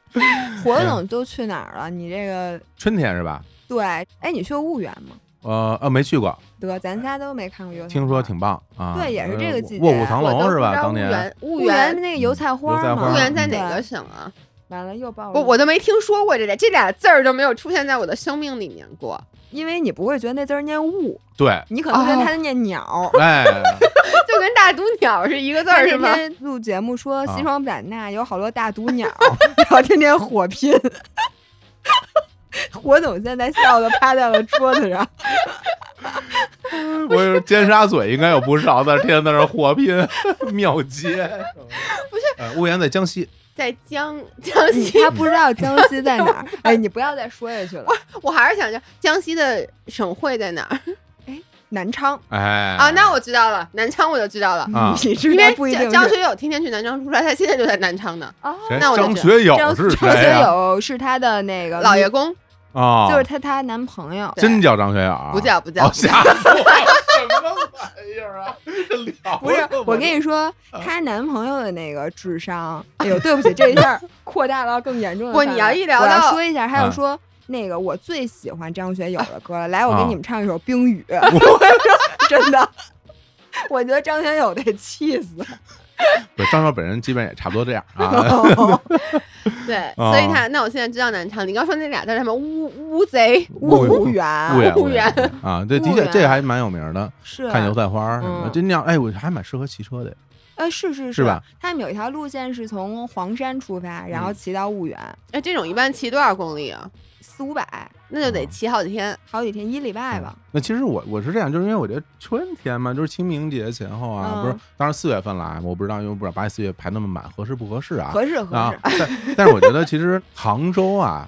[SPEAKER 1] 火总都去哪儿了？你这个
[SPEAKER 3] 春天是吧？
[SPEAKER 1] 对，哎，你去过婺源吗？
[SPEAKER 3] 呃呃，没去过，
[SPEAKER 1] 得，咱仨都没看过油菜花。
[SPEAKER 3] 听说挺棒啊。
[SPEAKER 1] 对也是这个
[SPEAKER 3] 呃
[SPEAKER 1] 季节
[SPEAKER 3] 卧虎藏龙是吧？当
[SPEAKER 2] 当
[SPEAKER 3] 年，
[SPEAKER 2] 婺
[SPEAKER 1] 婺源
[SPEAKER 2] 源，
[SPEAKER 1] 那个油菜花
[SPEAKER 3] 嗯油菜花
[SPEAKER 1] 嘛。
[SPEAKER 3] 儿
[SPEAKER 2] 婺源在哪
[SPEAKER 1] 对
[SPEAKER 2] 个？省啊？
[SPEAKER 1] 完了又爆
[SPEAKER 2] 我
[SPEAKER 1] 了。
[SPEAKER 2] 我都没听说过这俩，这俩字儿都没有出现在我的生命里面过。
[SPEAKER 1] 因为你不会觉得那字儿念雾，
[SPEAKER 3] 对，
[SPEAKER 1] 你可能觉
[SPEAKER 2] 哦
[SPEAKER 1] 得它念鸟。
[SPEAKER 3] 哎，
[SPEAKER 2] 就跟大毒鸟是一个字
[SPEAKER 1] 他
[SPEAKER 2] 儿，
[SPEAKER 1] 那
[SPEAKER 2] 是吗？
[SPEAKER 1] 天录节目说
[SPEAKER 3] 啊
[SPEAKER 1] 西双版纳有好多大毒鸟，然后天天火拼。火总现在笑的趴在了桌子上，
[SPEAKER 3] 我有尖沙咀应该有不少的，天天在那儿火拼庙街。不是，呃，婺源在江西，
[SPEAKER 2] 在江江
[SPEAKER 1] 你
[SPEAKER 2] 西，
[SPEAKER 1] 他不知道江西在哪儿。哎，你不要再说下去了。
[SPEAKER 2] 我还是想着江西的省会在哪儿
[SPEAKER 1] 南昌，
[SPEAKER 3] 哎
[SPEAKER 2] 啊？那我知道了，南昌我就知道了，
[SPEAKER 3] 啊
[SPEAKER 1] 你知
[SPEAKER 2] 因
[SPEAKER 1] 道
[SPEAKER 2] 为
[SPEAKER 1] 不一定
[SPEAKER 2] 江江
[SPEAKER 1] 是
[SPEAKER 2] 学友天天去南昌出差，他现在就在南昌呢。
[SPEAKER 1] 哦
[SPEAKER 3] 谁
[SPEAKER 2] 那我就
[SPEAKER 3] 张
[SPEAKER 2] 觉
[SPEAKER 3] 学友
[SPEAKER 1] 张
[SPEAKER 3] 是谁啊
[SPEAKER 1] 张学
[SPEAKER 3] 呀？
[SPEAKER 1] 友是她的那个
[SPEAKER 2] 老爷
[SPEAKER 1] 女，
[SPEAKER 2] 公
[SPEAKER 3] 啊，
[SPEAKER 1] 就是她她男朋友。
[SPEAKER 2] 对
[SPEAKER 3] 真叫张学友啊？
[SPEAKER 2] 不叫不叫
[SPEAKER 3] 哦，吓死我了！什么玩意儿啊？ 这聊
[SPEAKER 1] 不是
[SPEAKER 3] 着呢，
[SPEAKER 1] 我嗯跟你说，她男朋友的那个智商，哎呦，对不起，这一下 扩大到更严重的
[SPEAKER 2] 不
[SPEAKER 1] 范围。
[SPEAKER 2] 你要一聊
[SPEAKER 1] 我要
[SPEAKER 2] 到
[SPEAKER 1] 说一下，还有
[SPEAKER 3] 嗯
[SPEAKER 1] 说那个我最喜欢张学友的歌了，来，我
[SPEAKER 3] 啊
[SPEAKER 1] 给你们唱一首《冰雨》 我 说真的，我觉得张学友得气 死。
[SPEAKER 3] 不是张学友本人基本也差不多这样 啊。
[SPEAKER 1] 哦
[SPEAKER 2] 对，
[SPEAKER 3] 哦
[SPEAKER 2] 所以他那我现在知道南昌。你刚说那俩字儿什么乌乌贼，
[SPEAKER 1] 婺源
[SPEAKER 3] 婺源
[SPEAKER 2] 婺源
[SPEAKER 3] 啊，对，的
[SPEAKER 2] 婺
[SPEAKER 3] 确
[SPEAKER 2] 源
[SPEAKER 3] 这还蛮有名的，
[SPEAKER 1] 是啊
[SPEAKER 3] 看油菜花儿什么的，
[SPEAKER 1] 嗯
[SPEAKER 3] 就那样。哎，我还蛮适合骑车的。
[SPEAKER 1] 呃，是是
[SPEAKER 3] 是吧？
[SPEAKER 1] 他们有一条路线是从黄山出发，然后
[SPEAKER 3] 嗯
[SPEAKER 1] 骑到婺源，
[SPEAKER 2] 哎，这种一般骑多少公里啊？
[SPEAKER 1] 四五百，
[SPEAKER 2] 那就得骑好几天。
[SPEAKER 1] 好几天，一礼拜吧。
[SPEAKER 3] 嗯那其实我我是这样，就是因为我觉得春天嘛，就是清明节前后啊，
[SPEAKER 1] 嗯
[SPEAKER 3] 不是，当然四月份了啊，我不知道，因为不知道八四月排那么满合适不合适啊。
[SPEAKER 1] 合适合
[SPEAKER 3] 啊
[SPEAKER 1] 适，，
[SPEAKER 3] 但但是我觉得其实杭州啊，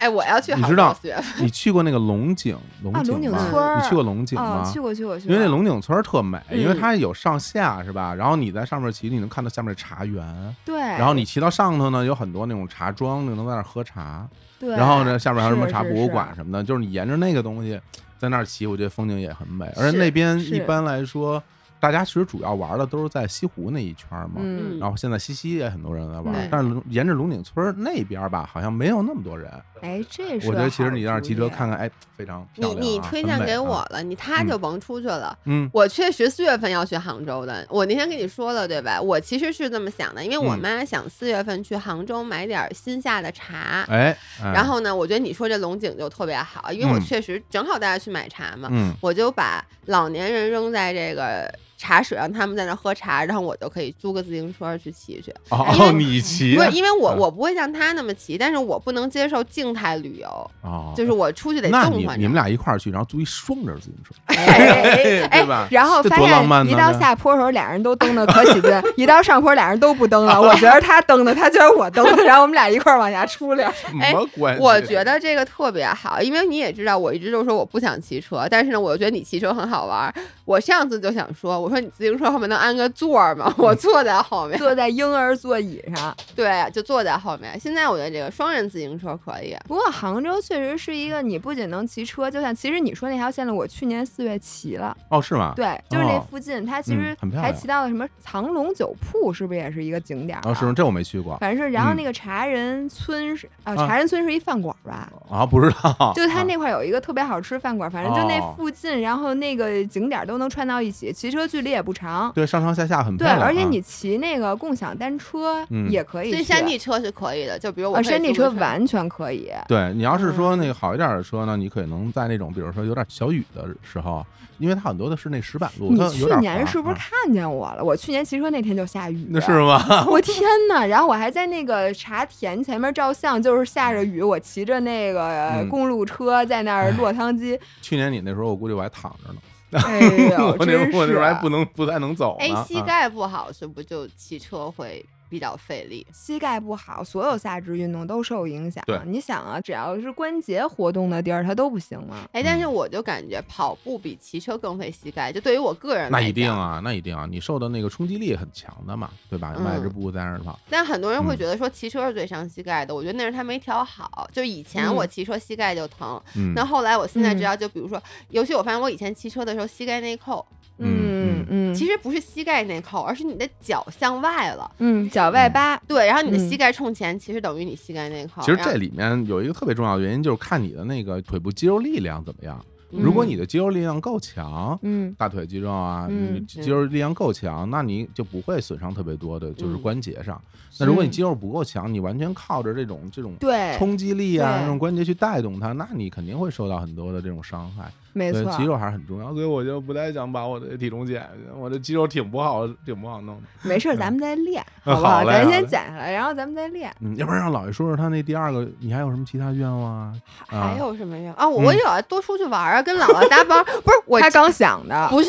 [SPEAKER 2] 哎，我要去
[SPEAKER 3] 你
[SPEAKER 2] 杭
[SPEAKER 3] 知
[SPEAKER 2] 州
[SPEAKER 3] 道
[SPEAKER 2] 四月份。
[SPEAKER 3] 你去过那个龙井，龙
[SPEAKER 1] 啊龙
[SPEAKER 3] 井
[SPEAKER 1] 井
[SPEAKER 3] 吗
[SPEAKER 1] 村儿
[SPEAKER 3] 你去过龙井吗？
[SPEAKER 1] 哦，去过去过去过，
[SPEAKER 3] 因为那龙井村儿特美，
[SPEAKER 2] 嗯
[SPEAKER 3] 因为它有上下是吧？然后你在上面骑，你能看到下面的茶园，
[SPEAKER 1] 对，
[SPEAKER 3] 然后你骑到上头呢，有很多那种茶庄，你能在那儿喝茶。
[SPEAKER 1] 对，
[SPEAKER 3] 然后呢，下面还有什么
[SPEAKER 1] 是
[SPEAKER 3] 茶
[SPEAKER 1] 是
[SPEAKER 3] 博物
[SPEAKER 1] 是
[SPEAKER 3] 馆什么的，就是你沿着那个东西在那儿骑，我觉得风景也很美。而
[SPEAKER 2] 是
[SPEAKER 3] 且那边
[SPEAKER 1] 是
[SPEAKER 3] 一般来说，大家其实主要玩的都是在西湖那一圈嘛。
[SPEAKER 1] 嗯，
[SPEAKER 3] 然后现在西溪也很多人在玩，
[SPEAKER 2] 嗯
[SPEAKER 3] 但是龙沿着龙井村儿那边儿吧，好像没有那么多人。
[SPEAKER 1] 哎，这是
[SPEAKER 3] 我觉得其实
[SPEAKER 1] 好
[SPEAKER 3] 你在那儿
[SPEAKER 1] 主
[SPEAKER 3] 骑车
[SPEAKER 1] 意
[SPEAKER 3] 看看，哎，非常漂
[SPEAKER 2] 你
[SPEAKER 3] 亮、啊。
[SPEAKER 2] 你推
[SPEAKER 3] 很
[SPEAKER 2] 荐
[SPEAKER 3] 美
[SPEAKER 2] 给
[SPEAKER 3] 啊
[SPEAKER 2] 我，了，你他就甭出去了。
[SPEAKER 3] 嗯
[SPEAKER 2] 我确实四月份要去杭州的，我那天跟你说了对吧？我其实是这么想的，因为我
[SPEAKER 3] 嗯
[SPEAKER 2] 妈想四月份去杭州买点儿新下的茶。
[SPEAKER 3] 哎，哎
[SPEAKER 2] 然后呢，我觉得你说这龙井就特别好，因为我
[SPEAKER 3] 嗯
[SPEAKER 2] 确实正好带她去买茶嘛，
[SPEAKER 3] 嗯，
[SPEAKER 2] 我就把老年人扔在这个茶室，让他们在那儿喝茶，然后我就可以租个自行车去骑去。
[SPEAKER 3] 哦
[SPEAKER 2] 因为
[SPEAKER 3] 哦，你骑
[SPEAKER 2] 哎不是，因为我
[SPEAKER 3] 啊
[SPEAKER 2] 我不会像他那么骑，但是我不能接受静态旅游，
[SPEAKER 3] 哦，
[SPEAKER 2] 就是我出去得
[SPEAKER 3] 那
[SPEAKER 2] 动
[SPEAKER 3] 你
[SPEAKER 2] 换
[SPEAKER 3] 你
[SPEAKER 2] 着
[SPEAKER 3] 们。俩一块儿去，然后租一双人自行车，
[SPEAKER 1] 哎
[SPEAKER 3] 对吧？
[SPEAKER 1] 然后
[SPEAKER 3] 这
[SPEAKER 1] 发
[SPEAKER 3] 多浪漫
[SPEAKER 1] 现一
[SPEAKER 3] 呢
[SPEAKER 1] 到
[SPEAKER 3] 这
[SPEAKER 1] 下坡的时候，俩人都蹬的可 起劲；一到上坡，俩人都不蹬了。我觉得他蹬的，他觉得我蹬的，然后我们俩一块儿往下出溜。
[SPEAKER 3] 什
[SPEAKER 2] 哎
[SPEAKER 3] 么关系？
[SPEAKER 2] 我觉得这个特别好，因为你也知道，我一直就说我不想骑车，但是呢，我又觉得你骑车很好玩儿。我上次就想说，我说你自行车后面能安个座儿吗？ 我坐在后面，
[SPEAKER 1] 坐在婴儿座椅上。
[SPEAKER 2] 对，就坐在后面。现在我觉得这个双人自行车可以，
[SPEAKER 1] 不过杭州确实是一个，你不仅能骑车，就像其实你说那条线路，我去年四月骑了，
[SPEAKER 3] 哦，是吗？
[SPEAKER 1] 对，就是那
[SPEAKER 3] 哦
[SPEAKER 1] 附近，它其实
[SPEAKER 3] 嗯很漂
[SPEAKER 1] 还
[SPEAKER 3] 亮
[SPEAKER 1] 骑到了什么藏龙酒铺，是不是也是一个景点儿啊？
[SPEAKER 3] 哦，是吗？这我没去过
[SPEAKER 1] 反正是，然后
[SPEAKER 3] 嗯
[SPEAKER 1] 那个茶人村是啊，
[SPEAKER 3] 啊
[SPEAKER 1] 茶人村是一饭馆儿吧？
[SPEAKER 3] 啊，不知道。
[SPEAKER 1] 就它
[SPEAKER 3] 啊
[SPEAKER 1] 那块儿有一个特别好吃的饭馆儿，反正就那
[SPEAKER 3] 哦
[SPEAKER 1] 附近，然后那个景点儿都能串到一起，骑车距离也不长。
[SPEAKER 3] 对上上下下很漂
[SPEAKER 1] 对，
[SPEAKER 3] 亮啊。
[SPEAKER 1] 而且你骑那个共享单车
[SPEAKER 3] 嗯
[SPEAKER 1] 也可以
[SPEAKER 2] 所
[SPEAKER 1] 去，
[SPEAKER 2] 以山地车是可以的。就比如我
[SPEAKER 1] 啊，
[SPEAKER 2] 可以
[SPEAKER 1] 山地
[SPEAKER 2] 租个
[SPEAKER 1] 车完全可以。
[SPEAKER 3] 对你要
[SPEAKER 1] 嗯
[SPEAKER 3] 是说那个好一点的车呢，你可能在那种比如说有点小雨的时候，因为它很多的是那石板路，它
[SPEAKER 1] 你
[SPEAKER 3] 有
[SPEAKER 1] 去
[SPEAKER 3] 点
[SPEAKER 1] 年
[SPEAKER 3] 滑
[SPEAKER 1] 是不是
[SPEAKER 3] 啊
[SPEAKER 1] 看见我了？我去年骑车那天就下雨，
[SPEAKER 3] 那是 吗？
[SPEAKER 1] 我天呐，然后我还在那个茶田前面照相，就是下着雨，我骑着那个
[SPEAKER 3] 嗯
[SPEAKER 1] 公路车在那儿落汤鸡。
[SPEAKER 3] 去年你那时候我估计我还躺着呢，
[SPEAKER 1] 哎呦，
[SPEAKER 3] 我那时
[SPEAKER 1] 真
[SPEAKER 3] 候我那时候还不
[SPEAKER 1] 是啊
[SPEAKER 3] 能不太能走
[SPEAKER 2] 哎
[SPEAKER 3] 呢，啊，
[SPEAKER 2] 膝盖不好是不就骑车会比较费力？
[SPEAKER 1] 膝盖不好，所有下肢运动都受影响
[SPEAKER 3] 对。
[SPEAKER 1] 你想啊，只要是关节活动的地儿，它都不行了。
[SPEAKER 2] 哎，
[SPEAKER 3] 嗯
[SPEAKER 2] 但是我就感觉跑步比骑车更费膝盖，就对于我个人
[SPEAKER 3] 那
[SPEAKER 2] 来
[SPEAKER 3] 一定
[SPEAKER 2] 讲。
[SPEAKER 3] 啊，那一定啊，你受的那个冲击力很强的嘛，对吧？迈着
[SPEAKER 2] 嗯
[SPEAKER 3] 步在那儿跑，
[SPEAKER 2] 但很多人会
[SPEAKER 3] 嗯
[SPEAKER 2] 觉得说骑车是最伤膝盖的，我觉得那是他没调好。就以前
[SPEAKER 1] 嗯
[SPEAKER 2] 我骑车膝盖就疼，
[SPEAKER 3] 嗯，
[SPEAKER 2] 那后来我现在知
[SPEAKER 1] 嗯
[SPEAKER 2] 道，就比如说，尤其我发现我以前骑车的时候膝盖内扣，
[SPEAKER 3] 嗯
[SPEAKER 1] 嗯嗯，
[SPEAKER 2] 其
[SPEAKER 1] 实
[SPEAKER 2] 实不是膝盖内扣，而是你的脚向外了。
[SPEAKER 1] 嗯，脚外八，
[SPEAKER 2] 对，然后你的
[SPEAKER 1] 嗯
[SPEAKER 2] 膝盖冲前，其实等于你膝盖内扣。
[SPEAKER 3] 其实
[SPEAKER 2] 然后
[SPEAKER 3] 这里面有一个特别重要的原因，就是看你的那个腿部肌肉力量怎么样。如果
[SPEAKER 1] 嗯
[SPEAKER 3] 你的肌肉力量够强，
[SPEAKER 1] 嗯
[SPEAKER 3] 大腿肌肉啊，
[SPEAKER 1] 嗯
[SPEAKER 3] 你
[SPEAKER 2] 是
[SPEAKER 3] 肌肉力量够强，那你就不会损伤特别多的，就是
[SPEAKER 2] 嗯
[SPEAKER 3] 关节上。那如果你
[SPEAKER 1] 是
[SPEAKER 3] 肌肉不够强，你完全靠着这种这种
[SPEAKER 1] 对，
[SPEAKER 3] 冲击力啊，
[SPEAKER 1] 对
[SPEAKER 3] 这种关节去带动它，那你肯定会受到很多的这种伤害。
[SPEAKER 1] 没
[SPEAKER 3] 所
[SPEAKER 1] 错
[SPEAKER 3] 以，肌肉还是很重要，所以我就不太想把我的体重减下去，我这肌肉挺不好，挺不好弄的。
[SPEAKER 1] 没事儿，咱们再练，
[SPEAKER 3] 嗯
[SPEAKER 1] 好不
[SPEAKER 3] 好嘞
[SPEAKER 1] 咱
[SPEAKER 3] 好
[SPEAKER 1] 先
[SPEAKER 3] 嘞
[SPEAKER 1] 减下来，然后咱们再练。
[SPEAKER 3] 嗯，要不然让老爷说说他那第二个，你还有什么其他愿望啊？啊
[SPEAKER 2] 还有什么呀？啊，我
[SPEAKER 3] 嗯
[SPEAKER 2] 我也要多出去玩啊，跟姥姥搭帮。不是我
[SPEAKER 1] 他刚想的，
[SPEAKER 2] 不是，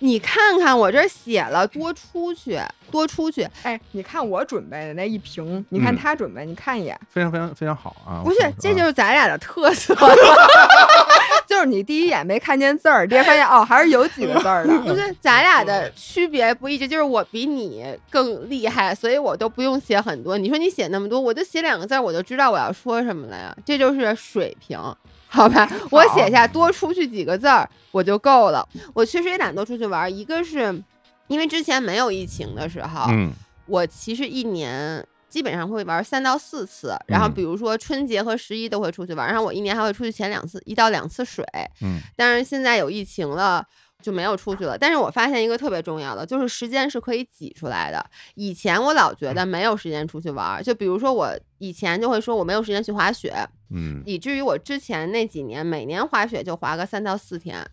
[SPEAKER 2] 你看看我这儿写了，多出去，多出去。
[SPEAKER 1] 哎，你看我准备的那一瓶，你看
[SPEAKER 3] 嗯
[SPEAKER 1] 他准备，你看一眼，
[SPEAKER 3] 非常非常非常好啊！
[SPEAKER 2] 不是
[SPEAKER 3] 我看，
[SPEAKER 2] 这就
[SPEAKER 3] 啊
[SPEAKER 2] 是咱俩的特色。
[SPEAKER 1] 就是你第一眼没看见字儿，第二发现哦，还是有几个字儿的。
[SPEAKER 2] 不
[SPEAKER 3] 嗯
[SPEAKER 2] 是，咱俩的区别不一致，就是我比你更厉害，所以我都不用写很多。你说你写那么多，我就写两个字儿，我就知道我要说什么了呀。这就是水平，好吧？我写下多出去几个字儿我就够了。我确实也懒得出去玩儿，一个是因为之前没有疫情的时候，
[SPEAKER 3] 嗯
[SPEAKER 2] 我其实一年。基本上会玩三到四次，然后
[SPEAKER 3] 嗯
[SPEAKER 2] 比如说春节和十一都会出去玩，然后我一年还会出去潜两次，一到两次水。
[SPEAKER 3] 嗯
[SPEAKER 2] 但是现在有疫情了，就没有出去了。但是我发现一个特别重要的，就是时间是可以挤出来的。以前我老觉得没有时间出去玩儿，就比如说我以前就会说我没有时间去滑雪，
[SPEAKER 3] 嗯
[SPEAKER 2] 以至于我之前那几年每年滑雪就滑个三到四天。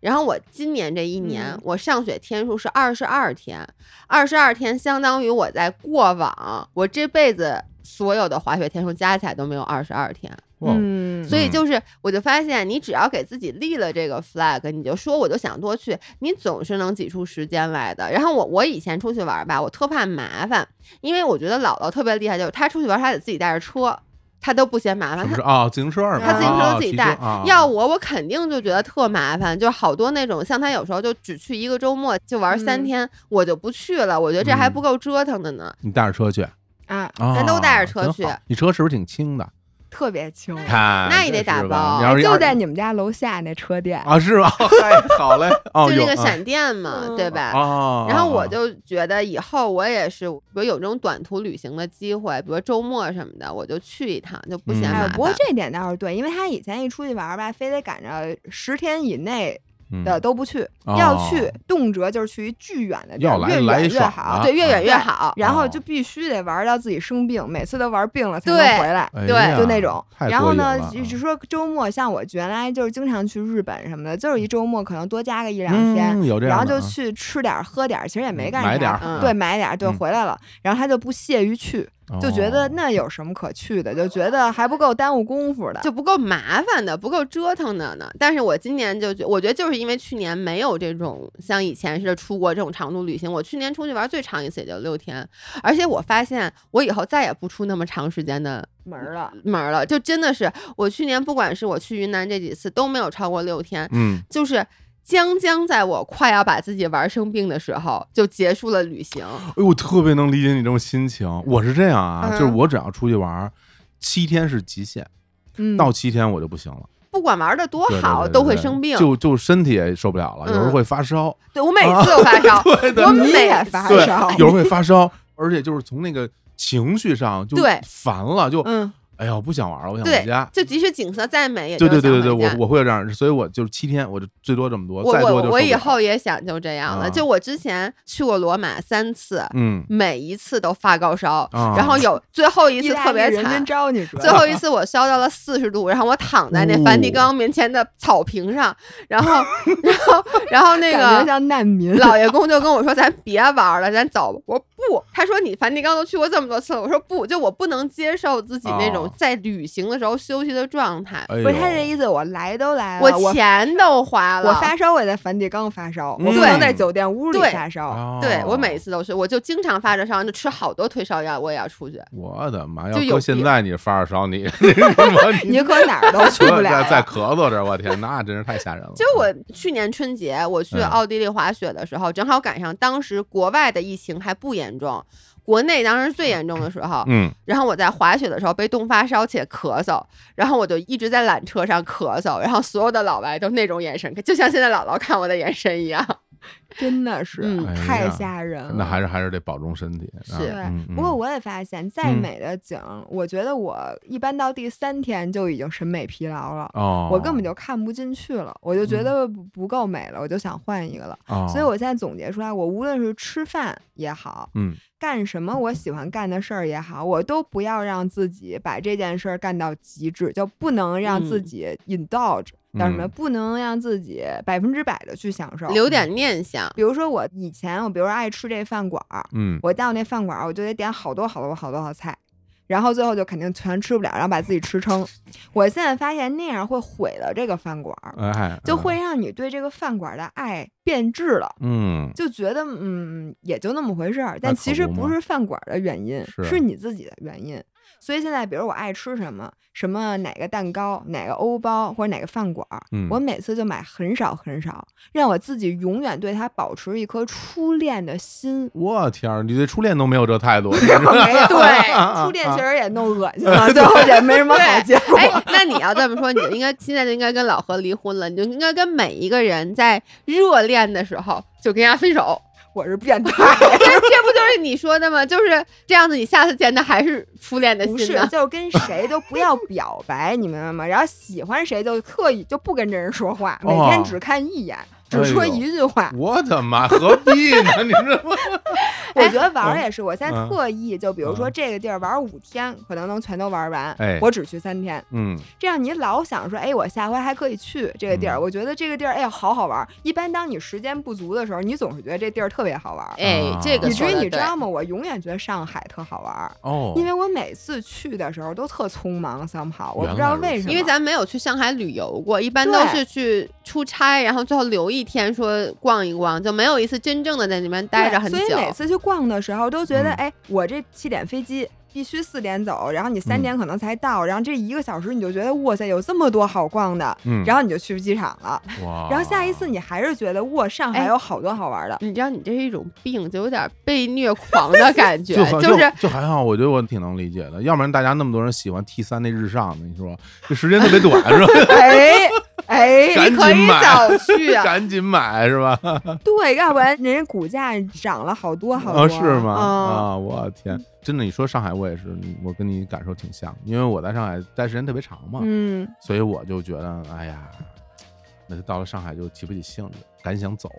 [SPEAKER 2] 然后我今年这一年，
[SPEAKER 1] 嗯
[SPEAKER 2] 我上雪天数是二十二天，二十二天相当于我在过往我这辈子所有的滑雪天数加起来都没有二十二天。
[SPEAKER 3] 哇
[SPEAKER 1] 嗯，
[SPEAKER 2] 所以就是，我就发现，你只要给自己立了这个 flag，你就说我就想多去，你总是能挤出时间来的。然后我我以前出去玩儿吧，我特怕麻烦，因为我觉得姥姥特别厉害，就是她出去玩儿，她得自己带着车，她都不嫌麻
[SPEAKER 3] 什
[SPEAKER 2] 烦，她
[SPEAKER 3] 么是啊？自行车是吧？
[SPEAKER 2] 他自行车
[SPEAKER 3] 啊
[SPEAKER 2] 自己
[SPEAKER 3] 骑
[SPEAKER 2] 带。
[SPEAKER 3] 啊
[SPEAKER 2] 要我，我肯定就觉得特麻烦，就好多那种像他有时候就只去一个周末就玩三
[SPEAKER 1] 嗯
[SPEAKER 2] 天，我就不去了。我觉得这还
[SPEAKER 3] 嗯
[SPEAKER 2] 不够折腾的呢，
[SPEAKER 3] 你带着车去，
[SPEAKER 1] 啊，
[SPEAKER 3] 咱
[SPEAKER 2] 都带着车去
[SPEAKER 3] 哦你车是不是挺轻的？
[SPEAKER 1] 特别轻，哎
[SPEAKER 3] 看
[SPEAKER 2] 那也得打包哎
[SPEAKER 3] 你要是
[SPEAKER 1] 就
[SPEAKER 3] 要
[SPEAKER 1] 在你们家楼下那车店。
[SPEAKER 3] 啊， 是吧？嗨好嘞，哦，
[SPEAKER 2] 就那
[SPEAKER 3] 有
[SPEAKER 2] 个
[SPEAKER 3] 啊
[SPEAKER 2] 闪电嘛，
[SPEAKER 1] 嗯
[SPEAKER 2] 对吧？
[SPEAKER 3] 哦，
[SPEAKER 2] 然后我
[SPEAKER 3] 哦
[SPEAKER 2] 就觉得以后我也是，比如有这种短途旅行的机会，比如周末什么的，我就去一趟，就不嫌
[SPEAKER 3] 嗯
[SPEAKER 1] 哎
[SPEAKER 2] 麻
[SPEAKER 1] 呦，
[SPEAKER 2] 烦。
[SPEAKER 1] 不过这点倒是对，因为他以前一出去玩儿吧，非得赶着十天以内
[SPEAKER 3] 嗯
[SPEAKER 1] 的都不去，
[SPEAKER 3] 哦
[SPEAKER 1] 要去动�辄就是去一巨远的地
[SPEAKER 3] 要
[SPEAKER 1] 儿，
[SPEAKER 3] 来
[SPEAKER 1] 越
[SPEAKER 3] 来一
[SPEAKER 1] 远越
[SPEAKER 3] 爽
[SPEAKER 1] 好
[SPEAKER 3] 啊，
[SPEAKER 2] 对越远越
[SPEAKER 1] 对
[SPEAKER 2] 好。
[SPEAKER 1] 然后
[SPEAKER 3] 哦
[SPEAKER 1] 就必须得玩到自己生病，每次都玩病了才能
[SPEAKER 2] 对
[SPEAKER 1] 回来。
[SPEAKER 3] 哎
[SPEAKER 2] 对
[SPEAKER 3] 呀
[SPEAKER 1] 就那种，
[SPEAKER 3] 太
[SPEAKER 1] 然后
[SPEAKER 3] 过瘾
[SPEAKER 1] 呢
[SPEAKER 3] 了，
[SPEAKER 1] 就
[SPEAKER 3] 啊
[SPEAKER 1] 就说周末，像我原来就是经常去日本什么的，就是一周末可能多加个一两天，
[SPEAKER 3] 嗯嗯有这
[SPEAKER 1] 然后
[SPEAKER 3] 样的
[SPEAKER 1] 就
[SPEAKER 3] 啊
[SPEAKER 1] 去吃点儿喝点儿，其实也没干啥，
[SPEAKER 3] 买点儿
[SPEAKER 2] 嗯
[SPEAKER 1] 对，买点儿，对，
[SPEAKER 3] 嗯
[SPEAKER 1] 回来了，然后他就不屑于去，就觉得
[SPEAKER 3] 哦
[SPEAKER 1] 那有什么可去的，就觉得还不够耽误功夫的，
[SPEAKER 2] 就不够麻烦的，不够折腾的呢。但是我今年就觉，我觉得就是因为去年没有这种像以前似的出国这种长途旅行。我去年出去玩最长一次也就六天，而且我发现我以后再也不出那么长时间的
[SPEAKER 1] 门儿了。
[SPEAKER 2] 门儿了。就真的是我去年不管是我去云南这几次都没有超过六天，
[SPEAKER 3] 嗯，
[SPEAKER 2] 就是将将在我快要把自己玩生病的时候，就结束了旅行。
[SPEAKER 3] 哎呦，我特别能理解你这种心情。我是这样啊，就是
[SPEAKER 2] 嗯
[SPEAKER 3] 我只要出去玩儿，七天是极限，
[SPEAKER 1] 嗯，
[SPEAKER 3] 到七天我就不行了，
[SPEAKER 2] 不管玩的多
[SPEAKER 3] 对对
[SPEAKER 2] 好，
[SPEAKER 3] 对对
[SPEAKER 2] 都会
[SPEAKER 3] 对
[SPEAKER 2] 生病。
[SPEAKER 3] 就就身体也受不了了，有时候
[SPEAKER 2] 嗯
[SPEAKER 3] 会发烧，
[SPEAKER 2] 对我每次都发烧，
[SPEAKER 3] 对
[SPEAKER 2] 我
[SPEAKER 1] 你
[SPEAKER 2] 每
[SPEAKER 1] 也发
[SPEAKER 3] 对
[SPEAKER 1] 烧，，
[SPEAKER 3] 有时候会发烧，而且就是从那个情绪上就
[SPEAKER 2] 对
[SPEAKER 3] 烦了，就
[SPEAKER 1] 嗯，
[SPEAKER 3] 哎呀，我不想玩了，我想
[SPEAKER 2] 对
[SPEAKER 3] 回家。
[SPEAKER 2] 就即使景色再美，也
[SPEAKER 3] 对
[SPEAKER 2] 就
[SPEAKER 3] 对
[SPEAKER 2] 是想
[SPEAKER 3] 对对对，
[SPEAKER 2] 回家
[SPEAKER 3] 我我会这样，所以我就是七天，我就最多这么多，
[SPEAKER 2] 我
[SPEAKER 3] 再多就
[SPEAKER 2] 我
[SPEAKER 3] 受
[SPEAKER 2] 我
[SPEAKER 3] 不
[SPEAKER 2] 以
[SPEAKER 3] 了
[SPEAKER 2] 后也想就这样了。
[SPEAKER 3] 啊
[SPEAKER 2] 就我之前去过罗马三次，
[SPEAKER 3] 嗯
[SPEAKER 2] 每一次都发高烧，
[SPEAKER 3] 啊
[SPEAKER 2] 然后 有最后一
[SPEAKER 1] 意
[SPEAKER 2] 次
[SPEAKER 1] 大
[SPEAKER 2] 特
[SPEAKER 1] 利
[SPEAKER 2] 别
[SPEAKER 1] 人
[SPEAKER 2] 惨
[SPEAKER 1] 真。招你主要
[SPEAKER 2] 最后一次我烧到了四十度，然后我躺在那梵蒂
[SPEAKER 3] 哦
[SPEAKER 2] 冈面前的草坪上，然后， 然后，然后那
[SPEAKER 1] 感
[SPEAKER 2] 个
[SPEAKER 1] 觉像难民，
[SPEAKER 2] 老爷公就跟我说：“咱别玩了，咱走。”我不不，他说你梵蒂冈都去过这么多次了，我说不，就我不能接受自己那种
[SPEAKER 3] 哦
[SPEAKER 2] 在旅行的时候休息的状态。
[SPEAKER 3] 哎
[SPEAKER 1] 不是他这
[SPEAKER 3] 呦
[SPEAKER 1] 意思，我来都来了，
[SPEAKER 2] 我
[SPEAKER 1] 我
[SPEAKER 2] 钱都花了，
[SPEAKER 1] 我发烧，我也在梵蒂冈发烧，我不
[SPEAKER 3] 对
[SPEAKER 1] 能在酒店屋里
[SPEAKER 2] 对
[SPEAKER 1] 发烧。
[SPEAKER 3] 哦
[SPEAKER 2] 对我每次都是，我就经常发着烧，就吃好多退烧药，我也要出去。
[SPEAKER 3] 我的妈！要
[SPEAKER 2] 就有
[SPEAKER 3] 搁现
[SPEAKER 2] 病
[SPEAKER 3] 在你发着烧，你 你什么
[SPEAKER 1] 你 可哪儿都去
[SPEAKER 3] 咳
[SPEAKER 1] 不了
[SPEAKER 3] 再
[SPEAKER 1] 了，
[SPEAKER 3] 再咳嗽着，我天，那真是太吓人了。
[SPEAKER 2] 就我去年春节我去
[SPEAKER 3] 嗯
[SPEAKER 2] 奥地利滑雪的时候，正好赶上当时国外的疫情还不严重，国内当时最严重的时候。
[SPEAKER 3] 嗯，
[SPEAKER 2] 然后我在滑雪的时候被冻发烧且咳嗽，然后我就一直在缆车上咳嗽，然后所有的老外都那种眼神，就像现在姥姥看我的眼神一样。
[SPEAKER 1] 真的是、
[SPEAKER 2] 嗯
[SPEAKER 3] 哎呀
[SPEAKER 1] 太吓人了。
[SPEAKER 3] 那还是还是得保重身体。啊
[SPEAKER 2] 是
[SPEAKER 1] 对，
[SPEAKER 3] 嗯
[SPEAKER 1] 嗯不过
[SPEAKER 3] 嗯
[SPEAKER 1] 我也发现，再
[SPEAKER 3] 嗯
[SPEAKER 1] 美的景儿，我觉得我一般到第三天就已经审美疲劳了。
[SPEAKER 3] 哦，
[SPEAKER 1] 我根本就看不进去了，我就觉
[SPEAKER 3] 嗯
[SPEAKER 1] 得不不够美了，我就想换一个了。
[SPEAKER 3] 哦，
[SPEAKER 1] 所以我现在总结出来，我无论是吃饭也好，
[SPEAKER 3] 嗯
[SPEAKER 1] 干什么我喜欢干的事儿也好，我都不要让自己把这件事儿干到极致，就不能让自
[SPEAKER 2] 嗯
[SPEAKER 1] 己 indulge，叫什么？
[SPEAKER 3] 嗯
[SPEAKER 1] 不能让自己百分之百的去享 受。嗯
[SPEAKER 2] 留点念想，
[SPEAKER 1] 比如说我以前，我比如说爱吃这饭馆儿，
[SPEAKER 3] 嗯，
[SPEAKER 1] 我到那饭馆儿，我就得点好多好多好多道菜，然后最后就肯定全吃不了，然后把自己吃撑。我现在发现那样会毁了这个饭馆
[SPEAKER 2] 嗯
[SPEAKER 1] 儿，
[SPEAKER 3] 哎，
[SPEAKER 1] 就会让你对这个饭馆儿的爱变质了。
[SPEAKER 3] 嗯，
[SPEAKER 1] 就觉得嗯也就那么回事儿，但
[SPEAKER 3] 可
[SPEAKER 1] 其实
[SPEAKER 3] 不
[SPEAKER 1] 不
[SPEAKER 3] 嘛
[SPEAKER 1] 是饭馆儿的原因，
[SPEAKER 3] 是
[SPEAKER 1] 是你自己的原因。所以现在，比如我爱吃什么，什么哪个蛋糕、哪个欧包或者哪个饭馆儿，
[SPEAKER 3] 嗯。
[SPEAKER 1] 我每次就买很少很少，让我自己永远对它保持一颗初恋的心
[SPEAKER 3] 我天儿，你对初恋都没有这态度，
[SPEAKER 1] 没有，
[SPEAKER 3] 对
[SPEAKER 1] 初恋其实也弄恶心 了，最后也没什么好结果。
[SPEAKER 2] 哎，那你要这么说，你就应该现在就应该跟老何离婚了，你就应该跟每一个人在热恋的时候就跟人家分 手。
[SPEAKER 1] 我是变态
[SPEAKER 2] 这，这不就是你说的吗？就是这样子，你下次见他还是啊初恋的
[SPEAKER 1] 不
[SPEAKER 2] 心
[SPEAKER 1] 是
[SPEAKER 2] 呢，。
[SPEAKER 1] 就是跟谁都不要表白，你明白吗？然后喜欢谁就刻意就不跟这人说话，每天
[SPEAKER 3] 哦
[SPEAKER 1] 只看一眼，
[SPEAKER 3] 哎
[SPEAKER 1] 只说
[SPEAKER 3] 呦嗯
[SPEAKER 1] 一句话。
[SPEAKER 3] 我的妈，何必呢？你 这不
[SPEAKER 1] 我觉得玩儿也是，我现在
[SPEAKER 3] 嗯
[SPEAKER 1] 特意就比如说
[SPEAKER 3] 嗯
[SPEAKER 1] 这个地儿玩儿五天，可能能全都玩完
[SPEAKER 3] 哎，
[SPEAKER 1] 我只去三天。
[SPEAKER 3] 嗯，
[SPEAKER 1] 这样你老想说，哎，我下回还可以去这个地儿。
[SPEAKER 3] 嗯
[SPEAKER 1] 我觉得这个地儿，哎呀，好好玩儿。一般当你时间不足的时候，你总是觉得这地儿特别好玩儿。
[SPEAKER 2] 哎
[SPEAKER 3] 啊，
[SPEAKER 2] 这个
[SPEAKER 1] 以至
[SPEAKER 2] 说
[SPEAKER 1] 于
[SPEAKER 2] 得
[SPEAKER 1] 你知
[SPEAKER 2] 对
[SPEAKER 1] 道吗？我永远觉得上海特好玩儿，
[SPEAKER 3] 哦，
[SPEAKER 1] 因为我每次去的时候都特匆忙，somehow 我
[SPEAKER 3] 原
[SPEAKER 1] 不知道
[SPEAKER 3] 来如
[SPEAKER 1] 为
[SPEAKER 3] 此
[SPEAKER 1] 什么，
[SPEAKER 2] 因为咱没有去上海旅游过，一般都
[SPEAKER 1] 对
[SPEAKER 2] 是去出差，然后最后留一天说逛一逛，就没有一次真正的在那边待
[SPEAKER 1] 对
[SPEAKER 2] 着很久
[SPEAKER 1] 所。以每次去逛的时候都觉得，
[SPEAKER 3] 嗯
[SPEAKER 1] 哎，我这七点飞机必须四点走，然后你三
[SPEAKER 3] 嗯
[SPEAKER 1] 点可能才到，然后这一个小时你就觉得哇塞，有这么多好逛的，
[SPEAKER 3] 嗯，哦
[SPEAKER 1] 然后你就去机场了。
[SPEAKER 3] 后哇，
[SPEAKER 1] 然后下一次你还是觉得哇，上海
[SPEAKER 2] 哎
[SPEAKER 1] 有好多好 玩的。
[SPEAKER 2] 你知道，你这是一种病，就有点被虐狂的感觉，
[SPEAKER 3] 就很
[SPEAKER 2] 就是
[SPEAKER 3] 就还好，我觉得我挺能理解的，要不然大家那么多人喜欢 T 三那日上的，你说这时间特别短是 吧？
[SPEAKER 1] 哎哎，
[SPEAKER 3] 赶
[SPEAKER 2] 你可
[SPEAKER 3] 紧
[SPEAKER 2] 以
[SPEAKER 3] 买
[SPEAKER 2] 早去啊。
[SPEAKER 3] 赶紧买是吧？
[SPEAKER 1] 对，要不然人家股价涨了好多好多。
[SPEAKER 3] 啊，是吗？
[SPEAKER 1] 嗯
[SPEAKER 3] 啊，我天，真的，你说上海，我也是，嗯我跟你感受挺像，因为我在上海待时间特别长嘛，
[SPEAKER 1] 嗯，
[SPEAKER 3] 所以我就觉得，哎呀，那到了上海就提不起兴致，赶想走。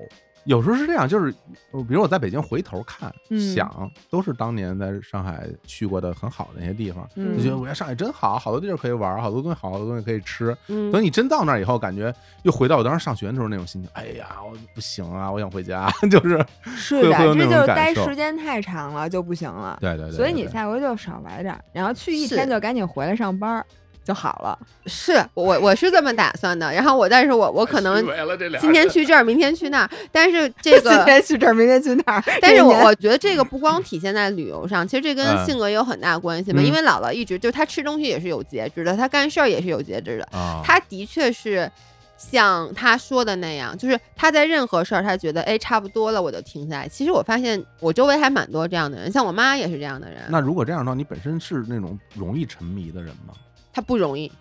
[SPEAKER 3] 有时候是这样，就是呃比如我在北京回头看、
[SPEAKER 1] 嗯
[SPEAKER 3] 想，都是当年在上海去过的很好的那些地方，
[SPEAKER 1] 嗯
[SPEAKER 3] 就觉得我要上海真好，好多地儿可以玩，好多东西好，好多东西可以吃。
[SPEAKER 2] 嗯
[SPEAKER 3] 等你真到那儿以后，感觉又回到我当时上学的时候那种心情，哎呀，我不行啊，我想回家， 就是
[SPEAKER 1] 是
[SPEAKER 3] 会
[SPEAKER 1] 的，
[SPEAKER 3] 会有
[SPEAKER 1] 这
[SPEAKER 3] 那
[SPEAKER 1] 就
[SPEAKER 3] 种
[SPEAKER 1] 是
[SPEAKER 3] 感
[SPEAKER 1] 待
[SPEAKER 3] 受
[SPEAKER 1] 时间太长了就不行了。
[SPEAKER 3] 对对对对
[SPEAKER 1] 所以你
[SPEAKER 3] 对
[SPEAKER 1] 下回就少玩点儿，然后去一
[SPEAKER 2] 是
[SPEAKER 1] 天就赶紧回来上班儿就好了。
[SPEAKER 2] 是我我是这么打算的，然后我但是我我可能
[SPEAKER 3] 虚伪了这俩
[SPEAKER 2] 今天去这儿，明天去那儿，但是这
[SPEAKER 1] 今
[SPEAKER 2] 个。
[SPEAKER 1] 天 去这儿，明天去那儿。
[SPEAKER 2] 但
[SPEAKER 1] 这一
[SPEAKER 2] 是我
[SPEAKER 1] 年
[SPEAKER 2] 我觉得这个不光体现在旅游上，其实这
[SPEAKER 3] 嗯
[SPEAKER 2] 跟性格也有很大关系嘛。
[SPEAKER 3] 嗯
[SPEAKER 2] 因为姥姥一直就她吃东西也是有节制的，她干事儿也是有节制的。
[SPEAKER 3] 啊，
[SPEAKER 2] 她的确是像她说的那样，就是她在任何事儿，她觉得哎差不多了，我就停下来。其实我发现我周围还蛮多这样的人，像我妈也是这样的人。
[SPEAKER 3] 那如果这样的话，你本身是那种容易沉迷的人吗？
[SPEAKER 2] 她不容易。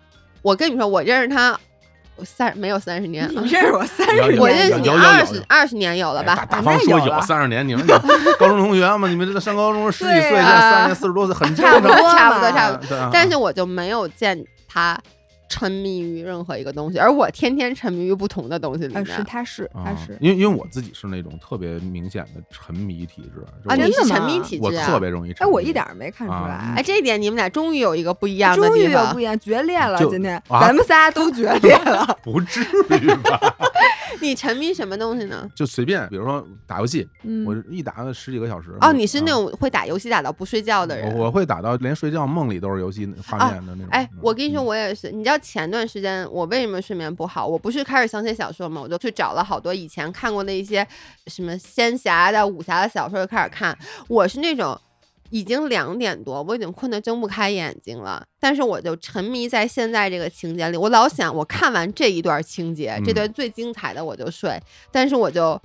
[SPEAKER 2] 我跟你说，我认识她我三没有三十年，
[SPEAKER 1] 你认识我三十
[SPEAKER 3] 有
[SPEAKER 1] 年，
[SPEAKER 2] 我认识你
[SPEAKER 3] 有有有
[SPEAKER 2] 二十二十年有了
[SPEAKER 3] 哎
[SPEAKER 2] 吧？
[SPEAKER 3] 大大
[SPEAKER 1] 啊
[SPEAKER 3] 方
[SPEAKER 1] 那有
[SPEAKER 3] 说有
[SPEAKER 1] 了
[SPEAKER 3] 三十年，你们高中同学嘛，你们这上高中十几岁，
[SPEAKER 1] 对
[SPEAKER 3] 现
[SPEAKER 1] 啊
[SPEAKER 3] 在三十年、四十多岁，很正
[SPEAKER 1] 差不
[SPEAKER 3] 常。
[SPEAKER 1] 多
[SPEAKER 2] 差不多
[SPEAKER 1] 嘛
[SPEAKER 2] 差不多。
[SPEAKER 3] 对 啊
[SPEAKER 2] 但是我就没有见他沉迷于任何一个东西，而我天天沉迷于不同的东西里
[SPEAKER 1] 啊，
[SPEAKER 2] 面。
[SPEAKER 1] 是他是
[SPEAKER 3] 啊
[SPEAKER 1] 他是，
[SPEAKER 3] 因为因为我自己是那种特别明显的沉迷体质，就
[SPEAKER 2] 啊，
[SPEAKER 3] 我
[SPEAKER 2] 你是
[SPEAKER 1] 真的
[SPEAKER 2] 沉
[SPEAKER 1] 吗
[SPEAKER 2] 迷体
[SPEAKER 3] 我
[SPEAKER 2] 质
[SPEAKER 3] 特
[SPEAKER 2] 啊！
[SPEAKER 3] 别容易
[SPEAKER 1] 哎，
[SPEAKER 3] 沉迷。
[SPEAKER 1] 我一点儿没看出
[SPEAKER 3] 啊
[SPEAKER 1] 来
[SPEAKER 2] 哎，。这一点你们俩终于有一个不一样的
[SPEAKER 1] 哎终
[SPEAKER 2] 地
[SPEAKER 1] 于有
[SPEAKER 2] 方
[SPEAKER 1] 不。一样，决裂了！
[SPEAKER 3] 就
[SPEAKER 1] 今天
[SPEAKER 3] 啊，
[SPEAKER 1] 咱们仨都决裂了
[SPEAKER 3] 不至于吧？
[SPEAKER 2] 你沉迷什么东西呢？
[SPEAKER 3] 就随便，比如说打游戏，
[SPEAKER 1] 嗯，
[SPEAKER 3] 我一打十几个小时。
[SPEAKER 2] 哦，你是那
[SPEAKER 3] 啊
[SPEAKER 2] 种会打游戏打到不睡觉的人。
[SPEAKER 3] 我我会打到连睡觉梦里都是游戏画面的那种。
[SPEAKER 2] 哎
[SPEAKER 3] 嗯，
[SPEAKER 2] 我跟你说，，我也是。你知道前段时间我为什么睡眠不好？我不是开始想写小说嘛，我就去找了好多以前看过的一些什么仙侠的、武侠的小说，就开始看。我是那种已经两点多，我已经困得睁不开眼睛了，但是我就沉迷在现在这个情节里。我老想，我看完这一段情节，这
[SPEAKER 3] 嗯
[SPEAKER 2] 段最精彩的我就睡，但是我就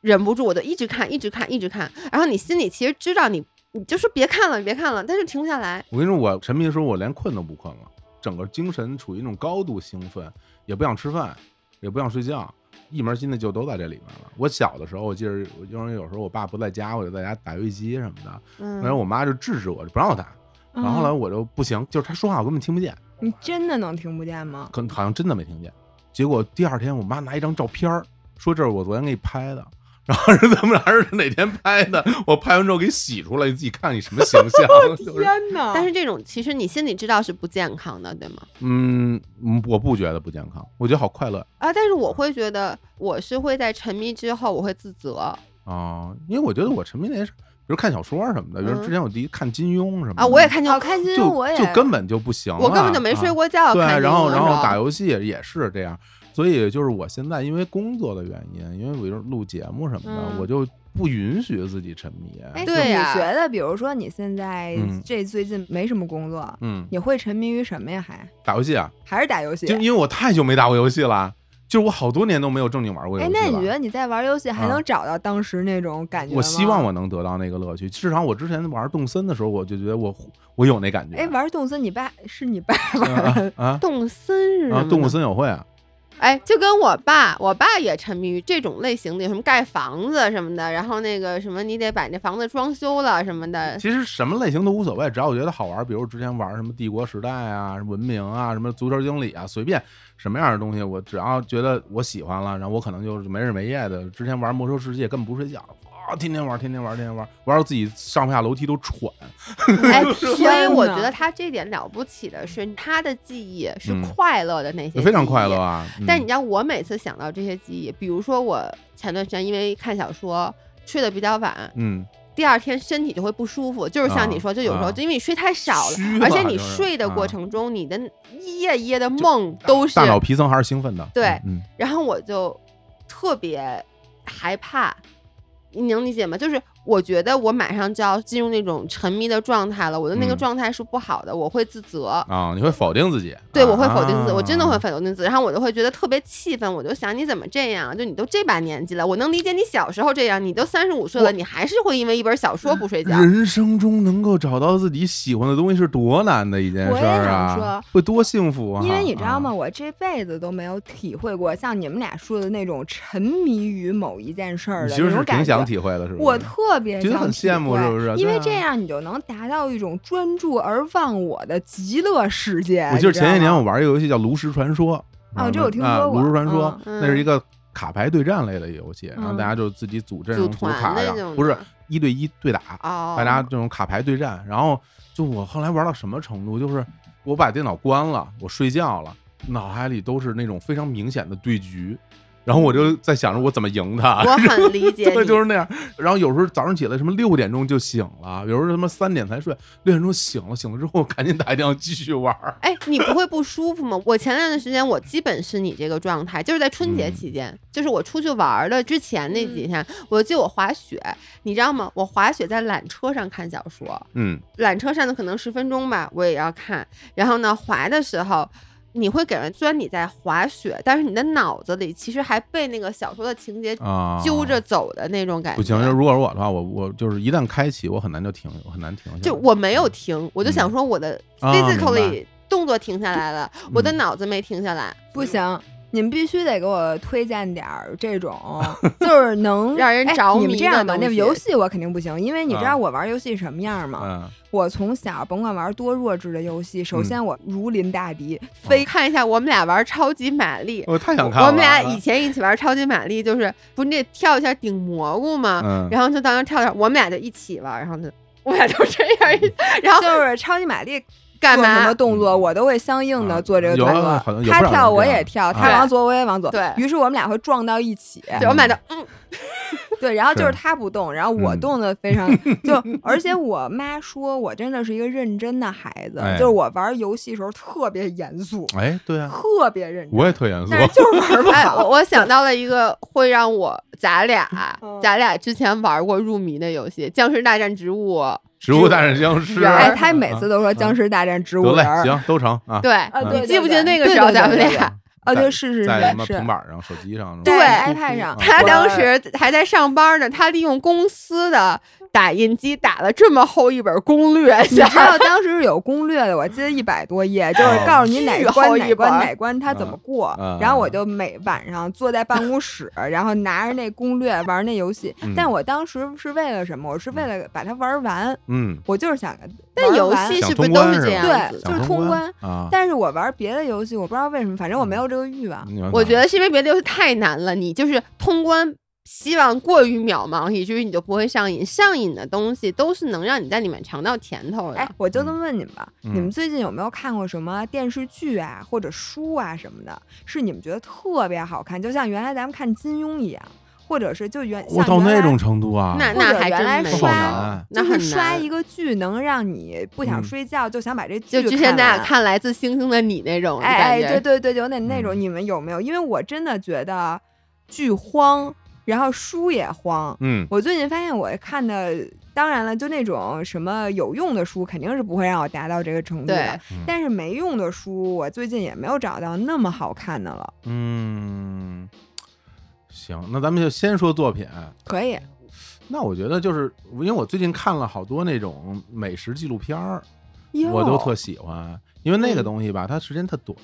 [SPEAKER 2] 忍不住，我就一直看，一直看，一直看。然后你心里其实知道你。你就说别看了，别看了，但是停不下来。
[SPEAKER 3] 我跟你说，我沉迷的时候，我连困都不困了，整个精神处于一种高度兴奋，也不想吃饭，也不想睡觉，一门心思就都在这里面了。我小的时候，我记得，因为有时候我爸不在家，我就在家打游戏机什么的，
[SPEAKER 2] 嗯，
[SPEAKER 3] 然后我妈就制止我，就不让我打。然后后来
[SPEAKER 1] 嗯
[SPEAKER 3] 我就不行，就是她说话我根本听不见，
[SPEAKER 1] 你真的能听不见吗？
[SPEAKER 3] 可能好像真的没听见。结果第二天，我妈拿一张照片儿说这是我昨天给你拍的， 然后是咱们俩是哪天拍的？我拍完之后给洗出来，你自己看你什么形象。 就是
[SPEAKER 1] 天哪！
[SPEAKER 2] 但是这种其实你心里知道是不健康的，对吗？
[SPEAKER 3] 嗯，嗯我不觉得不健康，我觉得好快乐
[SPEAKER 2] 啊，但是我会觉得我是会在沉迷之后我会自责
[SPEAKER 3] 啊、因为我觉得我沉迷那些事，比如看小说什么的，比如
[SPEAKER 2] 嗯
[SPEAKER 3] 之前我第一看金庸什么的
[SPEAKER 2] 啊，我也看见
[SPEAKER 1] 好开心，啊
[SPEAKER 3] 就
[SPEAKER 1] 我也
[SPEAKER 3] 就根本就不行了，
[SPEAKER 2] 我根本就没睡
[SPEAKER 3] 哦啊
[SPEAKER 2] 过觉，
[SPEAKER 3] 对，
[SPEAKER 2] 看
[SPEAKER 3] 然后然后打
[SPEAKER 2] 游
[SPEAKER 3] 游戏也是这样，所以就是我现在因为工作的原因，因为我就是录节目什么的，
[SPEAKER 2] 嗯
[SPEAKER 3] 我就不允许自己沉迷。
[SPEAKER 1] 哎
[SPEAKER 2] 对呀
[SPEAKER 1] 你觉得，比如说你现在
[SPEAKER 3] 嗯
[SPEAKER 1] 这最近没什么工作，
[SPEAKER 3] 嗯，
[SPEAKER 1] 你会沉迷于什么呀？还
[SPEAKER 3] 打游戏啊，
[SPEAKER 1] 还是打游戏？
[SPEAKER 3] 就因为我太久没打过游戏了，就是我好多年都没有正经玩过游
[SPEAKER 1] 哎
[SPEAKER 3] 戏，了。
[SPEAKER 1] 那你觉得你在玩游戏还
[SPEAKER 3] 啊
[SPEAKER 1] 能找到当时那种感觉吗？
[SPEAKER 3] 我希望我能得到那个乐趣，至少我之前玩动森的时候，我就觉得我我有那感觉。
[SPEAKER 1] 哎，玩动森，你爸是你爸玩
[SPEAKER 3] 啊
[SPEAKER 1] 的，
[SPEAKER 3] 啊啊
[SPEAKER 2] 动森 是
[SPEAKER 3] 啊
[SPEAKER 2] 什么
[SPEAKER 3] 动物
[SPEAKER 2] 呢
[SPEAKER 3] 森友会啊，
[SPEAKER 2] 哎，就跟我爸，我爸也沉迷于这种类型的，有什么盖房子什么的，然后那个什么，你得把那房子装修了什么 的。
[SPEAKER 3] 其实什么类型都无所谓，只要我觉得好玩。比如之前玩什么帝国时代啊、什么文明啊、什么足球经理啊，随便什么样的东西，我只要觉得我喜欢了，然后我可能就是没日没夜的。之前玩魔兽世界根本不睡觉。啊，天天玩，天天玩，天天玩，玩到自己上下楼梯都喘。
[SPEAKER 2] 哎，所以
[SPEAKER 1] 天
[SPEAKER 2] 我
[SPEAKER 1] 哪
[SPEAKER 2] 觉得他这点了不起的是，他的记忆是
[SPEAKER 3] 嗯
[SPEAKER 2] 快乐的那些，
[SPEAKER 3] 非常快乐。啊！嗯
[SPEAKER 2] 但你知道，我每次想到这些记忆，比如说我前段时间因为看小说睡得比较晚，
[SPEAKER 3] 嗯，
[SPEAKER 2] 第二天身体就会不舒服，就是像你说，
[SPEAKER 3] 啊
[SPEAKER 2] 就有时候
[SPEAKER 3] 啊
[SPEAKER 2] 就因为你睡太少了
[SPEAKER 3] 虚，
[SPEAKER 2] 而
[SPEAKER 3] 嘛
[SPEAKER 2] 且你
[SPEAKER 3] 就是
[SPEAKER 2] 睡的过
[SPEAKER 3] 啊
[SPEAKER 2] 程中，你的一夜一夜的梦都是
[SPEAKER 3] 大，脑皮层还是兴奋的。
[SPEAKER 2] 对
[SPEAKER 3] 嗯，
[SPEAKER 2] 然后我就特别害怕，你能理解吗？就是我觉得我马上就要进入那种沉迷的状态了，我的那个
[SPEAKER 3] 嗯
[SPEAKER 2] 状态是不好的，我会自责。
[SPEAKER 3] 嗯啊，你会否定自己？
[SPEAKER 2] 对，我会否定自己，
[SPEAKER 3] 啊
[SPEAKER 2] 我真的会否定自己，然后我就会觉得特别气愤，我就想你怎么这样？就你都这把年纪了，我能理解你小时候这样，你都三十五岁了，你还是会因为一本小说不睡觉。
[SPEAKER 3] 人生中能够找到自己喜欢的东西是多难的一件
[SPEAKER 1] 我
[SPEAKER 3] 事
[SPEAKER 1] 也
[SPEAKER 3] 儿
[SPEAKER 1] 想
[SPEAKER 3] 啊
[SPEAKER 1] 说！
[SPEAKER 3] 会多幸福啊！
[SPEAKER 1] 因为你知道吗？
[SPEAKER 3] 啊？
[SPEAKER 1] 我这辈子都没有体会过像你们俩说的那种沉迷于某一件事儿
[SPEAKER 3] 啊你
[SPEAKER 1] 的
[SPEAKER 3] 其
[SPEAKER 1] 那
[SPEAKER 3] 实是
[SPEAKER 1] 种
[SPEAKER 3] 挺
[SPEAKER 1] 感觉。
[SPEAKER 3] 想体会的，是不是？
[SPEAKER 1] 我特别
[SPEAKER 3] 觉得
[SPEAKER 1] 想
[SPEAKER 3] 很
[SPEAKER 1] 体
[SPEAKER 3] 羡慕
[SPEAKER 1] 会
[SPEAKER 3] 是不是
[SPEAKER 1] 因为
[SPEAKER 3] 对啊
[SPEAKER 1] 这样你就能达到一种专注而忘我的极乐世界。
[SPEAKER 3] 我记得
[SPEAKER 1] 你知道
[SPEAKER 3] 前些年
[SPEAKER 1] 吗
[SPEAKER 3] 我玩一个游戏叫《炉石传说》
[SPEAKER 1] 啊我这我听
[SPEAKER 3] 啊
[SPEAKER 1] 说过
[SPEAKER 3] 炉石传说》
[SPEAKER 2] 嗯
[SPEAKER 3] 那是一个卡牌对战类的游戏，然后
[SPEAKER 1] 嗯
[SPEAKER 3] 大家就自己组阵
[SPEAKER 2] 组
[SPEAKER 3] 容、组
[SPEAKER 2] 团
[SPEAKER 3] 卡
[SPEAKER 2] 那
[SPEAKER 3] 呀
[SPEAKER 2] 种，
[SPEAKER 3] 不是
[SPEAKER 2] 的
[SPEAKER 3] 一对一对打，
[SPEAKER 2] 哦，
[SPEAKER 3] 大家这种卡牌对战。然后就我后来玩到什么程度，就是我把电脑关了，我睡觉了，脑海里都是那种非常明显的对局，然后我就在想着我怎么赢他。
[SPEAKER 2] 我很理解
[SPEAKER 3] 对，
[SPEAKER 2] 你，
[SPEAKER 3] 就是那样。然后有时候早上起来什么六点钟就醒了，有时候他妈三点才睡，六点钟醒了，醒了之后赶紧打一电话继续玩儿。
[SPEAKER 2] 哎，你不会不舒服吗？我前段时间我基本是你这个状态，就是在春节
[SPEAKER 3] 嗯
[SPEAKER 2] 期间，就是我出去玩儿的之前那几天，我记得我滑雪，你知道吗？我滑雪在缆车上看小说，
[SPEAKER 3] 嗯，
[SPEAKER 2] 缆车上的可能十分钟吧，我也要看。然后呢，滑的时候，你会给人，虽然你在滑雪，但是你的脑子里其实还被那个小说的情节
[SPEAKER 3] 啊，
[SPEAKER 2] 揪着走的那种感觉。
[SPEAKER 3] 不行。就如果是我的话，我我就是一旦开启，我很难就停，我很难停下来。
[SPEAKER 2] 就我没有停，我就想说我的
[SPEAKER 3] 啊
[SPEAKER 2] physically 动作停下来了，我的
[SPEAKER 3] 嗯
[SPEAKER 2] 脑子没停下来，
[SPEAKER 1] 不行，你们必须得给我推荐点儿这种， 就是能
[SPEAKER 2] 让人
[SPEAKER 1] 哎
[SPEAKER 2] 着
[SPEAKER 1] 你
[SPEAKER 2] 迷
[SPEAKER 1] 们这
[SPEAKER 2] 的
[SPEAKER 1] 样吧，
[SPEAKER 2] 东
[SPEAKER 1] 那
[SPEAKER 2] 西
[SPEAKER 1] 游戏我肯定不行，因为你知
[SPEAKER 3] 啊
[SPEAKER 1] 道我玩游戏什么样吗？
[SPEAKER 3] 嗯，
[SPEAKER 1] 我从小甭管玩多弱智的游戏，首
[SPEAKER 3] 嗯
[SPEAKER 1] 先我如临大敌，
[SPEAKER 2] 非看一下我们俩玩超级玛丽。
[SPEAKER 3] 我太想看了。
[SPEAKER 2] 我们俩以前一起玩超级玛丽，就是不是那跳一下顶蘑菇吗？
[SPEAKER 3] 嗯，
[SPEAKER 2] 然后
[SPEAKER 3] 嗯
[SPEAKER 1] 哦
[SPEAKER 2] 就当时跳跳，我们俩就一起玩，然后就我们俩就这样一，然后
[SPEAKER 1] 就是超级玛丽
[SPEAKER 2] 干
[SPEAKER 1] 做什
[SPEAKER 2] 嘛
[SPEAKER 1] 么？动作，我都会相应
[SPEAKER 3] 啊
[SPEAKER 1] 的做这个
[SPEAKER 3] 有
[SPEAKER 1] 动
[SPEAKER 3] 啊好像
[SPEAKER 1] 作。
[SPEAKER 3] 有
[SPEAKER 1] 他
[SPEAKER 3] 不少
[SPEAKER 1] 跳
[SPEAKER 3] 人
[SPEAKER 1] 我
[SPEAKER 3] 这
[SPEAKER 1] 也
[SPEAKER 3] 样
[SPEAKER 1] 跳，他
[SPEAKER 2] 对
[SPEAKER 1] 往左我也往左，
[SPEAKER 2] 对
[SPEAKER 1] 于是我们俩会撞到一起。
[SPEAKER 2] 对我买的，嗯，
[SPEAKER 1] 对，然后就是他不动，然后我
[SPEAKER 3] 嗯
[SPEAKER 1] 动的非 常就，而且我妈说我真的是一个认真的孩子，
[SPEAKER 3] 哎
[SPEAKER 1] 就是我玩游戏的时候特别严肃，
[SPEAKER 3] 哎，对啊，
[SPEAKER 1] 特别认真，
[SPEAKER 3] 我也特严肃
[SPEAKER 1] 但，是就是玩不
[SPEAKER 2] 哎，我
[SPEAKER 1] 好。
[SPEAKER 2] 我想到了一个会让我咱俩啊
[SPEAKER 1] 嗯
[SPEAKER 2] 咱俩之前玩过入迷的游戏《僵尸大战植物》，
[SPEAKER 3] 植物大战僵尸，嗯
[SPEAKER 2] 人
[SPEAKER 1] 哎，
[SPEAKER 2] 儿
[SPEAKER 1] 他每次都说僵尸大战植
[SPEAKER 3] 啊得
[SPEAKER 1] 物
[SPEAKER 3] 嘞
[SPEAKER 1] 人儿，，
[SPEAKER 3] 行，都成啊。
[SPEAKER 2] 对，
[SPEAKER 1] 啊，
[SPEAKER 3] 嗯
[SPEAKER 1] 对，
[SPEAKER 2] 你
[SPEAKER 1] 对
[SPEAKER 2] 记不记得那
[SPEAKER 1] 对
[SPEAKER 2] 个
[SPEAKER 1] 对
[SPEAKER 2] 时候
[SPEAKER 1] 对
[SPEAKER 2] 咱们
[SPEAKER 1] 对
[SPEAKER 2] 俩？
[SPEAKER 1] 啊，对，是是
[SPEAKER 3] 在什么
[SPEAKER 1] 是
[SPEAKER 3] 平
[SPEAKER 1] 是，
[SPEAKER 3] 板上、手机上，
[SPEAKER 1] 对
[SPEAKER 2] 对
[SPEAKER 1] iPad
[SPEAKER 3] 啊
[SPEAKER 1] 上
[SPEAKER 2] 他
[SPEAKER 1] 我
[SPEAKER 2] 当时还在上班呢，他利用公司的打印机打了这么厚一本攻略，
[SPEAKER 3] 嗯
[SPEAKER 1] 你知道当时是有攻略的，我记得一百多页，就是
[SPEAKER 3] 哦
[SPEAKER 1] 告诉你哪
[SPEAKER 2] 巨
[SPEAKER 1] 关
[SPEAKER 2] 厚
[SPEAKER 1] 哪
[SPEAKER 2] 一
[SPEAKER 1] 关
[SPEAKER 2] 本儿
[SPEAKER 1] 哪关它怎么过
[SPEAKER 3] 嗯嗯。
[SPEAKER 1] 然后我就每晚上坐在办公 室，然后拿着那攻略玩那游戏
[SPEAKER 3] 嗯。
[SPEAKER 1] 但我当时是为了什么？我是为了把它玩完，
[SPEAKER 3] 嗯，
[SPEAKER 1] 我就是想
[SPEAKER 2] 但
[SPEAKER 1] 玩
[SPEAKER 2] 游
[SPEAKER 1] 完
[SPEAKER 2] 戏
[SPEAKER 3] 想
[SPEAKER 2] 是不
[SPEAKER 3] 通
[SPEAKER 2] 是都
[SPEAKER 3] 关
[SPEAKER 2] 是
[SPEAKER 3] 是
[SPEAKER 2] 这
[SPEAKER 3] 吧
[SPEAKER 2] 样子？
[SPEAKER 1] 对就是
[SPEAKER 3] 想
[SPEAKER 1] 通关
[SPEAKER 3] 啊。
[SPEAKER 1] 但是我玩别的游戏，我不知道为什么，反正我没
[SPEAKER 3] 嗯
[SPEAKER 1] 有这个欲望。
[SPEAKER 3] 你看
[SPEAKER 2] 我
[SPEAKER 3] 看
[SPEAKER 2] 觉得是因为别的游戏太难了，你就是通关希望过于渺茫，以至于你就不会上瘾。上瘾的东西都是能让你在里面尝到甜头的。
[SPEAKER 1] 哎，我就这么问你们吧，
[SPEAKER 3] 嗯
[SPEAKER 1] 你们最近有没有看过什么电视剧啊，或者书啊什么的，是你们觉得特别好看，就像原来咱们看金庸一样，或者是就原
[SPEAKER 3] 我到
[SPEAKER 1] 像原来
[SPEAKER 3] 那种程度啊，
[SPEAKER 2] 那
[SPEAKER 1] 或者
[SPEAKER 2] 那还
[SPEAKER 1] 原来
[SPEAKER 2] 真没有
[SPEAKER 3] 刷好，啊
[SPEAKER 2] 那
[SPEAKER 1] 就是
[SPEAKER 2] 很
[SPEAKER 1] 刷
[SPEAKER 2] 难
[SPEAKER 1] 一。个剧能让你不想
[SPEAKER 3] 嗯
[SPEAKER 1] 睡觉，就想把这剧
[SPEAKER 2] 就之前咱
[SPEAKER 1] 完
[SPEAKER 2] 俩。看《来自星星的你》那种，
[SPEAKER 1] 哎哎，
[SPEAKER 2] 感觉
[SPEAKER 1] 对对对，有点那种，
[SPEAKER 3] 嗯
[SPEAKER 1] 你们有没有？因为我真的觉得剧荒，然后书也荒。
[SPEAKER 3] 嗯，
[SPEAKER 1] 我最近发现我看的，当然了，就那种什么有用的书，肯定是不会让我达到这个程度的
[SPEAKER 2] 对。
[SPEAKER 3] 嗯
[SPEAKER 1] 但是没用的书，我最近也没有找到那么好看的了。
[SPEAKER 3] 嗯，行，那咱们就先说作品。
[SPEAKER 1] 可以，
[SPEAKER 3] 那我觉得就是因为我最近看了好多那种美食纪录片儿，
[SPEAKER 1] 哟
[SPEAKER 3] 我都特喜欢，因为那个
[SPEAKER 2] 嗯
[SPEAKER 3] 东西吧，它时间特短。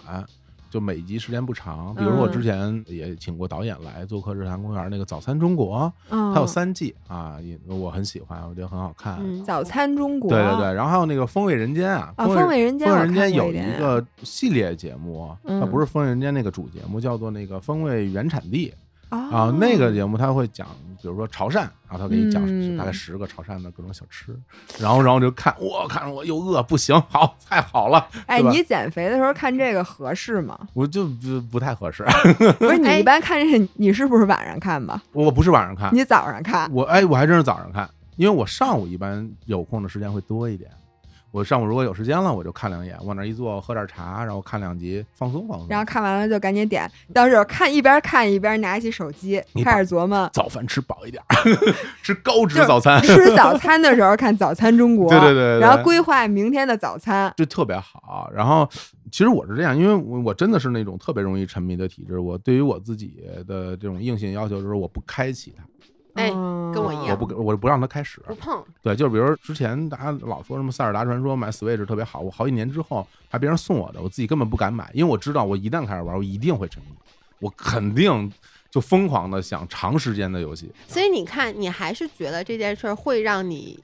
[SPEAKER 3] 就每集时间不长，比如我之
[SPEAKER 1] 嗯
[SPEAKER 3] 前也请过导演来做客《日坛公园》那个《早餐中国》，
[SPEAKER 1] 嗯，
[SPEAKER 3] 它有三季啊，也我很喜欢，我觉得很好看。
[SPEAKER 2] 嗯，
[SPEAKER 1] 早餐中国，
[SPEAKER 3] 对对对，然后还有那个《风味人间》啊，
[SPEAKER 1] 啊，
[SPEAKER 3] 风
[SPEAKER 1] 风味人间，
[SPEAKER 3] 风味
[SPEAKER 1] 我
[SPEAKER 3] 人
[SPEAKER 1] 看
[SPEAKER 3] 间
[SPEAKER 1] 过
[SPEAKER 3] 有
[SPEAKER 1] 点
[SPEAKER 3] 一个系列节目，它
[SPEAKER 1] 嗯
[SPEAKER 3] 不是《风味人间》那个主节目，叫做那个《风味原产地》啊
[SPEAKER 1] 啊，，
[SPEAKER 3] 那个节目它会讲，比如说潮汕，然后他给你讲
[SPEAKER 1] 嗯
[SPEAKER 3] 大概十个潮汕的各种小吃，然后然后就看，我看着我又饿，不行，好，太好了，
[SPEAKER 1] 哎，
[SPEAKER 3] 对吧
[SPEAKER 1] 你减肥的时候看这个合适 吗？
[SPEAKER 3] 我就不不太合适，
[SPEAKER 1] 不是你
[SPEAKER 2] 哎
[SPEAKER 1] 一般看这，你是不是晚上看吧？
[SPEAKER 3] 我不是晚上看，
[SPEAKER 1] 你早上看，
[SPEAKER 3] 我哎，我还真是早上看，因为我上午一般有空的时间会多一点。我上午如果有时间了，我就看两眼，往那儿一坐，喝点茶，然后看两集，放松放松。
[SPEAKER 1] 然后看完了就赶紧点，到时候看一边看一边拿起手机
[SPEAKER 3] 你。
[SPEAKER 1] 开始琢磨
[SPEAKER 3] 早饭吃饱一点儿， 吃高脂
[SPEAKER 1] 就是
[SPEAKER 3] 早餐，
[SPEAKER 1] 吃早餐的时候看《早餐中国》，
[SPEAKER 3] 对对对对
[SPEAKER 1] 然后规划明天的早餐。
[SPEAKER 3] 就特别好。然后其实我是这样，因为我我真的是那种特别容易沉迷的体质，我对于我自己的这种硬性要求就是我不开启它，
[SPEAKER 2] 哎
[SPEAKER 1] 嗯
[SPEAKER 2] 跟我一样
[SPEAKER 3] 我不我不让它开始。
[SPEAKER 2] 不碰，
[SPEAKER 3] 对，就是比如之前大家老说什么《塞尔达传说》买 Switch 特别好，我好几年之后还别人送我的，我自己根本不敢买，因为我知道我一旦开始玩，我一定会沉迷，我肯定就疯狂的想长时间的游戏。
[SPEAKER 2] 所以你看，你还是觉得这件事儿会让你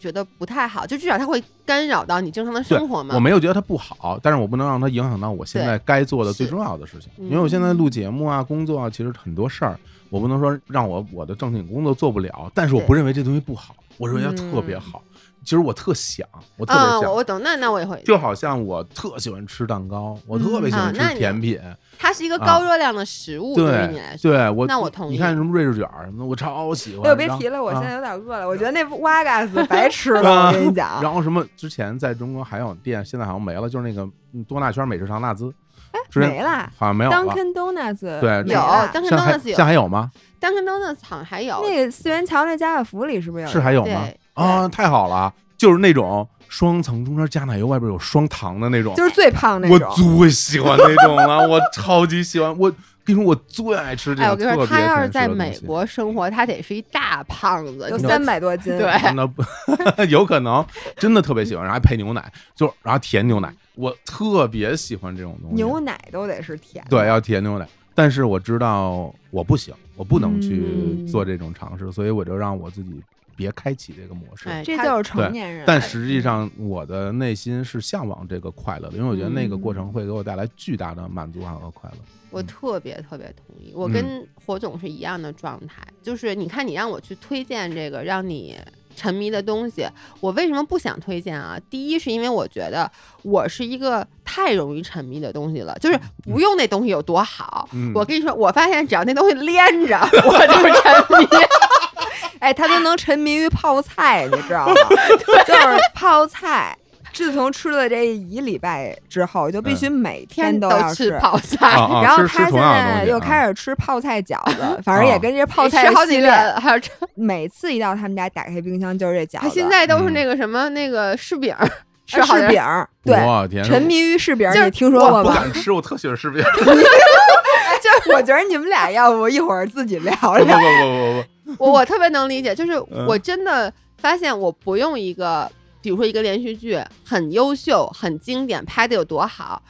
[SPEAKER 2] 觉得不太好，就至少它会干扰到你正常的
[SPEAKER 3] 对
[SPEAKER 2] 生活嘛。
[SPEAKER 3] 我没有觉得它不好，但是我不能让它影响到我现在该做的最重要的事情，
[SPEAKER 2] 是嗯
[SPEAKER 3] 因为我现在录节目啊、工作啊，其实很多事儿，我不能说让我我的正经工作做不了，但是我
[SPEAKER 2] 对
[SPEAKER 3] 不认为这东西不好，我认为它特别好。其实我特想，我特
[SPEAKER 2] 嗯
[SPEAKER 3] 别
[SPEAKER 2] 啊，
[SPEAKER 3] 想，
[SPEAKER 2] 我我懂，那那我也会，
[SPEAKER 3] 就好像我特喜欢吃蛋糕，我特别喜
[SPEAKER 2] 嗯
[SPEAKER 3] 欢
[SPEAKER 2] 啊那
[SPEAKER 3] 吃
[SPEAKER 2] 你
[SPEAKER 3] 甜品，
[SPEAKER 2] 它是一个
[SPEAKER 3] 啊
[SPEAKER 2] 高热量的食物，对于你来
[SPEAKER 3] 对
[SPEAKER 2] 说，
[SPEAKER 3] 对，我
[SPEAKER 2] 那我同
[SPEAKER 3] 你
[SPEAKER 2] 意
[SPEAKER 3] 看什么瑞士卷儿什么的，我超喜欢。
[SPEAKER 1] 哎呦，别
[SPEAKER 3] 然后
[SPEAKER 1] 提了，我
[SPEAKER 3] 啊
[SPEAKER 1] 现在有点饿了。我觉得那瓦嘎斯白吃了，
[SPEAKER 3] 啊
[SPEAKER 1] 我跟你讲。
[SPEAKER 3] 然后什么之前在中国还有店，现在好像没了，就是那个嗯多纳圈美食城纳兹，
[SPEAKER 2] 哎
[SPEAKER 3] 之前
[SPEAKER 1] 没啦
[SPEAKER 3] 好像没有了。
[SPEAKER 1] Dunkin' Donuts
[SPEAKER 3] 啊对啊
[SPEAKER 1] 没
[SPEAKER 2] 有
[SPEAKER 1] 啦
[SPEAKER 2] Dunkin'
[SPEAKER 3] 像还
[SPEAKER 2] Donuts 有
[SPEAKER 3] 像还有吗？
[SPEAKER 2] Dunkin' Donuts 好像还有，
[SPEAKER 1] 那个四元桥那家乐福里是不是有？
[SPEAKER 3] 是还有吗
[SPEAKER 2] 对？
[SPEAKER 3] 啊，太好了，就是那种双层中间加奶油，外边有双糖的那种，
[SPEAKER 1] 就是最胖那
[SPEAKER 3] 我
[SPEAKER 1] 种。
[SPEAKER 3] 最喜欢那 种了，我超级喜欢。我跟你说，我最爱吃这
[SPEAKER 2] 哎，
[SPEAKER 3] 种
[SPEAKER 2] 我跟你说，
[SPEAKER 3] 特
[SPEAKER 2] 他
[SPEAKER 3] 别
[SPEAKER 2] 要
[SPEAKER 3] 甜
[SPEAKER 2] 是
[SPEAKER 3] 食
[SPEAKER 2] 在
[SPEAKER 3] 的东
[SPEAKER 2] 美
[SPEAKER 3] 西
[SPEAKER 2] 国生活，他得是一大胖子，
[SPEAKER 1] 有
[SPEAKER 2] 你知道
[SPEAKER 1] 三百多斤，
[SPEAKER 2] 对
[SPEAKER 3] 那不 有可能真的特别喜欢，然后还配牛奶，就然后甜牛奶，我特别喜欢这种东西。
[SPEAKER 1] 牛奶都得是甜的。
[SPEAKER 3] 对，要甜牛奶，但是我知道我不行，我不能去
[SPEAKER 1] 嗯
[SPEAKER 3] 做这种尝试，所以我就让我自己别开启这个模式。
[SPEAKER 2] 哎
[SPEAKER 1] 这
[SPEAKER 2] 他
[SPEAKER 1] 就是成
[SPEAKER 3] 对
[SPEAKER 1] 年人。
[SPEAKER 3] 但实际上，我的内心是向往这个快乐的，因为我觉得那个过程会给我带来巨大的满足感和快乐。
[SPEAKER 2] 我
[SPEAKER 3] 嗯
[SPEAKER 2] 特别特别同意，我
[SPEAKER 3] 嗯
[SPEAKER 2] 跟火总是一样的状态，就是你看你让我去推荐这个让你沉迷的东西。我为什么不想推荐啊？第一是因为我觉得我是一个太容易沉迷的东西了，就是不用那东西有多好。
[SPEAKER 3] 嗯
[SPEAKER 2] 我跟你说，我发现只要那东西连着， 我就是沉 迷。
[SPEAKER 1] 哎，他都能沉迷于泡菜，你知 道吗？就是泡菜。自从吃了这一礼拜之后，就必须每
[SPEAKER 2] 天
[SPEAKER 1] 都
[SPEAKER 2] 都
[SPEAKER 1] 要
[SPEAKER 2] 吃泡菜。
[SPEAKER 3] 嗯啊啊
[SPEAKER 1] 然后
[SPEAKER 3] 吃吃
[SPEAKER 1] 他现
[SPEAKER 3] 同样的东
[SPEAKER 1] 在
[SPEAKER 3] 西
[SPEAKER 1] 又
[SPEAKER 3] 啊
[SPEAKER 1] 开始吃泡菜饺 子，反正也跟这泡菜
[SPEAKER 2] 哎吃好
[SPEAKER 1] 系
[SPEAKER 2] 几
[SPEAKER 1] 列
[SPEAKER 2] 遍，了，还有吃，
[SPEAKER 1] 每次一到他们家，打开冰箱就是这饺
[SPEAKER 2] 他
[SPEAKER 1] 子。
[SPEAKER 2] 现在都是
[SPEAKER 3] 嗯
[SPEAKER 2] 那个什么那个啊柿饼 儿，吃
[SPEAKER 1] 呃
[SPEAKER 2] 好
[SPEAKER 1] 柿
[SPEAKER 2] 点
[SPEAKER 1] 饼儿，对，
[SPEAKER 3] 我天，
[SPEAKER 1] 沉迷于柿饼
[SPEAKER 2] 就是
[SPEAKER 1] 儿，你听说过
[SPEAKER 3] 不
[SPEAKER 1] 吗？
[SPEAKER 3] 敢吃，我特喜欢吃饼。
[SPEAKER 1] 我觉得你们俩要不一会儿自己聊
[SPEAKER 3] 不不
[SPEAKER 1] 聊。
[SPEAKER 3] 不不不，
[SPEAKER 2] 我我特别能理解，就是
[SPEAKER 3] 嗯
[SPEAKER 2] 我真的发现我不用一个，比如说一个连续剧很优秀、很经典，拍的有多好，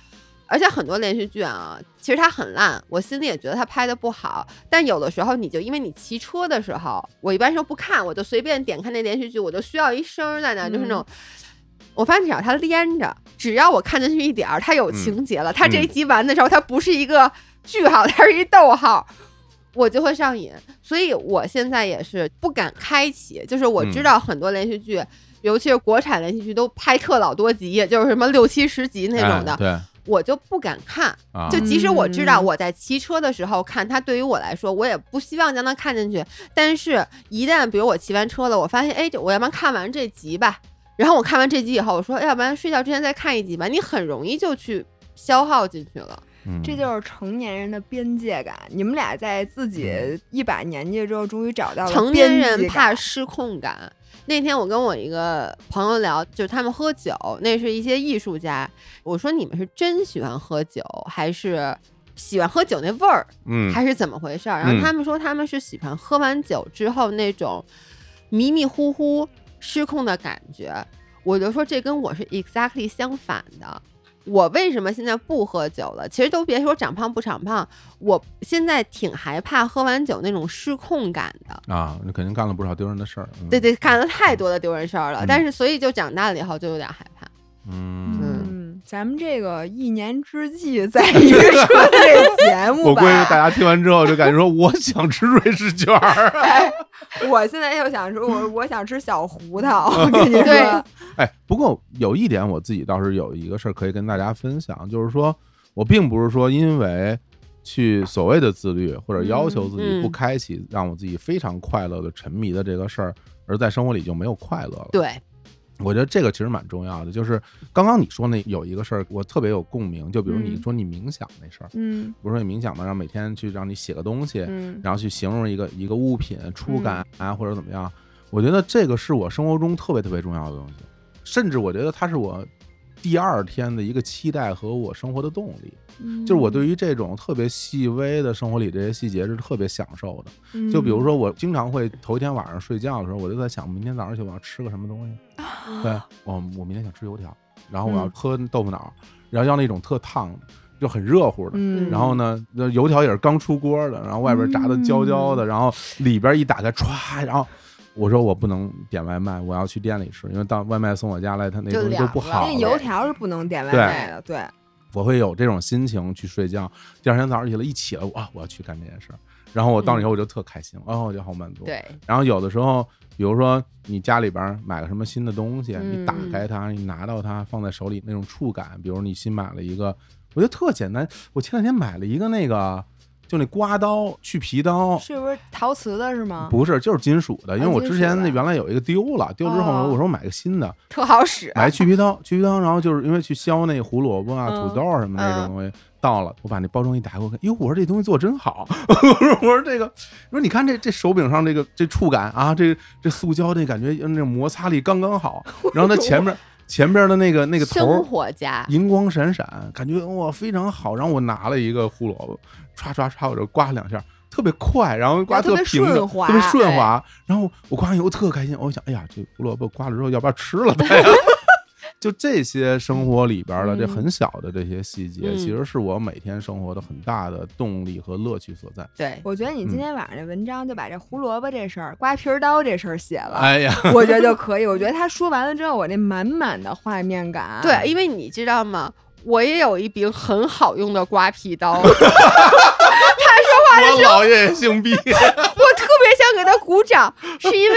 [SPEAKER 2] 而且很多连续剧啊，其实它很烂，我心里也觉得它拍的不好，但有的时候你就因为你骑车的时候，我一般时候不看，我就随便点开那连续剧，我就需要一声儿在那儿，就是那种。我发现只要它连着，只要我看进去一点儿，它有情节了。它这一集完的时候，它不是一个句号，它是一逗号，我就会上瘾。所以我现在也是不敢开启，就是我知
[SPEAKER 3] 嗯
[SPEAKER 2] 道很多连续剧，尤其是国产连续剧都拍特老多集，就是什么六七十集那种的，
[SPEAKER 3] 哎对
[SPEAKER 2] 我就不敢看。
[SPEAKER 3] 啊，
[SPEAKER 2] 就即使我知道
[SPEAKER 1] 嗯
[SPEAKER 2] 我在骑车的时候看它，对于我来说，我也不希望将它看进去。但是，一旦比如我骑完车了，我发现，哎，这我要不然看完这集吧。然后我看完这集以后，我说，哎要不然睡觉之前再看一集吧。你很容易就去消耗进去了。
[SPEAKER 3] 嗯
[SPEAKER 1] 这就是成年人的边界感。你们俩在自
[SPEAKER 3] 嗯
[SPEAKER 1] 己一把年纪之后，终于找到了
[SPEAKER 2] 成年
[SPEAKER 1] 边
[SPEAKER 2] 人
[SPEAKER 1] 界
[SPEAKER 2] 怕
[SPEAKER 1] 啊感
[SPEAKER 2] 失控感。那天我跟我一个朋友聊，就是他们喝酒，那是一些艺术家。我说你们是真喜欢喝酒，还是喜欢喝酒那味儿，
[SPEAKER 3] 嗯
[SPEAKER 2] 还是怎么回事儿？然
[SPEAKER 3] 嗯
[SPEAKER 2] 后他们说他们是喜欢喝完酒之后那种迷迷糊糊失控的感觉。我就说这跟我是 exactly 相反的。我为什么现在不喝酒了？其实都别说长胖不长胖，我现在挺害怕喝完酒那种失控感的。
[SPEAKER 3] 啊，你肯定干了不少丢人的事儿。嗯
[SPEAKER 2] 对，对，干了太多的丢人事儿了。
[SPEAKER 3] 嗯
[SPEAKER 2] 但是所以就长大了以后就有点害怕。
[SPEAKER 3] 嗯，
[SPEAKER 1] 嗯，咱们这个一年之 计在于说这节目
[SPEAKER 3] 我
[SPEAKER 1] 吧。
[SPEAKER 3] 估计大家听完之后就感觉说，我想吃瑞士卷儿。
[SPEAKER 1] 我现在又想说，我我想吃小胡 桃，我跟你说
[SPEAKER 2] 对，
[SPEAKER 3] 哎，不过有一点我自己倒是有一个事儿可以跟大家分享，就是说我并不是说因为去所谓的自律或者要求自己
[SPEAKER 2] 嗯
[SPEAKER 3] 不开启让我自己非常快乐的沉迷的这个事儿，而在生活里就没有快乐了。
[SPEAKER 2] 对，
[SPEAKER 3] 我觉得这个其实蛮重要的，就是刚刚你说那有一个事儿，我特别有共鸣，就比如你
[SPEAKER 1] 嗯
[SPEAKER 3] 说你冥想那事儿，
[SPEAKER 1] 嗯
[SPEAKER 3] 不是说你冥想嘛，让每天去让你写个东西，
[SPEAKER 1] 嗯
[SPEAKER 3] 然后去形容一个一个物品触感啊或者怎么样，我觉得这个是我生活中特别特别重要的东西，甚至我觉得它是我第二天的一个期待和我生活的动力，
[SPEAKER 1] 嗯，
[SPEAKER 3] 就是我对于这种特别细微的生活里这些细节是特别享受的。
[SPEAKER 1] 嗯，
[SPEAKER 3] 就比如说，我经常会头一天晚上睡觉的时候，我就在想，明天早上起我要吃个什么东西。对，我我明天想吃油条，然后我要
[SPEAKER 1] 啊嗯
[SPEAKER 3] 喝豆腐脑，然后要那种特烫的，就很热乎的。
[SPEAKER 1] 嗯，
[SPEAKER 3] 然后呢，那油条也是刚出锅的，然后外边炸的焦焦
[SPEAKER 2] 嗯
[SPEAKER 3] 的，然后里边一打开，歘，然后我说我不能点外卖，我要去店里吃，因为当外卖送我家来，它那
[SPEAKER 2] 就
[SPEAKER 3] 东西就
[SPEAKER 2] 凉
[SPEAKER 3] 不
[SPEAKER 2] 了
[SPEAKER 3] 好
[SPEAKER 1] 那
[SPEAKER 3] 了。
[SPEAKER 1] 油条是不能点外卖的，对，
[SPEAKER 3] 我会有这种心情去睡觉。第二天早上起来一起来，哇，我要去干这件事儿。然后我到那以后我就特开心，哦，我就好满足。
[SPEAKER 2] 对，
[SPEAKER 3] 然后有的时候，比如说你家里边儿买个什么新的东西，你打
[SPEAKER 2] 嗯
[SPEAKER 3] 开它，你拿到它，放在手里那种触感，比如你新买了一个，我觉得特简单。我前两天买了一个那个，就那刮刀、去皮刀，
[SPEAKER 1] 是不是陶瓷的是吗？
[SPEAKER 3] 哦不是，就是金属的，因为
[SPEAKER 1] 啊
[SPEAKER 3] 我
[SPEAKER 1] 金
[SPEAKER 3] 之
[SPEAKER 1] 属
[SPEAKER 3] 前
[SPEAKER 1] 的
[SPEAKER 3] 那原来有一个丢了，丢之后
[SPEAKER 1] 哦
[SPEAKER 3] 我说买个新的，
[SPEAKER 2] 特好使。
[SPEAKER 3] 买去皮刀，去皮刀，然后就是因为去削那胡萝卜啊、
[SPEAKER 1] 嗯
[SPEAKER 3] 土豆啊什么
[SPEAKER 2] 嗯
[SPEAKER 3] 那种东西，到了，我把那包装一打开，我看，哟，我说这东西做真好， 我说我说这个，我说你看这这手柄上这个这触感啊，这这塑胶这感觉那种摩擦力刚刚好，然后它前面前边的那个那个头
[SPEAKER 2] 生
[SPEAKER 3] 儿
[SPEAKER 2] 活家，
[SPEAKER 3] 银光闪闪，感觉哇非常好，然后我拿了一个胡萝卜，唰唰唰我就刮了两下。特别快，然后刮
[SPEAKER 1] 然后特别
[SPEAKER 3] 平的，
[SPEAKER 1] 顺滑
[SPEAKER 3] 特别顺
[SPEAKER 2] 对
[SPEAKER 3] 滑。然后我刮完以后特开心，我想，哎呀，这胡萝卜刮了之后，要不要吃了它呀？就这些生活里边的这
[SPEAKER 1] 嗯
[SPEAKER 3] 很小的这些细节，
[SPEAKER 2] 嗯
[SPEAKER 3] 其实是我每天生活的很大的动力和乐趣所在。
[SPEAKER 2] 对，
[SPEAKER 1] 我觉得
[SPEAKER 3] 嗯
[SPEAKER 1] 你今天晚上这文章就把这胡萝卜这事儿、刮皮儿刀这事儿写了，
[SPEAKER 3] 哎呀，
[SPEAKER 1] 我觉得就可以。我觉得他说完了之后，我这满满的画面感，
[SPEAKER 3] 啊
[SPEAKER 2] 对，因为你知道吗？我也有一柄很好用的刮皮 刀，我特
[SPEAKER 3] 我姥爷也姓毕，
[SPEAKER 2] 别想给他鼓掌，是因为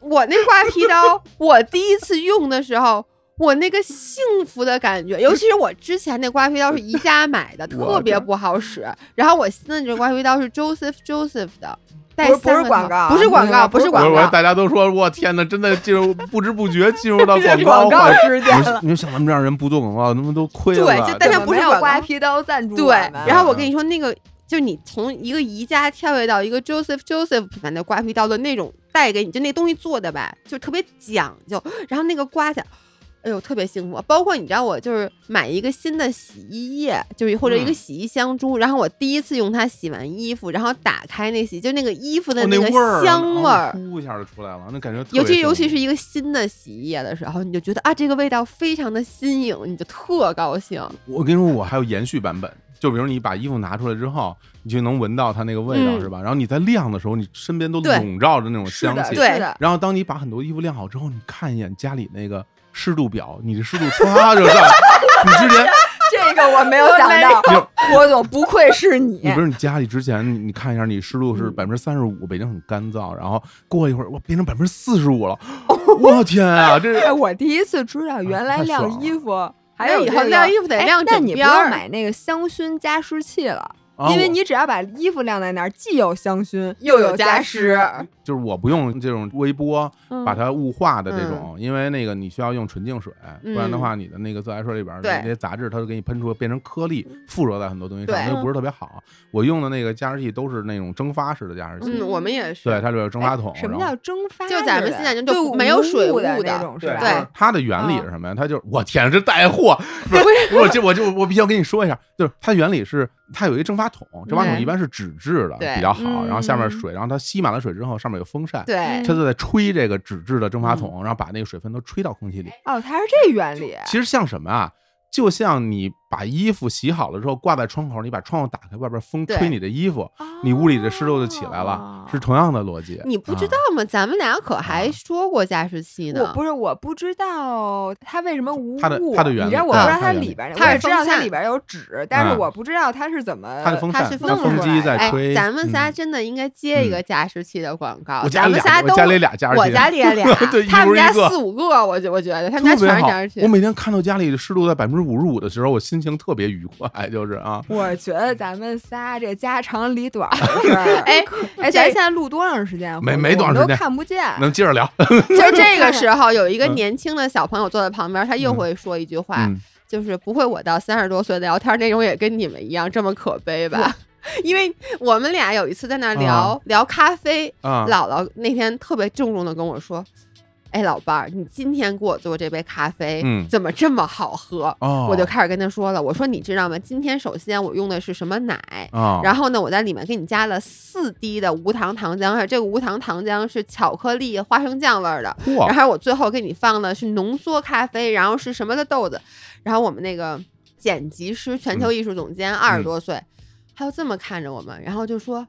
[SPEAKER 2] 我那挂皮刀，我第一次用的时候。我那个幸福的感觉，尤其是我之前那刮皮刀是宜家买的，
[SPEAKER 3] 我
[SPEAKER 2] 特别
[SPEAKER 3] 这
[SPEAKER 2] 不好使。然后我新的这刮皮刀是 Joseph Joseph 的，带
[SPEAKER 1] 不是不
[SPEAKER 2] 三
[SPEAKER 1] 是
[SPEAKER 2] 个
[SPEAKER 1] 广
[SPEAKER 2] 头
[SPEAKER 1] 告啊
[SPEAKER 2] 不是广
[SPEAKER 1] 那
[SPEAKER 2] 告，
[SPEAKER 1] 个
[SPEAKER 2] 不
[SPEAKER 1] 不
[SPEAKER 2] 是
[SPEAKER 1] 是
[SPEAKER 3] 我
[SPEAKER 2] 广
[SPEAKER 3] 我
[SPEAKER 2] 告，
[SPEAKER 3] 大家都说，我天哪，真的进入不知不觉 进入到
[SPEAKER 1] 这是
[SPEAKER 3] 广
[SPEAKER 1] 广告
[SPEAKER 3] 环节。
[SPEAKER 1] 时
[SPEAKER 3] 你
[SPEAKER 1] 间
[SPEAKER 3] 们
[SPEAKER 1] 了。
[SPEAKER 3] 你们像咱们这样人不做广告，他们都亏了
[SPEAKER 2] 对
[SPEAKER 3] 吧。
[SPEAKER 2] 就但它
[SPEAKER 1] 我
[SPEAKER 2] 不
[SPEAKER 1] 们
[SPEAKER 2] 是
[SPEAKER 1] 要
[SPEAKER 2] 广告
[SPEAKER 1] 刮皮刀赞助我
[SPEAKER 2] 对
[SPEAKER 1] 们，，
[SPEAKER 2] 然后我跟你说，那个就是你从一个宜家跳跃到一个 Joseph Joseph 品牌的刮皮刀的那种带给你，就那东西做的吧，就特别讲究，然后那个刮起来。哎呦，特别幸福！包括你知道，我就是买一个新的洗衣液，就是或者一个
[SPEAKER 3] 嗯
[SPEAKER 2] 洗衣香珠，然后我第一次用它洗完衣服，然后打开那洗，就那个衣服的
[SPEAKER 3] 哦
[SPEAKER 2] 那个
[SPEAKER 3] 味儿啊，
[SPEAKER 2] 香味儿，
[SPEAKER 3] 呼一下就出来了，那感觉特别
[SPEAKER 2] 尤其尤其
[SPEAKER 3] 幸福
[SPEAKER 2] 是一个新的洗衣液的时候，你就觉得啊，这个味道非常的新颖，你就特高兴。
[SPEAKER 3] 我跟你说，我还有延续版本，就比如你把衣服拿出来之后，你就能闻到它那个味道，
[SPEAKER 2] 嗯
[SPEAKER 3] 是吧？然后你在晾的时候，你身边都
[SPEAKER 2] 对
[SPEAKER 3] 笼罩着那种
[SPEAKER 1] 是
[SPEAKER 3] 香
[SPEAKER 1] 的，
[SPEAKER 3] 气。
[SPEAKER 2] 对
[SPEAKER 1] 是的，
[SPEAKER 3] 然后当你把很多衣服晾好之后，你看一眼家里那个湿度表，你的湿度唰就上来了。你之前
[SPEAKER 1] 这个我没有
[SPEAKER 2] 我
[SPEAKER 1] 想
[SPEAKER 2] 没
[SPEAKER 1] 到，
[SPEAKER 3] 有
[SPEAKER 1] 郭总不愧是你，
[SPEAKER 3] 你不是你家里之前你你看一下，你湿度是
[SPEAKER 2] 嗯
[SPEAKER 3] 百分之三十五，北京很干燥，然后过一会儿我变成百分之四 十五了，我天啊，这
[SPEAKER 1] 哎，我第一次知道原来
[SPEAKER 3] 啊太
[SPEAKER 1] 晾
[SPEAKER 3] 爽了
[SPEAKER 1] 衣服还
[SPEAKER 2] 那
[SPEAKER 1] 有
[SPEAKER 2] 以
[SPEAKER 1] 这
[SPEAKER 2] 后
[SPEAKER 1] 个
[SPEAKER 2] 晾衣服得
[SPEAKER 1] 哎
[SPEAKER 2] 晾
[SPEAKER 1] 那
[SPEAKER 2] 整
[SPEAKER 1] 你不
[SPEAKER 2] 边
[SPEAKER 1] 要
[SPEAKER 2] 儿
[SPEAKER 1] 买那个香薰加湿器了，
[SPEAKER 3] 啊
[SPEAKER 1] 因为
[SPEAKER 3] 我
[SPEAKER 1] 你只要把衣服晾在那儿，既有香薰
[SPEAKER 2] 又有
[SPEAKER 1] 有
[SPEAKER 2] 加
[SPEAKER 1] 湿。
[SPEAKER 3] 就是我不用这种微波
[SPEAKER 2] 嗯
[SPEAKER 3] 把它雾化的这种，因为那个你需要用纯净水，不然的话你的那个自来水里边儿
[SPEAKER 2] 对
[SPEAKER 3] 那些杂质它就给你喷出变成颗粒，附着在很多东西上，
[SPEAKER 2] 对
[SPEAKER 3] 那就不是特别好。我用的那个加湿器都是那种蒸发式的加湿器，
[SPEAKER 2] 嗯，我们也是。
[SPEAKER 3] 对，它里边有蒸发桶，
[SPEAKER 1] 哎什么
[SPEAKER 3] 然
[SPEAKER 1] 叫
[SPEAKER 3] 后
[SPEAKER 1] 蒸发
[SPEAKER 2] 就
[SPEAKER 1] 式的？
[SPEAKER 2] 咱们现在就
[SPEAKER 1] 对
[SPEAKER 2] 没有
[SPEAKER 1] 无
[SPEAKER 2] 水
[SPEAKER 1] 雾的
[SPEAKER 2] 雾
[SPEAKER 1] 那
[SPEAKER 2] 的
[SPEAKER 1] 种，是
[SPEAKER 3] 对
[SPEAKER 1] 吧？
[SPEAKER 3] 就是它的原理
[SPEAKER 1] 嗯
[SPEAKER 3] 是什么呀？它就是我天，这带货，不是我这我就我必须要跟你说一下，就是它原理是它有一个蒸发桶，蒸发桶
[SPEAKER 2] 对
[SPEAKER 3] 一般是纸质的
[SPEAKER 2] 对
[SPEAKER 3] 比较好，然后下面
[SPEAKER 1] 嗯
[SPEAKER 3] 水，然后它吸满了水之后，上面有风扇，
[SPEAKER 2] 对
[SPEAKER 3] 它就在吹这个纸质的蒸
[SPEAKER 2] 嗯
[SPEAKER 3] 发桶，然后把那个水分都吹到空气里。
[SPEAKER 1] 哦，它是这原
[SPEAKER 2] 哎
[SPEAKER 1] 理。
[SPEAKER 3] 其实像什么啊？就像你把衣服洗好了之后挂在窗口，你把窗户打开，外边风
[SPEAKER 2] 对啊
[SPEAKER 3] 吹你的衣服，
[SPEAKER 2] 哦
[SPEAKER 3] 你屋里的湿度就起来了
[SPEAKER 1] 哦，
[SPEAKER 3] 是同样的逻辑。
[SPEAKER 2] 你不知道
[SPEAKER 3] 啊
[SPEAKER 2] 吗？咱们俩可还
[SPEAKER 3] 啊
[SPEAKER 2] 说过加湿器呢。
[SPEAKER 1] 我不是我不知道它为什么无雾，
[SPEAKER 3] 它的它的原
[SPEAKER 1] 你知道
[SPEAKER 3] 理
[SPEAKER 1] 我不知
[SPEAKER 3] 对
[SPEAKER 1] 道
[SPEAKER 3] 它的原
[SPEAKER 1] 里
[SPEAKER 3] 理
[SPEAKER 1] 边儿，
[SPEAKER 2] 它
[SPEAKER 1] 我
[SPEAKER 2] 是
[SPEAKER 1] 也知道
[SPEAKER 2] 风
[SPEAKER 1] 它
[SPEAKER 2] 扇
[SPEAKER 1] 里边儿有纸，但是
[SPEAKER 3] 嗯
[SPEAKER 1] 我不知道它是怎么
[SPEAKER 3] 它的风
[SPEAKER 2] 它
[SPEAKER 3] 扇
[SPEAKER 2] 是，
[SPEAKER 3] 它
[SPEAKER 2] 风
[SPEAKER 3] 风
[SPEAKER 1] 出
[SPEAKER 3] 机
[SPEAKER 1] 来
[SPEAKER 3] 在
[SPEAKER 2] 哎
[SPEAKER 3] 吹。，
[SPEAKER 2] 咱们仨
[SPEAKER 3] 嗯，
[SPEAKER 2] 真的应该接一个加湿器的广告。
[SPEAKER 3] 我家
[SPEAKER 2] 咱们
[SPEAKER 3] 俩
[SPEAKER 2] 仨
[SPEAKER 3] 我
[SPEAKER 2] 都，
[SPEAKER 3] 家里俩加湿器
[SPEAKER 2] 我家里也俩
[SPEAKER 3] 对，
[SPEAKER 2] 他
[SPEAKER 3] 一屋
[SPEAKER 2] 们
[SPEAKER 3] 一
[SPEAKER 2] 家
[SPEAKER 3] 个
[SPEAKER 2] 四五个，我觉我觉得他们家
[SPEAKER 3] 特别
[SPEAKER 2] 全是
[SPEAKER 3] 好
[SPEAKER 2] 加湿。器
[SPEAKER 3] 我。每天看到家里的湿度在百分之五十五的时候，我心情特别愉快，就是啊，
[SPEAKER 1] 我觉得咱们仨这家长里短儿的事儿，
[SPEAKER 2] 哎
[SPEAKER 1] 哎，咱现在录多长时间？啊
[SPEAKER 3] 没
[SPEAKER 1] 回
[SPEAKER 3] 没
[SPEAKER 1] 顾
[SPEAKER 3] 多
[SPEAKER 1] 我们
[SPEAKER 3] 长时间
[SPEAKER 1] 都看不见。
[SPEAKER 3] 能接着聊。
[SPEAKER 2] 就这个时候，有一个
[SPEAKER 3] 嗯
[SPEAKER 2] 年轻的小朋友坐在旁边，他又
[SPEAKER 3] 嗯
[SPEAKER 2] 会说一句话，
[SPEAKER 3] 嗯，
[SPEAKER 2] 就是不会我到三十多岁聊天内容也跟你们一样这么可悲吧？ 因为我们俩有一次在那儿聊、
[SPEAKER 3] 啊
[SPEAKER 2] 聊咖啡，
[SPEAKER 3] 啊，
[SPEAKER 2] 姥姥那天特别郑重的跟我说：“哎，老伴儿，你今天给我做这杯咖啡，
[SPEAKER 3] 嗯
[SPEAKER 2] 怎么这么好喝？”
[SPEAKER 3] 哦，
[SPEAKER 2] 我就开始跟她说了，我说你知道吗？今天首先我用的是什么奶，
[SPEAKER 3] 啊，
[SPEAKER 2] 然后呢，我在里面给你加了四滴的无糖糖浆，而且这个无糖糖浆是巧克力花生酱味儿的，
[SPEAKER 3] 嚯
[SPEAKER 2] 然后我最后给你放的是浓缩咖啡，然后是什么的豆子，然后我们那个剪辑师、全
[SPEAKER 3] 嗯
[SPEAKER 2] 球艺术总监二十多岁，他就这么看着我们，然后就说。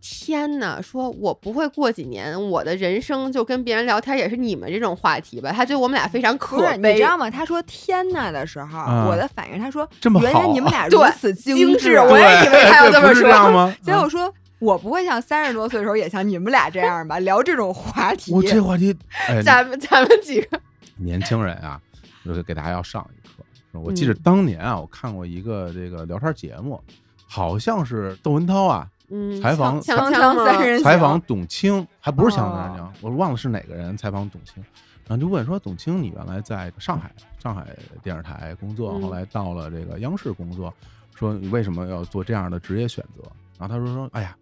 [SPEAKER 2] 天呐，说我不会过几年，我的人生就跟别人聊天也是你们这种话题吧？他觉得我们俩非常可
[SPEAKER 1] 不是，你
[SPEAKER 2] 悲
[SPEAKER 1] 知，道吗？他说“天呐”的时候，
[SPEAKER 3] 啊
[SPEAKER 1] 我的反应，他说
[SPEAKER 3] 这么：“
[SPEAKER 1] 原
[SPEAKER 3] 好
[SPEAKER 1] 来
[SPEAKER 3] 啊
[SPEAKER 1] 你们俩如
[SPEAKER 2] 对
[SPEAKER 1] 此
[SPEAKER 2] 精
[SPEAKER 1] 致。”
[SPEAKER 2] 致
[SPEAKER 1] 我也以 为他要
[SPEAKER 3] 对嗯
[SPEAKER 1] 这么
[SPEAKER 3] 不是这样
[SPEAKER 1] 说，
[SPEAKER 3] 吗？
[SPEAKER 1] 结果说：“我不会像三十多岁的时候也像你们俩这样吧，聊这种话题。”
[SPEAKER 3] 我这话题， 哎，
[SPEAKER 2] 咱们咱们几个，
[SPEAKER 3] 年轻人啊，就是给大家要上一课。我记
[SPEAKER 1] 嗯
[SPEAKER 3] 得当年啊，我看过一个这个聊天节目，好像是窦文涛啊
[SPEAKER 2] 嗯，
[SPEAKER 3] 采访
[SPEAKER 2] 锵
[SPEAKER 1] 锵
[SPEAKER 2] 锵
[SPEAKER 1] 锵
[SPEAKER 2] 吗
[SPEAKER 1] 三人
[SPEAKER 3] 采
[SPEAKER 1] 行
[SPEAKER 3] 访董卿，还不是香
[SPEAKER 1] 哦
[SPEAKER 3] 三娘，我忘了是哪个人采访董卿，然后就问说董卿，你原来在上海上海电视台工作，
[SPEAKER 2] 嗯
[SPEAKER 3] 后来到了这个央视工作，说你为什么要做这样的职业选择？然后他说说，哎呀，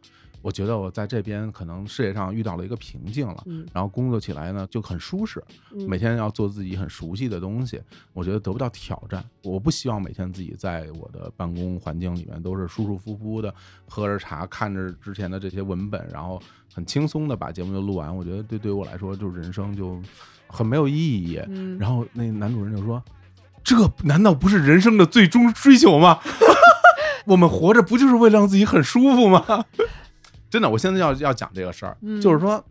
[SPEAKER 3] 我觉得我在这边可能事业上遇到了一个瓶颈了。
[SPEAKER 2] 嗯
[SPEAKER 3] 然后工作起来呢就很舒适，
[SPEAKER 2] 嗯
[SPEAKER 3] 每天要做自己很熟悉的东西，我觉得得不到挑战。我不希望每天自己在我的办公环境里面都是舒舒服服的，喝着茶，看着之前的这些文本，然后很轻松的把节目就录完。我觉得对对于我来说，就是人生就很没有意义。
[SPEAKER 1] 嗯，
[SPEAKER 3] 然后那男主人就说：“这难道不是人生的最终追求吗？我们活着不就是为了让自己很舒服吗？”真的，我现在要要讲这个事儿，
[SPEAKER 1] 嗯
[SPEAKER 3] 就是说，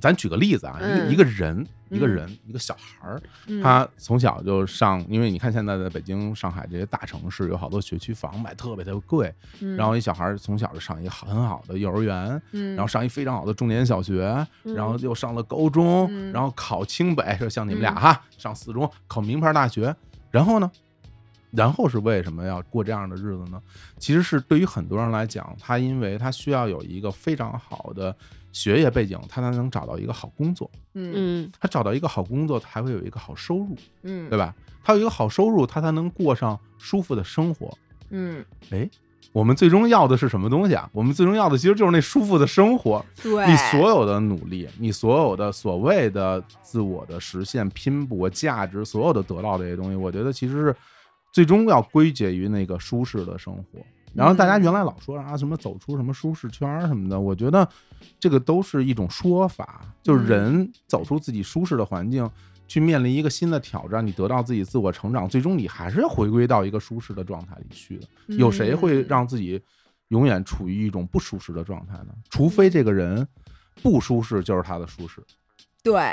[SPEAKER 3] 咱举个例子啊，一个
[SPEAKER 2] 嗯
[SPEAKER 3] 一个人，一个
[SPEAKER 1] 嗯
[SPEAKER 3] 人，一个小孩儿，
[SPEAKER 1] 嗯
[SPEAKER 3] 他从小就上，因为你看现在在北京、上海这些大城市，有好多学区房买特别特别贵，
[SPEAKER 1] 嗯
[SPEAKER 3] 然后一小孩儿从小就上一个很好的幼儿园，
[SPEAKER 1] 嗯
[SPEAKER 3] 然后上一非常好的重点小学，然后又上了高中，
[SPEAKER 1] 嗯
[SPEAKER 3] 然后考清北，就像你们俩哈，上四中考名牌大学，然后呢，然后是为什么要过这样的日子呢？其实是对于很多人来讲，他因为他需要有一个非常好的学业背景，他才能找到一个好工作，
[SPEAKER 1] 嗯
[SPEAKER 2] 嗯
[SPEAKER 3] 他找到一个好工作，他还会有一个好收入，
[SPEAKER 1] 嗯
[SPEAKER 3] 对吧？他有一个好收入，他才能过上舒服的生活。
[SPEAKER 1] 嗯，
[SPEAKER 3] 哎，我们最终要的是什么东西啊？我们最终要的其实就是那舒服的生活。
[SPEAKER 1] 对，
[SPEAKER 3] 你所有的努力，你所有的所谓的自我的实现、拼搏、价值，所有的得到这些东西，我觉得其实是最终要归结于那个舒适的生活。然后大家原来老说啊什么走出什么舒适圈儿什么的，我觉得这个都是一种说法，就是人走出自己舒适的环境，去面临一个新的挑战，你得到自己自我成长，最终你还是要回归到一个舒适的状态里去的。有谁
[SPEAKER 1] 嗯
[SPEAKER 3] 会让自己永远处于一种不舒适的状态呢？除非这个人不舒适就是他的舒适。
[SPEAKER 1] 对，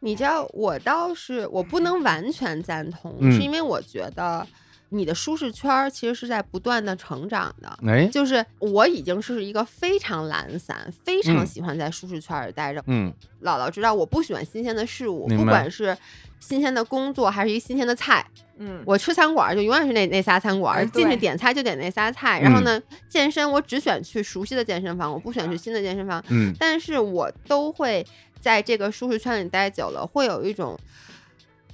[SPEAKER 2] 你知道，我倒是我不能完全赞同，
[SPEAKER 3] 嗯
[SPEAKER 2] 是因为我觉得你的舒适圈儿其实是在不断的成长的。
[SPEAKER 3] 哎，
[SPEAKER 2] 就是我已经是一个非常懒散，非常
[SPEAKER 3] 嗯
[SPEAKER 2] 喜欢在舒适圈儿里待着。
[SPEAKER 3] 嗯
[SPEAKER 2] 姥姥知道我不喜欢新鲜的事物，
[SPEAKER 3] 明
[SPEAKER 2] 不
[SPEAKER 3] 白
[SPEAKER 2] 管是新鲜的工作还是一新鲜的菜，
[SPEAKER 1] 嗯
[SPEAKER 2] 我吃餐馆儿就永远是那那仨餐馆儿，
[SPEAKER 1] 哎对
[SPEAKER 2] 进去点菜就点那仨菜。
[SPEAKER 3] 嗯
[SPEAKER 2] 然后呢，健身我只选去熟悉的健身房，我不选
[SPEAKER 1] 啊
[SPEAKER 2] 去新的健身房。
[SPEAKER 3] 嗯，
[SPEAKER 2] 但是我都会在这个舒适圈里待久了，会有一种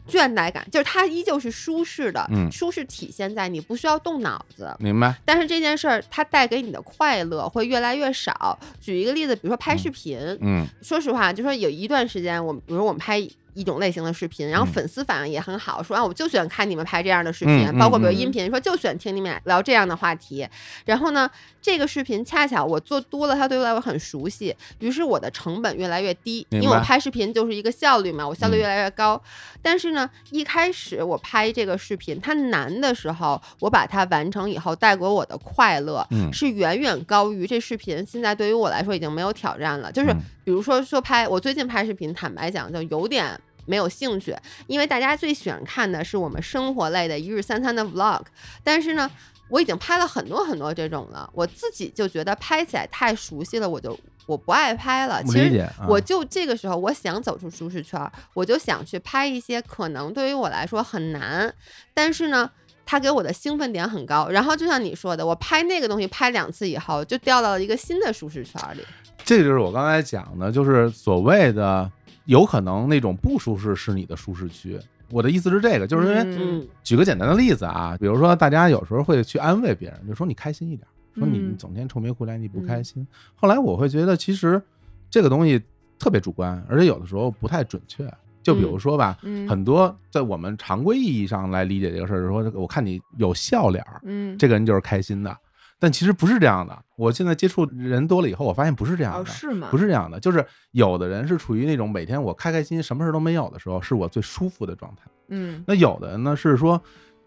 [SPEAKER 2] 倦怠感，就是它依旧是舒适的，
[SPEAKER 3] 嗯
[SPEAKER 2] 舒适体现在你不需要动脑子。
[SPEAKER 3] 明白。
[SPEAKER 2] 但是这件事儿，它带给你的快乐会越来越少。举一个例子，比如说拍视频，
[SPEAKER 3] 嗯
[SPEAKER 2] 说实话，就说有一段时间，我们比如我们拍一种类型的视频，然后
[SPEAKER 3] 嗯
[SPEAKER 2] 粉丝反应也很好，说啊，我就喜欢看你们拍这样的视频，
[SPEAKER 3] 嗯嗯
[SPEAKER 2] 包括比如
[SPEAKER 1] 嗯
[SPEAKER 2] 音频，说就喜欢听你们俩聊这样的话题。然后呢，这个视频恰巧我做多了，它对我来说很熟悉，于是我的成本越来越低，因
[SPEAKER 3] 明白
[SPEAKER 2] 为我拍视频就是一个效率嘛，我效率
[SPEAKER 3] 嗯
[SPEAKER 2] 越来越高。但是呢，一开始我拍这个视频，它难的时候，我把它完成以后，带给我的快乐，
[SPEAKER 3] 嗯
[SPEAKER 2] 是远远高于这视频。现在对于我来说已经没有挑战了。就是
[SPEAKER 3] 嗯
[SPEAKER 2] 比如说说拍，我最近拍视频，坦白讲就有点。没有兴趣，因为大家最喜欢看的是我们生活类的一日三餐的 vlog，但是呢，我已经拍了很多很多这种了，我自己就觉得拍起来太熟悉了，我就我不爱拍了。
[SPEAKER 3] 我
[SPEAKER 2] 其
[SPEAKER 3] 理
[SPEAKER 2] 实
[SPEAKER 3] 解啊
[SPEAKER 2] 我就这个时候，我想走出舒适圈儿，我就想去拍一些可能对于我来说很难，但是呢。它给我的兴奋点很高，然后就像你说的，我拍那个东西拍两次以后，就掉到了一个新的舒适圈儿里。
[SPEAKER 3] 这就是我刚才讲的，就是所谓的有可能那种不舒适是你的舒适区。我的意思是这个，就是因为
[SPEAKER 1] 嗯
[SPEAKER 2] 嗯
[SPEAKER 3] 举个简单的例子啊，比如说大家有时候会去安慰别人，就说你开心一点，说你
[SPEAKER 1] 嗯
[SPEAKER 3] 你整天愁眉苦脸，你不开心。后来我会觉得，其实这个东西特别主观，而且有的时候不太准确。就比如说吧，
[SPEAKER 1] 嗯
[SPEAKER 3] 很多在我们常规意义上来理解这个事儿，就是说我看你有笑脸儿，
[SPEAKER 1] 嗯
[SPEAKER 3] 这个人就是开心的。但其实不是这样的。我现在接触人多了以后，我发现不是这样的。
[SPEAKER 1] 哦是吗？
[SPEAKER 3] 不是这样的，就是有的人是处于那种每天我开开心心，什么事儿都没有的时候，是我最舒服的状态。
[SPEAKER 1] 嗯
[SPEAKER 3] 那有的人呢是说，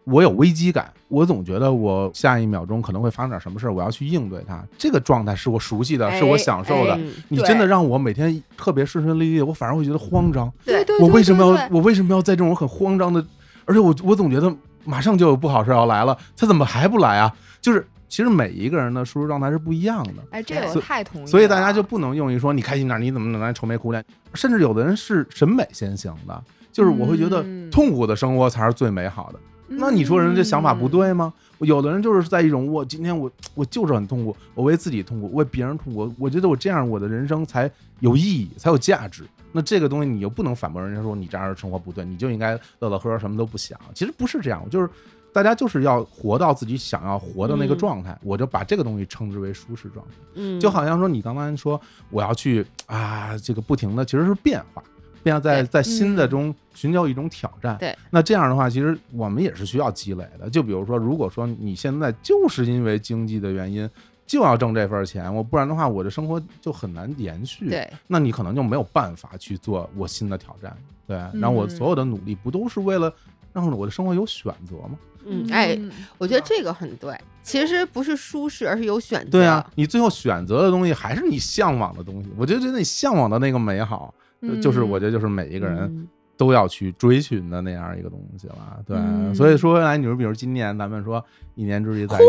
[SPEAKER 3] 我有危机感，我总觉得我下一秒钟可能会发生点什么事儿，我要去应对它。这个状态是我熟悉的，是我
[SPEAKER 1] 哎
[SPEAKER 3] 享受的。
[SPEAKER 1] 哎
[SPEAKER 2] 嗯
[SPEAKER 3] 你
[SPEAKER 1] 对
[SPEAKER 3] 真的让我每天特别顺顺利利的，我反而会觉得慌张。
[SPEAKER 1] 对对，
[SPEAKER 3] 我
[SPEAKER 1] 对
[SPEAKER 3] 为什么
[SPEAKER 1] 对
[SPEAKER 3] 要
[SPEAKER 1] 对
[SPEAKER 3] 我为什么要在这种很慌张的，而且我我总觉得马上就有不好事儿要来了，他怎么还不来啊？就是其实每一个人的舒适状态是不一样的。
[SPEAKER 1] 哎，这个我
[SPEAKER 3] 所
[SPEAKER 1] 太同意了，
[SPEAKER 3] 所以大家就不能用于说你开心点儿，你怎么怎么来愁眉苦脸，甚至有的人是审美先行的，就是我会觉得
[SPEAKER 1] 嗯
[SPEAKER 3] 痛苦的生活才是最美好的。那你说人这想法
[SPEAKER 1] 嗯
[SPEAKER 3] 不对吗？有的人就是在一种我今天我我就是很痛苦，我为自己痛苦，为别人痛苦，我觉得我这样我的人生才有意义，才有价值。那这个东西你又不能反驳人家说你这样的生活不对，你就应该乐乐呵呵什么都不想。其实不是这样，就是大家就是要活到自己想要活的那个
[SPEAKER 2] 嗯
[SPEAKER 3] 状态，我就把这个东西称之为舒适状态。
[SPEAKER 2] 嗯，
[SPEAKER 3] 就好像说你刚刚说我要去啊，这个不停的其实是变化，变化在
[SPEAKER 2] 对嗯
[SPEAKER 3] 在新的中寻求一种挑战。
[SPEAKER 2] 对，
[SPEAKER 3] 那这样的话，其实我们也是需要积累的。就比如说，如果说你现在就是因为经济的原因。就要挣这份钱，我不然的话，我的生活就很难延续。，
[SPEAKER 2] 对，
[SPEAKER 3] 那你可能就没有办法去做我新的挑战。对，然后我
[SPEAKER 1] 嗯
[SPEAKER 3] 所有的努力不都是为了然后呢，我的生活有选择吗？
[SPEAKER 2] 嗯，哎，我觉得这个很对，其实不是舒适，而是有选择。
[SPEAKER 3] 对啊，你最后选择的东西还是你向往的东西。我觉得觉得你向往的那个美好，呃
[SPEAKER 1] 嗯
[SPEAKER 3] 就就 是我觉得就是每一
[SPEAKER 2] 一
[SPEAKER 3] 个人都要去追寻的那样一个东西了。对，
[SPEAKER 1] 嗯
[SPEAKER 3] 所以说来，你说比如今年咱们说一年之计在于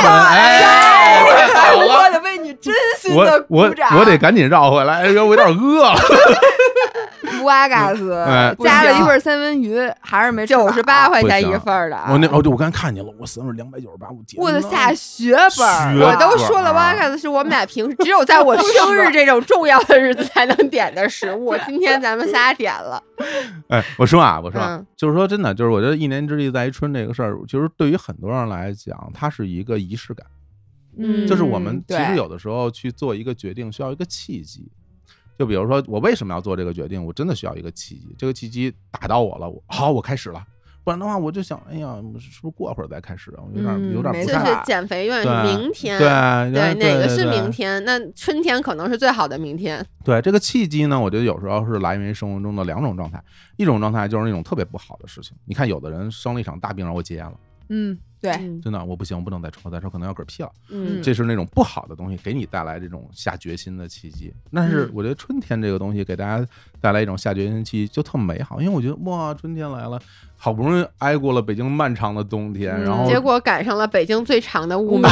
[SPEAKER 3] 晨，哎，太好了。
[SPEAKER 1] 我得为你真心的
[SPEAKER 3] 我我
[SPEAKER 1] 鼓掌。
[SPEAKER 3] 我得赶紧绕回来，因哎为我有点饿了。
[SPEAKER 1] 乌阿嘎斯
[SPEAKER 3] 哎
[SPEAKER 1] 加了一份三文鱼，还是没
[SPEAKER 2] 九十八块
[SPEAKER 3] 不
[SPEAKER 2] 钱
[SPEAKER 3] 行
[SPEAKER 2] 一份儿的啊，
[SPEAKER 3] 我那哦，对，我刚才看见了，我三万两百九十八，我天！
[SPEAKER 1] 我的下血本儿
[SPEAKER 3] 血
[SPEAKER 1] 了，
[SPEAKER 2] 我都说
[SPEAKER 3] 啊
[SPEAKER 2] 了，瓦卡的是我们俩平时只有 在我生日这种重要的日子才能点的食物。今天咱们仨点 了，
[SPEAKER 3] 哎，我说啊，我说啊，
[SPEAKER 2] 嗯
[SPEAKER 3] 就是说真的，就是我觉得一年之计在于春这个事儿，其实对于很多人来讲，它是一个仪式感。
[SPEAKER 1] 嗯
[SPEAKER 3] 就是我们
[SPEAKER 2] 嗯
[SPEAKER 3] 其
[SPEAKER 2] 对
[SPEAKER 3] 实有的时候去做一个决定需要一个契机，就比如说我为什么要做这个决定，我真的需要一个契机，这个契机打到我了，我好我开始了，不然的话我就想，哎呀，是不是过会儿再开始啊？我有点
[SPEAKER 1] 嗯
[SPEAKER 3] 有点
[SPEAKER 1] 没
[SPEAKER 3] 不
[SPEAKER 2] 就
[SPEAKER 1] 错
[SPEAKER 3] 太
[SPEAKER 2] 是减肥愿
[SPEAKER 3] 对
[SPEAKER 2] 是明天，
[SPEAKER 3] 对
[SPEAKER 2] 对，哪个
[SPEAKER 3] 对
[SPEAKER 2] 是
[SPEAKER 3] 对
[SPEAKER 2] 明天？那春天可能是最好的明天。
[SPEAKER 3] 对这个契机呢，我觉得有时候是来源于生活中的两种状态，一种状态就是那种特别不好的事情。你看，有的人生了一场大病，然后我戒烟了，
[SPEAKER 1] 嗯，对，
[SPEAKER 2] 嗯
[SPEAKER 3] 真的我不行，我不能再抽，再抽可能要嗝屁了。
[SPEAKER 2] 嗯
[SPEAKER 3] 这是那种不好的东西给你带来这种下决心的契机。但是
[SPEAKER 1] 嗯
[SPEAKER 3] 我觉得春天这个东西给大家带来一种下决心的契机就特美好，因为我觉得哇，春天来了，好不容易挨过了北京漫长的冬天，然后
[SPEAKER 2] 嗯结果赶上了北京最长的雾霾，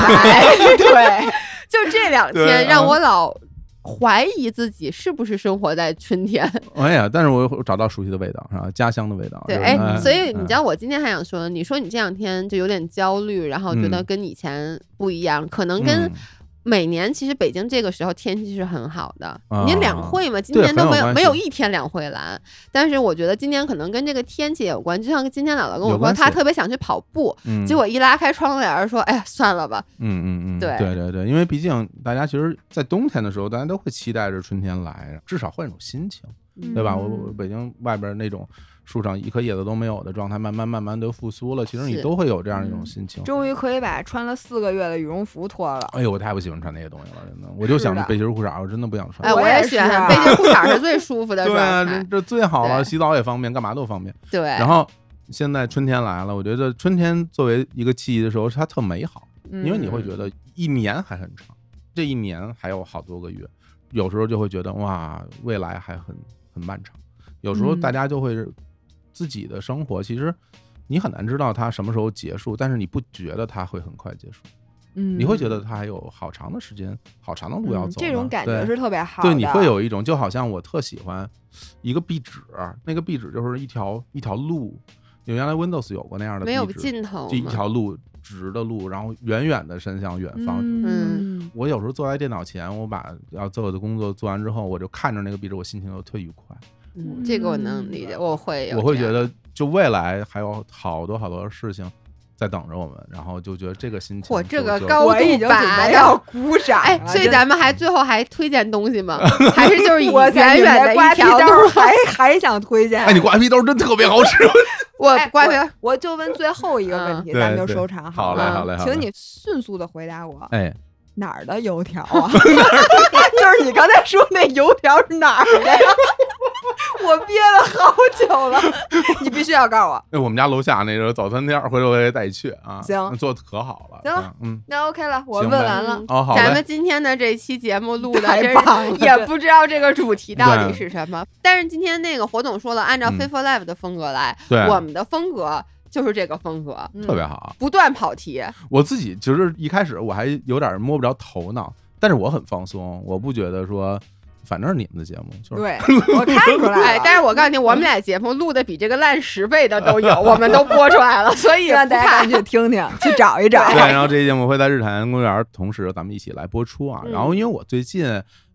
[SPEAKER 2] 对， 就这两
[SPEAKER 3] 对嗯
[SPEAKER 2] 天让我老怀疑自己是不是生活在春天。
[SPEAKER 3] 哎呀，但是我又找到熟悉的味道，是吧？家乡的味道。
[SPEAKER 2] 对，
[SPEAKER 3] 是吧
[SPEAKER 2] 哎，
[SPEAKER 3] 哎，
[SPEAKER 2] 所以你
[SPEAKER 3] 嗯
[SPEAKER 2] 知道我今天还想说呢，你说你这两天就有点焦虑，然后觉得
[SPEAKER 3] 嗯
[SPEAKER 2] 跟以前不一样，可能跟
[SPEAKER 3] 嗯
[SPEAKER 2] 每年其实北京这个时候天气是很好的，
[SPEAKER 3] 啊
[SPEAKER 2] 你两会嘛，今
[SPEAKER 3] 对
[SPEAKER 2] 年都没
[SPEAKER 3] 很有
[SPEAKER 2] 有
[SPEAKER 3] 关系
[SPEAKER 2] 没有一天两会蓝，但是我觉得今年可能跟这个天气也有关，就像今天姥姥跟
[SPEAKER 3] 有
[SPEAKER 2] 我说，
[SPEAKER 3] 关系
[SPEAKER 2] 她特别想去跑步，
[SPEAKER 3] 嗯
[SPEAKER 2] 结果一拉开窗帘儿说，哎呀，算了吧，
[SPEAKER 3] 嗯嗯嗯，
[SPEAKER 2] 对
[SPEAKER 3] 对对对，因为毕竟大家其实，在冬天的时候，大家都会期待着春天来，至少换一种心情，
[SPEAKER 1] 嗯
[SPEAKER 3] 对吧？我
[SPEAKER 2] 嗯
[SPEAKER 3] 我北京外边那种树上一颗叶子都没有的状态，慢慢慢慢都复苏了，其实你
[SPEAKER 2] 是嗯
[SPEAKER 3] 都会有这样一种心情。
[SPEAKER 1] 终于可以把穿了四个月的羽绒服脱了。
[SPEAKER 3] 哎呦，我太不喜欢穿那些东西了，真的，我就是想
[SPEAKER 1] 的
[SPEAKER 3] 背心儿裤衩儿，我真的不想穿。
[SPEAKER 2] 啊哎，
[SPEAKER 1] 我
[SPEAKER 2] 我
[SPEAKER 1] 也
[SPEAKER 2] 喜
[SPEAKER 1] 是啊
[SPEAKER 2] 欢背心裤衩儿是最舒服的
[SPEAKER 3] 对啊，
[SPEAKER 2] 状
[SPEAKER 3] 这
[SPEAKER 2] 态，
[SPEAKER 3] 这最好了，
[SPEAKER 2] 对
[SPEAKER 3] 洗澡也方便，干嘛都方便。
[SPEAKER 2] 对，
[SPEAKER 3] 然后现在春天来了，我觉得春天作为一个记忆的时候，它特美好。因为你
[SPEAKER 1] 嗯
[SPEAKER 3] 会觉得一年还很长，这一年还有好多个月，有时候就会觉得哇，未来还很很漫长。有时候
[SPEAKER 1] 嗯
[SPEAKER 3] 大家就会自己的生活，其实你很难知道它什么时候结束，但是你不觉得它会很快结束，
[SPEAKER 1] 嗯，
[SPEAKER 3] 你会觉得它还有好长的时间、好长的路要
[SPEAKER 1] 嗯
[SPEAKER 3] 走呢。
[SPEAKER 1] 这种感觉
[SPEAKER 3] 对
[SPEAKER 1] 是特别好的。
[SPEAKER 3] 对，你会有一种就好像我特喜欢一个壁纸，那个壁纸就是一条一条路，因为原来 Windows 有过那样的壁纸，
[SPEAKER 2] 没有尽头
[SPEAKER 3] 就一
[SPEAKER 2] 嘛
[SPEAKER 3] 条路直的路，然后远远的伸向远方。
[SPEAKER 1] 嗯
[SPEAKER 2] 嗯
[SPEAKER 3] 我有时候坐在电脑前，我把要做的工作做完之后，我就看着那个壁纸，我心情就特愉快。
[SPEAKER 2] 嗯这个我能理解，我会有
[SPEAKER 3] 我会
[SPEAKER 2] 哎这样
[SPEAKER 3] 觉得，就未来还有好多好多事情在等着我们，然后就觉得这个心情
[SPEAKER 2] 嚯
[SPEAKER 3] 就，
[SPEAKER 2] 这个
[SPEAKER 3] 就
[SPEAKER 2] 高
[SPEAKER 1] 我
[SPEAKER 2] 度
[SPEAKER 1] 已经准
[SPEAKER 2] 拔呀
[SPEAKER 1] 备 要鼓掌了。
[SPEAKER 2] 哎，所以
[SPEAKER 1] 真
[SPEAKER 2] 咱们还最后还推荐东西 吗？还是就是以
[SPEAKER 1] 我在
[SPEAKER 2] 远远的
[SPEAKER 1] 刮
[SPEAKER 2] 一
[SPEAKER 1] 皮
[SPEAKER 2] 条
[SPEAKER 1] 刀儿
[SPEAKER 2] 路？
[SPEAKER 1] 还还想推荐。
[SPEAKER 3] 哎，你瓜皮豆真特别好吃。
[SPEAKER 2] 我
[SPEAKER 1] 哎
[SPEAKER 2] 刮
[SPEAKER 1] 我
[SPEAKER 2] 皮刀，
[SPEAKER 1] 我就问最后一个问题，
[SPEAKER 3] 嗯
[SPEAKER 1] 咱们
[SPEAKER 3] 对
[SPEAKER 1] 就
[SPEAKER 3] 对
[SPEAKER 1] 收场
[SPEAKER 3] 好
[SPEAKER 1] 了。
[SPEAKER 3] 嘞，
[SPEAKER 2] 嗯
[SPEAKER 3] 好嘞，好嘞。
[SPEAKER 1] 请你迅速的回答我
[SPEAKER 3] 哎，
[SPEAKER 1] 哪儿的油条啊？ 就是你刚才说那油条是哪儿的呀？ 我憋了好久了， 你必须要告诉我。
[SPEAKER 3] 哎，我们家楼下那个早餐店儿，回头我也带你去啊。
[SPEAKER 1] 行
[SPEAKER 3] 做的可好了。
[SPEAKER 1] 行了
[SPEAKER 3] 嗯，
[SPEAKER 1] 那 OK 了，我
[SPEAKER 3] 行
[SPEAKER 1] 问
[SPEAKER 3] 呗
[SPEAKER 1] 完了
[SPEAKER 2] 嗯。
[SPEAKER 3] 哦，好嘞。
[SPEAKER 2] 咱们今天的这期节目录的
[SPEAKER 1] 太
[SPEAKER 2] 真
[SPEAKER 1] 棒了
[SPEAKER 2] 是也不知道这个主题到底
[SPEAKER 3] 对
[SPEAKER 2] 是什么，但是今天那个火总说了，按照
[SPEAKER 3] 嗯
[SPEAKER 2] Fit for Life 的风格来，
[SPEAKER 3] 对
[SPEAKER 2] 我们的风格就是这个风格，
[SPEAKER 1] 嗯
[SPEAKER 3] 特别好。
[SPEAKER 2] 不断跑题。
[SPEAKER 3] 我自己其实一开始我还有点摸不着头脑，但是我很放松，我不觉得说，反正是你们的节目就是
[SPEAKER 1] 对，我看 出来
[SPEAKER 2] 哎
[SPEAKER 1] 了，。嗯
[SPEAKER 2] 但是我告诉你，我们俩节目录的比这个烂十倍的都有，我们都播出来了，所以
[SPEAKER 1] 希望大家赶紧去听听， 去找一找。
[SPEAKER 3] 对，然后这期节目会在日坛公园儿同时咱们一起来播出啊。
[SPEAKER 2] 嗯
[SPEAKER 3] 然后因为我最近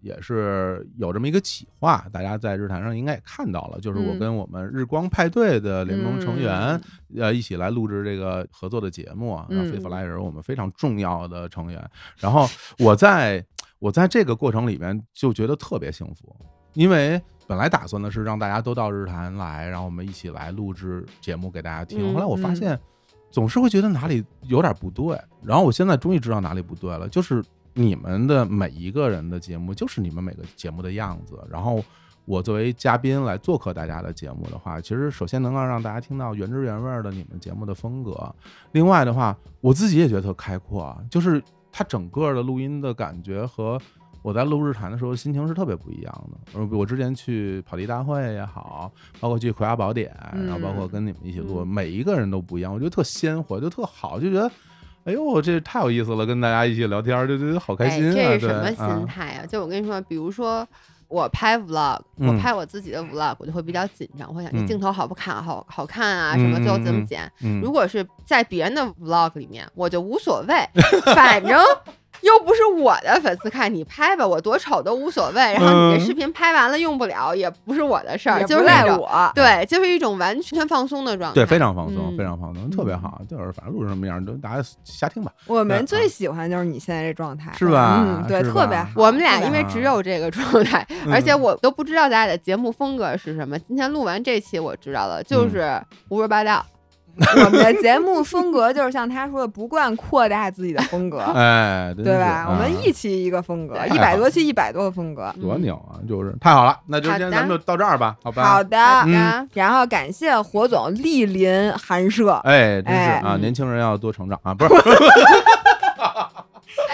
[SPEAKER 3] 也是有这么一个企划，大家在日坛上应该也看到了，就是我
[SPEAKER 1] 嗯
[SPEAKER 3] 跟我们日光派对的联盟成员、呃一起来录制这个合作的节目啊。
[SPEAKER 1] 嗯
[SPEAKER 3] 飞弗莱人我们非常重要的成员。然后我在我在这个过程里面就觉得特别幸福，因为。本来打算的是让大家都到日坛来，然后我们一起来录制节目给大家听。
[SPEAKER 2] 嗯
[SPEAKER 3] 后来我发
[SPEAKER 1] 嗯
[SPEAKER 3] 现总是会觉得哪里有点不对。然后我现在终于知道哪里不对了，就是你们的每一个人的节目，就是你们每个节目的样子。然后我作为嘉宾来做客大家的节目的话，其实首先能够让大家听到原汁原味儿的你们节目的风格，另外的话，我自己也觉得特开阔啊，就是它整个的录音的感觉和我在录日谈的时候心情是特别不一样的。呃，我之前去跑题大会也好，包括去葵花宝典，然后包括跟你们一起录，
[SPEAKER 2] 嗯
[SPEAKER 3] 每一个人都不一样，我觉得特鲜活，就特好，就觉得。哎呦，这太有意思了！跟大家一起聊天儿，就觉得好开心啊！
[SPEAKER 2] 哎、这是
[SPEAKER 3] 对
[SPEAKER 2] 什么
[SPEAKER 3] 啊
[SPEAKER 2] 心态啊？就我跟你说，比如说我拍 vlog，、
[SPEAKER 3] 嗯
[SPEAKER 2] 我拍我自己的 vlog，我就会比较紧张，会想这
[SPEAKER 3] 嗯
[SPEAKER 2] 镜头好不看，好好看啊，什么
[SPEAKER 3] 嗯
[SPEAKER 2] 最后怎
[SPEAKER 3] 嗯
[SPEAKER 2] 么剪。
[SPEAKER 3] 嗯，
[SPEAKER 2] 如果是在别人的 vlog 里面，我就无所谓，反正。又不是我的粉丝看你拍吧，我多丑都无所谓。然后你
[SPEAKER 3] 嗯
[SPEAKER 2] 这视频拍完了用不了，也不是我的事
[SPEAKER 1] 也
[SPEAKER 2] 儿，
[SPEAKER 1] 不
[SPEAKER 2] 就是
[SPEAKER 1] 赖
[SPEAKER 2] 一种。
[SPEAKER 1] 我。
[SPEAKER 2] 对，就是一种完全放松的状态。
[SPEAKER 3] 对，非常放松，
[SPEAKER 2] 嗯
[SPEAKER 3] 非常放松，特别好。就是反正录成什么样，都大家瞎 听吧。
[SPEAKER 1] 我
[SPEAKER 3] 嗯
[SPEAKER 1] 们最喜欢就是你现在这状态，
[SPEAKER 3] 是吧
[SPEAKER 1] 嗯，对，
[SPEAKER 3] 是吧
[SPEAKER 1] 特别好。
[SPEAKER 2] 我们俩
[SPEAKER 1] 特别
[SPEAKER 2] 因
[SPEAKER 1] 好
[SPEAKER 2] 为只有这个状态，而且
[SPEAKER 3] 啊嗯，
[SPEAKER 2] 我都不知道咱俩的节目风格是什么。今天录完这期我知道了，就是胡说八道。嗯
[SPEAKER 1] 我们的节目风格就是像他说的，不惯扩大自己的风格
[SPEAKER 3] 哎， 真
[SPEAKER 1] 对
[SPEAKER 3] 是
[SPEAKER 1] 吧？我们
[SPEAKER 3] 啊
[SPEAKER 1] 一期一个风格，
[SPEAKER 2] 对
[SPEAKER 1] 一百多期一百多个风格。
[SPEAKER 3] 多牛啊！就是太好了，那就今天
[SPEAKER 2] 好的
[SPEAKER 3] 咱们就到这儿吧，好吧？
[SPEAKER 1] 好的，
[SPEAKER 2] 嗯
[SPEAKER 1] 然后感谢火总莅临寒 舍，
[SPEAKER 3] 哎，真是啊，
[SPEAKER 2] 哎
[SPEAKER 3] 年轻人要多成长啊！不是，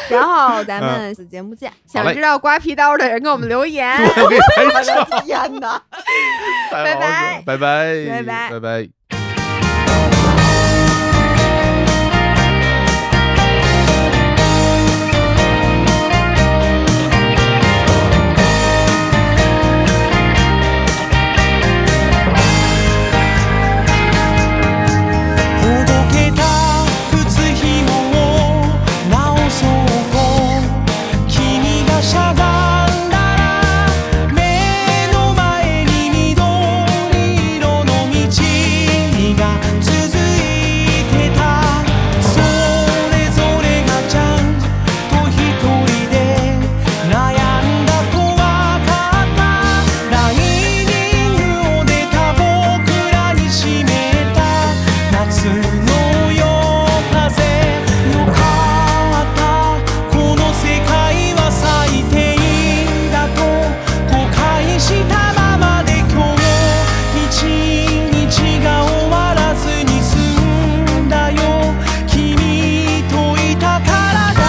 [SPEAKER 1] 然后咱
[SPEAKER 3] 嗯
[SPEAKER 1] 们节目见。
[SPEAKER 2] 想知道刮皮刀的人给我们留言。
[SPEAKER 3] 我给拍
[SPEAKER 1] 我的天哪！
[SPEAKER 3] 太好了拜拜，
[SPEAKER 1] 拜拜
[SPEAKER 3] 拜拜。
[SPEAKER 4] ほどけた靴紐を直そう君がしゃがんだら目の前に緑色の道が続いてたそれぞれがちゃんと一人で悩んだ怖かったライニングを出た僕らに湿った夏の夜風よかったこの世界は最低だと後悔したままで今日一日が終わらずに済んだよ君といたからだ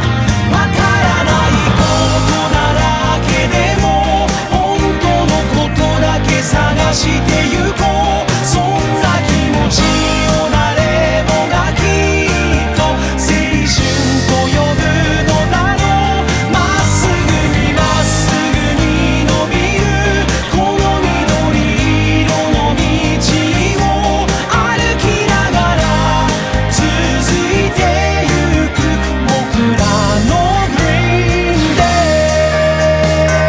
[SPEAKER 4] 「わからないことだらけでも」「本当のことだけ探してゆこう」「そんな気持ちを誰もがきっと青春と呼ぶのだろう」「まっすぐにまっすぐに伸びる」「この緑色の道を歩きながら」「続いてゆく僕らの Green Days」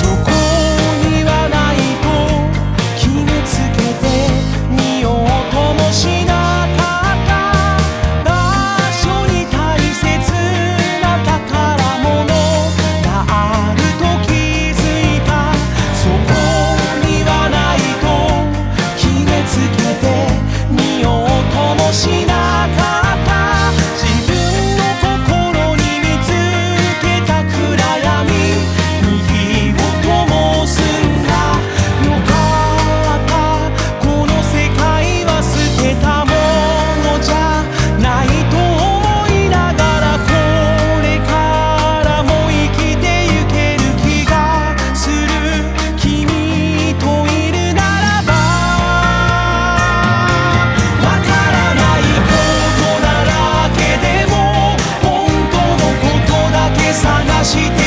[SPEAKER 4] そこにはないと決めつけてみようともしなかった場所に大切な宝物があると気づいたそこにはないと決めつけてみようともしなかった自分の心に見つけた暗闇「に火を灯すんだ」「よかったこの世界は捨てたものじゃないと思いながら」「これからも生きてゆける気がする」「君といるならば」「わからないことだらけでも」「本当のことだけ探して